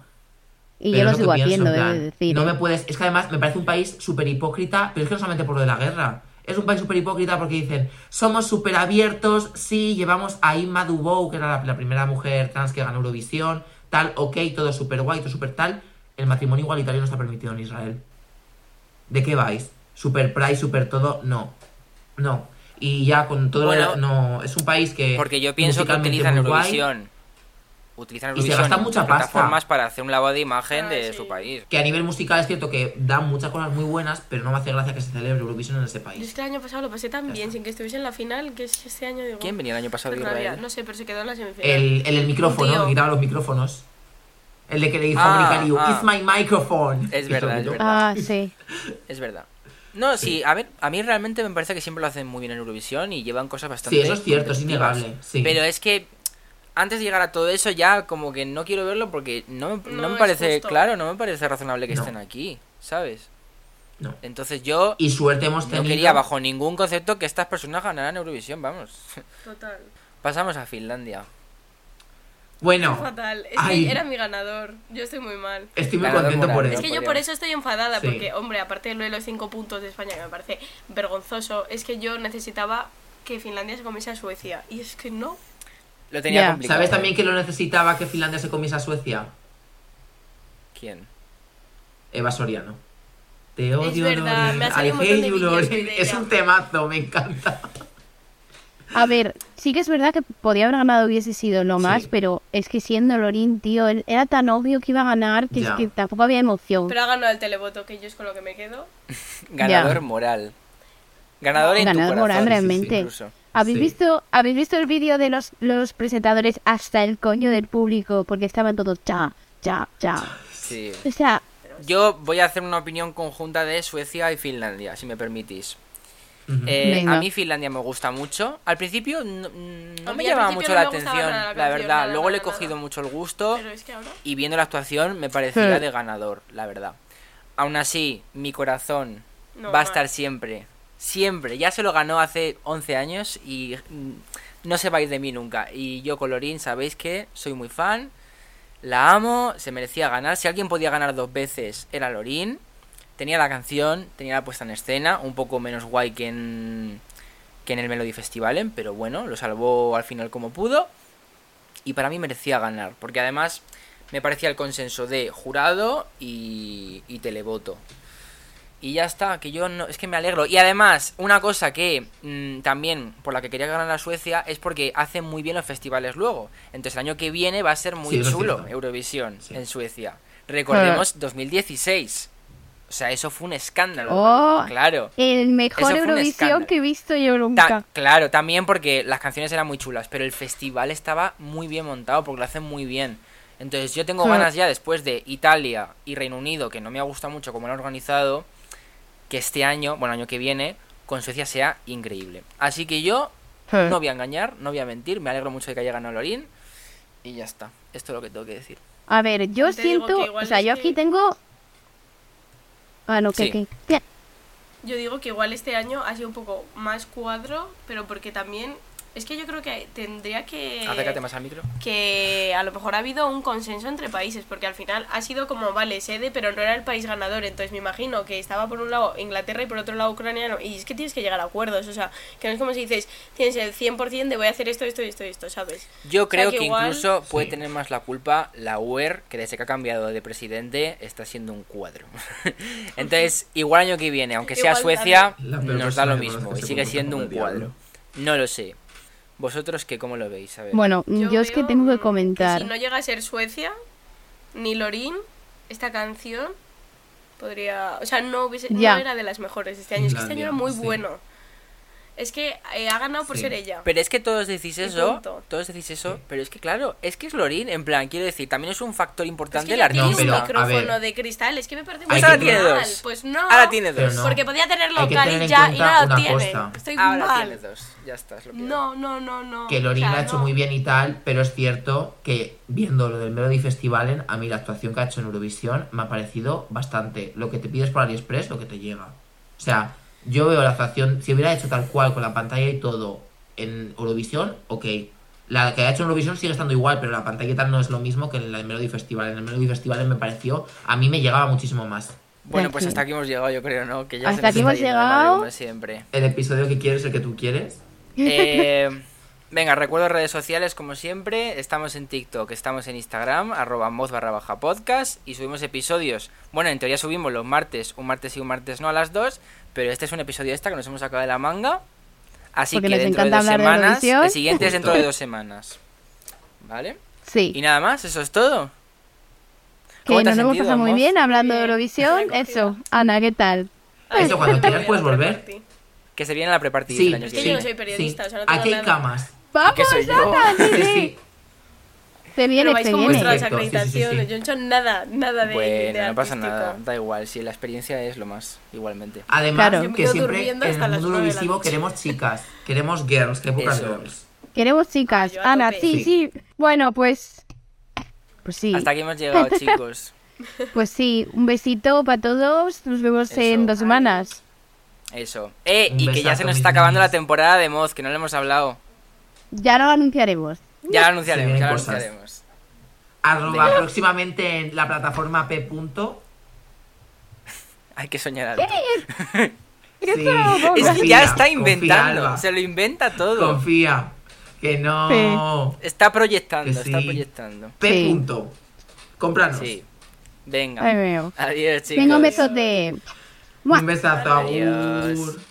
Speaker 3: Y
Speaker 2: Pero
Speaker 3: yo lo
Speaker 2: es
Speaker 3: sigo
Speaker 2: que pienso,
Speaker 3: haciendo,
Speaker 2: en
Speaker 3: debo
Speaker 2: plan,
Speaker 3: de decir.
Speaker 2: No
Speaker 3: ¿eh?
Speaker 2: me puedes. Es que además me parece un país súper hipócrita, pero es que no solamente por lo de la guerra. Es un país súper hipócrita porque dicen, somos súper abiertos, sí, llevamos a Inma Dubov, que era la, la primera mujer trans que ganó Eurovisión, tal, ok, todo súper guay, todo súper tal. El matrimonio igualitario no está permitido en Israel. ¿De qué vais? Super price, super todo, no. No. Y ya con todo lo
Speaker 4: Bueno,
Speaker 2: no, es un país que.
Speaker 4: Porque yo pienso que
Speaker 2: Eh, musicalmente
Speaker 4: utilizan
Speaker 2: muy guay.
Speaker 4: Eurovisión. Utilizan
Speaker 2: Y se
Speaker 4: Eurovisión
Speaker 2: gasta mucha pasta.
Speaker 4: plataformas para hacer un lavado de imagen
Speaker 6: Ah,
Speaker 4: de
Speaker 6: sí.
Speaker 4: su país.
Speaker 2: Que a nivel musical es cierto que da muchas cosas muy buenas, pero no me hace gracia que se celebre Eurovisión en ese
Speaker 6: Yo
Speaker 2: país.
Speaker 6: es que el año pasado lo pasé tan
Speaker 2: Ya
Speaker 6: bien
Speaker 2: está.
Speaker 6: sin que estuviese en la final que es que este año digo...
Speaker 4: ¿Quién venía el año pasado de
Speaker 6: qué rabia.
Speaker 4: Israel?
Speaker 6: Pues No sé, pero se quedó en la semifinal.
Speaker 2: El, el, el micrófono,
Speaker 6: Tío.
Speaker 2: que quitaba los micrófonos. El de que le dijo
Speaker 4: Ah,
Speaker 2: a Bricariu,
Speaker 4: ah.
Speaker 2: it's my microphone.
Speaker 4: Es
Speaker 2: Y
Speaker 4: verdad,
Speaker 2: se
Speaker 4: es
Speaker 2: lo quitó.
Speaker 4: verdad.
Speaker 3: Ah, sí.
Speaker 4: Es verdad. No, sí, a ver, a mí realmente me parece que siempre lo hacen muy bien en Eurovisión y llevan cosas bastante.
Speaker 2: Sí, eso es cierto, es
Speaker 4: competitivas.
Speaker 2: innegable, sí.
Speaker 4: Pero es que antes de llegar a todo eso ya como que no quiero verlo porque no, me- no
Speaker 6: No
Speaker 4: me
Speaker 6: es
Speaker 4: parece
Speaker 6: justo.
Speaker 4: claro, no me parece razonable que
Speaker 2: No.
Speaker 4: estén aquí, ¿sabes?
Speaker 2: No.
Speaker 4: Entonces yo
Speaker 2: Y suerte hemos
Speaker 4: no
Speaker 2: tenido.
Speaker 4: quería bajo ningún concepto que estas personas ganaran Eurovisión, vamos. [laughs]
Speaker 6: Total.
Speaker 4: Pasamos a Finlandia.
Speaker 2: Bueno,
Speaker 6: Fatal. Es
Speaker 2: Ay.
Speaker 6: que era mi ganador. Yo estoy muy mal.
Speaker 2: estoy muy
Speaker 4: Ganador
Speaker 2: contento por
Speaker 4: moral,
Speaker 2: eso.
Speaker 6: Es que yo
Speaker 4: podríamos.
Speaker 6: por eso estoy enfadada,
Speaker 2: Sí.
Speaker 6: porque, hombre, aparte de lo de los cinco puntos de España, que me parece vergonzoso, es que yo necesitaba que Finlandia se comiese a Suecia. Y es que no.
Speaker 4: Lo tenía
Speaker 3: Ya.
Speaker 4: complicado.
Speaker 2: ¿Sabes también que lo necesitaba que Finlandia se comiese a Suecia?
Speaker 4: quién?
Speaker 2: Eva Soriano. Te odio,
Speaker 6: verdad, me
Speaker 2: Loren.
Speaker 6: ha
Speaker 2: I
Speaker 6: salido un montón
Speaker 2: hate
Speaker 6: de
Speaker 2: you,
Speaker 6: vídeos
Speaker 2: Loren.
Speaker 6: de
Speaker 2: Es
Speaker 6: ella.
Speaker 2: un temazo, me encanta.
Speaker 3: A ver, sí que es verdad que podía haber ganado, hubiese sido lo más,
Speaker 2: Sí.
Speaker 3: pero es que siendo Lorin, tío, él- era tan obvio que iba a ganar que, es
Speaker 2: Ya.
Speaker 3: que tampoco había emoción.
Speaker 6: Pero ha ganado el televoto, que yo es con lo que me quedo.
Speaker 4: Ganador
Speaker 3: Ya.
Speaker 4: moral. Ganador en tu
Speaker 3: Ganador
Speaker 4: corazón,
Speaker 3: moral,
Speaker 4: sí, sí,
Speaker 3: realmente.
Speaker 4: incluso.
Speaker 3: ¿Habéis,
Speaker 2: Sí.
Speaker 3: visto, ¿Habéis visto el vídeo de los, los presentadores hasta el coño del público? Porque estaban todos ya, ya, ya.
Speaker 4: Sí.
Speaker 3: O sea,
Speaker 4: Yo voy a hacer una opinión conjunta de Suecia y Finlandia, si me permitís.
Speaker 2: Ujú.
Speaker 4: Eh,
Speaker 3: Venga.
Speaker 4: a mí Finlandia me gusta mucho. Al principio no, mm, no
Speaker 6: A mí
Speaker 4: me
Speaker 6: al
Speaker 4: llamaba
Speaker 6: principio
Speaker 4: mucho
Speaker 6: no
Speaker 4: la
Speaker 6: me gustaba
Speaker 4: atención, la,
Speaker 6: nada la canción,
Speaker 4: verdad.
Speaker 6: nada,
Speaker 4: Luego le he
Speaker 6: nada,
Speaker 4: cogido
Speaker 6: nada.
Speaker 4: mucho el gusto
Speaker 6: Pero es que ahora.
Speaker 4: y viendo la actuación me parecía
Speaker 5: Sí.
Speaker 4: de ganador, la verdad. Aún así, mi corazón
Speaker 6: No,
Speaker 4: va a
Speaker 6: mal.
Speaker 4: estar siempre, siempre. Ya se lo ganó hace 11 años y mm, no se va a ir de mí nunca. Y yo, Colorín, sabéis que soy muy fan, la amo, se merecía ganar. Si alguien podía ganar dos veces, era Lorín. Tenía la canción, tenía la puesta en escena, un poco menos guay que en, que en el Melody Festival, ¿eh? pero bueno, lo salvó al final como pudo. Y para mí merecía ganar, porque además me parecía el consenso de jurado y, y televoto. Y ya está, que yo no, es que me alegro. Y además, una cosa que mm, también por la que quería ganar la Suecia es porque hacen muy bien los festivales luego. Entonces el año que viene va a ser muy
Speaker 2: Sí, eso es
Speaker 4: chulo
Speaker 2: cierto.
Speaker 4: Eurovisión
Speaker 2: Sí.
Speaker 4: en Suecia. Recordemos 2016. O sea, eso fue un escándalo.
Speaker 3: Oh.
Speaker 4: Claro.
Speaker 3: el
Speaker 4: Eso
Speaker 3: mejor
Speaker 4: fue un
Speaker 3: Eurovisión
Speaker 4: escándalo.
Speaker 3: que he visto yo
Speaker 4: Ta-
Speaker 3: nunca.
Speaker 4: claro, también porque las canciones eran muy chulas, pero el festival estaba muy bien montado porque lo hacen muy bien. Entonces yo tengo
Speaker 5: Sí.
Speaker 4: ganas ya después de Italia y Reino Unido, que no me ha gustado mucho como lo han organizado, que este año, bueno, año que viene, con Suecia sea increíble. Así que yo
Speaker 5: Sí.
Speaker 4: no voy a engañar, no voy a mentir, me alegro mucho de que haya ganado Lorín y ya está. Esto es lo que tengo que decir.
Speaker 3: A ver, yo
Speaker 6: Te digo que
Speaker 3: siento,
Speaker 6: igual
Speaker 3: o sea,
Speaker 6: es
Speaker 3: yo
Speaker 6: que-
Speaker 3: aquí tengo... Ah, no, que...
Speaker 4: Sí.
Speaker 3: que- que-
Speaker 6: Yo digo que igual este año ha sido un poco más cuadro, pero porque también. Es que yo creo que tendría que.
Speaker 4: Acércate más al micro.
Speaker 6: que a lo mejor ha habido un consenso entre países, porque al final ha sido como, vale, sede, pero no era el país ganador, entonces me imagino que estaba por un lado Inglaterra y por otro lado ucraniano, y es que tienes que llegar a acuerdos, o sea, que no es como si dices, tienes el 100% de voy a hacer esto, esto, esto, esto, ¿sabes?
Speaker 4: Yo
Speaker 6: O sea,
Speaker 4: creo
Speaker 6: que
Speaker 4: que,
Speaker 6: igual-
Speaker 4: incluso puede
Speaker 2: Sí.
Speaker 4: tener más la culpa la UER, que desde que ha cambiado de presidente está siendo un cuadro. [laughs] Entonces, igual año que viene, aunque sea
Speaker 6: Igual
Speaker 4: Suecia,
Speaker 2: La peor
Speaker 4: nos da lo
Speaker 2: persona que
Speaker 4: mismo
Speaker 2: conozco
Speaker 4: y
Speaker 2: se
Speaker 4: sigue
Speaker 2: comporta
Speaker 4: siendo
Speaker 2: como
Speaker 4: un
Speaker 2: el diablo.
Speaker 4: cuadro. No lo sé. ¿Vosotros qué? ¿Cómo lo veis? A ver.
Speaker 3: Bueno, yo, es que
Speaker 6: veo,
Speaker 3: tengo
Speaker 6: mm,
Speaker 3: que comentar.
Speaker 6: si no llega a ser Suecia, ni Lorín, esta canción podría. O sea, no, hubiese, no
Speaker 3: Ya.
Speaker 6: era de las mejores este año, es que este año era muy
Speaker 2: Finlandia, sí.
Speaker 6: bueno. Es que eh, ha ganado por
Speaker 2: Sí.
Speaker 6: ser ella.
Speaker 4: Pero es que todos decís
Speaker 6: Y
Speaker 4: eso,
Speaker 6: punto.
Speaker 4: todos decís eso, pero es que claro, es que es Lorín, en plan, quiero decir, también es un factor
Speaker 6: Es
Speaker 4: importante
Speaker 6: que
Speaker 4: la
Speaker 6: ya tiene
Speaker 2: No,
Speaker 6: un
Speaker 2: pero,
Speaker 4: artista.
Speaker 2: a
Speaker 6: micrófono
Speaker 2: ver.
Speaker 6: de cristal, es que me parece
Speaker 4: Pues
Speaker 6: muy
Speaker 2: Hay
Speaker 4: ahora
Speaker 2: que
Speaker 4: tiene
Speaker 2: tener-
Speaker 6: mal.
Speaker 4: dos.
Speaker 6: Pues no.
Speaker 4: Ahora tiene
Speaker 2: Pero
Speaker 4: dos.
Speaker 2: no.
Speaker 6: Porque podía tenerlo
Speaker 2: Hay que tener
Speaker 6: Cari
Speaker 2: en
Speaker 6: ya y
Speaker 2: cuenta
Speaker 6: no lo
Speaker 2: una
Speaker 6: tiene.
Speaker 2: cosa.
Speaker 6: Estoy
Speaker 4: Ahora
Speaker 6: mal.
Speaker 4: tiene dos. Ya está, es lo que
Speaker 6: No, no, no, no.
Speaker 2: que Lorin
Speaker 6: O sea,
Speaker 2: lo ha hecho
Speaker 6: no.
Speaker 2: muy bien y tal, pero es cierto que viendo lo del Melody Festivalen, a mí la actuación que ha hecho en Eurovisión me ha parecido bastante. Lo que te pides por AliExpress, lo que te llega. O sea, yo veo la actuación, si hubiera hecho tal cual con la pantalla y todo en Eurovisión, ok. La que ha hecho en Eurovisión sigue estando igual, pero la pantalla y tal no es lo mismo que en el Melody Festival. En el Melody Festival me pareció, a mí me llegaba muchísimo más.
Speaker 4: Bueno, pues
Speaker 3: Aquí.
Speaker 4: hasta aquí hemos llegado, yo creo, ¿no? Que ya
Speaker 3: Hasta
Speaker 4: se
Speaker 3: aquí
Speaker 4: nos
Speaker 3: hemos
Speaker 4: está yendo la madre,
Speaker 3: llegado.
Speaker 4: como siempre.
Speaker 2: El episodio que quieres, el que tú quieres.
Speaker 3: [laughs]
Speaker 4: Eh, venga, recuerdo redes sociales como siempre. Estamos en TikTok, estamos en Instagram, arroba moz barra baja podcast y subimos episodios. Bueno, en teoría subimos los martes, un martes y un martes no a las dos, pero este es un episodio extra que nos hemos sacado de la manga. Así
Speaker 3: Porque
Speaker 4: que
Speaker 3: nos
Speaker 4: dentro de
Speaker 3: encanta
Speaker 4: dos
Speaker 3: hablar de
Speaker 4: semanas, el
Speaker 3: Eurovisión.
Speaker 4: siguiente es dentro
Speaker 2: Justo.
Speaker 4: de dos semanas. ¿Vale? Y
Speaker 3: Sí,
Speaker 4: nada más, eso es todo. ¿Cómo
Speaker 3: que
Speaker 4: te
Speaker 3: nos
Speaker 4: has
Speaker 3: lo hemos
Speaker 4: sentido,
Speaker 3: pasado muy
Speaker 4: Moz?
Speaker 3: bien hablando de
Speaker 6: Bien,
Speaker 3: Eurovisión.
Speaker 6: recogida.
Speaker 3: Eso, Ana, ¿qué tal?
Speaker 2: Eso, cuando
Speaker 6: Ay,
Speaker 2: quieras
Speaker 6: no
Speaker 2: puedes
Speaker 6: voy a
Speaker 2: volver.
Speaker 6: otra parte.
Speaker 4: Que se viene la prepartida
Speaker 2: Sí,
Speaker 4: el año
Speaker 6: Es
Speaker 4: que
Speaker 6: que yo
Speaker 4: viene.
Speaker 6: no soy periodista,
Speaker 2: sí.
Speaker 6: o sea, no tengo Ah,
Speaker 2: Aquí hay
Speaker 6: nada.
Speaker 2: camas.
Speaker 4: que
Speaker 3: ¡Vamos,
Speaker 4: soy yo? [laughs]
Speaker 3: Ana! [laughs] Sí,
Speaker 2: Sí,
Speaker 3: sí.
Speaker 2: sí.
Speaker 3: Se viene,
Speaker 6: Pero vais
Speaker 3: se
Speaker 6: con
Speaker 3: viene.
Speaker 6: vuestra
Speaker 2: vuestras- Perfecto, sí, sí,
Speaker 6: desacreditación.
Speaker 2: sí.
Speaker 6: Yo no he hecho nada, nada de. de
Speaker 4: Bueno, no pasa
Speaker 6: artístico.
Speaker 4: nada, da igual, si la experiencia es lo más, igualmente.
Speaker 2: Además,
Speaker 3: Claro. Yo
Speaker 6: me
Speaker 2: que
Speaker 6: quedo
Speaker 2: siempre en
Speaker 6: durmiendo
Speaker 2: el
Speaker 6: hasta las
Speaker 2: mundo
Speaker 6: nueve de la
Speaker 2: televisivo
Speaker 6: noche.
Speaker 2: queremos chicas, queremos girls, que pocas
Speaker 4: Eso.
Speaker 2: girls.
Speaker 3: Queremos chicas.
Speaker 6: Ah, yo a
Speaker 3: Ana,
Speaker 6: tope.
Speaker 3: sí, sí. Bueno, pues. Pues sí.
Speaker 4: Hasta aquí
Speaker 3: [laughs]
Speaker 4: hemos llegado, chicos.
Speaker 3: Pues sí. Un besito para todos. Nos vemos
Speaker 4: Eso.
Speaker 3: en dos semanas.
Speaker 4: Eso. Eh,
Speaker 2: Un
Speaker 4: y que ya
Speaker 2: besazo,
Speaker 4: se nos
Speaker 2: mis
Speaker 4: está acabando
Speaker 2: niñas.
Speaker 4: la temporada de Moz, que no le hemos hablado.
Speaker 3: Ya lo anunciaremos.
Speaker 4: Ya lo anunciaremos,
Speaker 2: vienen
Speaker 4: ya lo
Speaker 2: cosas.
Speaker 4: anunciaremos.
Speaker 2: Arroba próximamente en la plataforma P. punto.
Speaker 4: Hay que soñar alto.
Speaker 2: Sí,
Speaker 4: Es que
Speaker 2: confía,
Speaker 4: ya está
Speaker 2: confía,
Speaker 4: inventando,
Speaker 2: Alba.
Speaker 4: se lo inventa todo.
Speaker 2: Confía, que no.
Speaker 4: Está proyectando,
Speaker 2: Que
Speaker 4: está
Speaker 2: sí.
Speaker 4: proyectando.
Speaker 2: P.
Speaker 3: Sí.
Speaker 2: punto. Cómpranos.
Speaker 4: Sí. Venga.
Speaker 3: Ay, veo.
Speaker 4: Adiós, chicos.
Speaker 3: Venga, un besote.
Speaker 2: Un besazo,
Speaker 4: Adiós.
Speaker 2: Agur.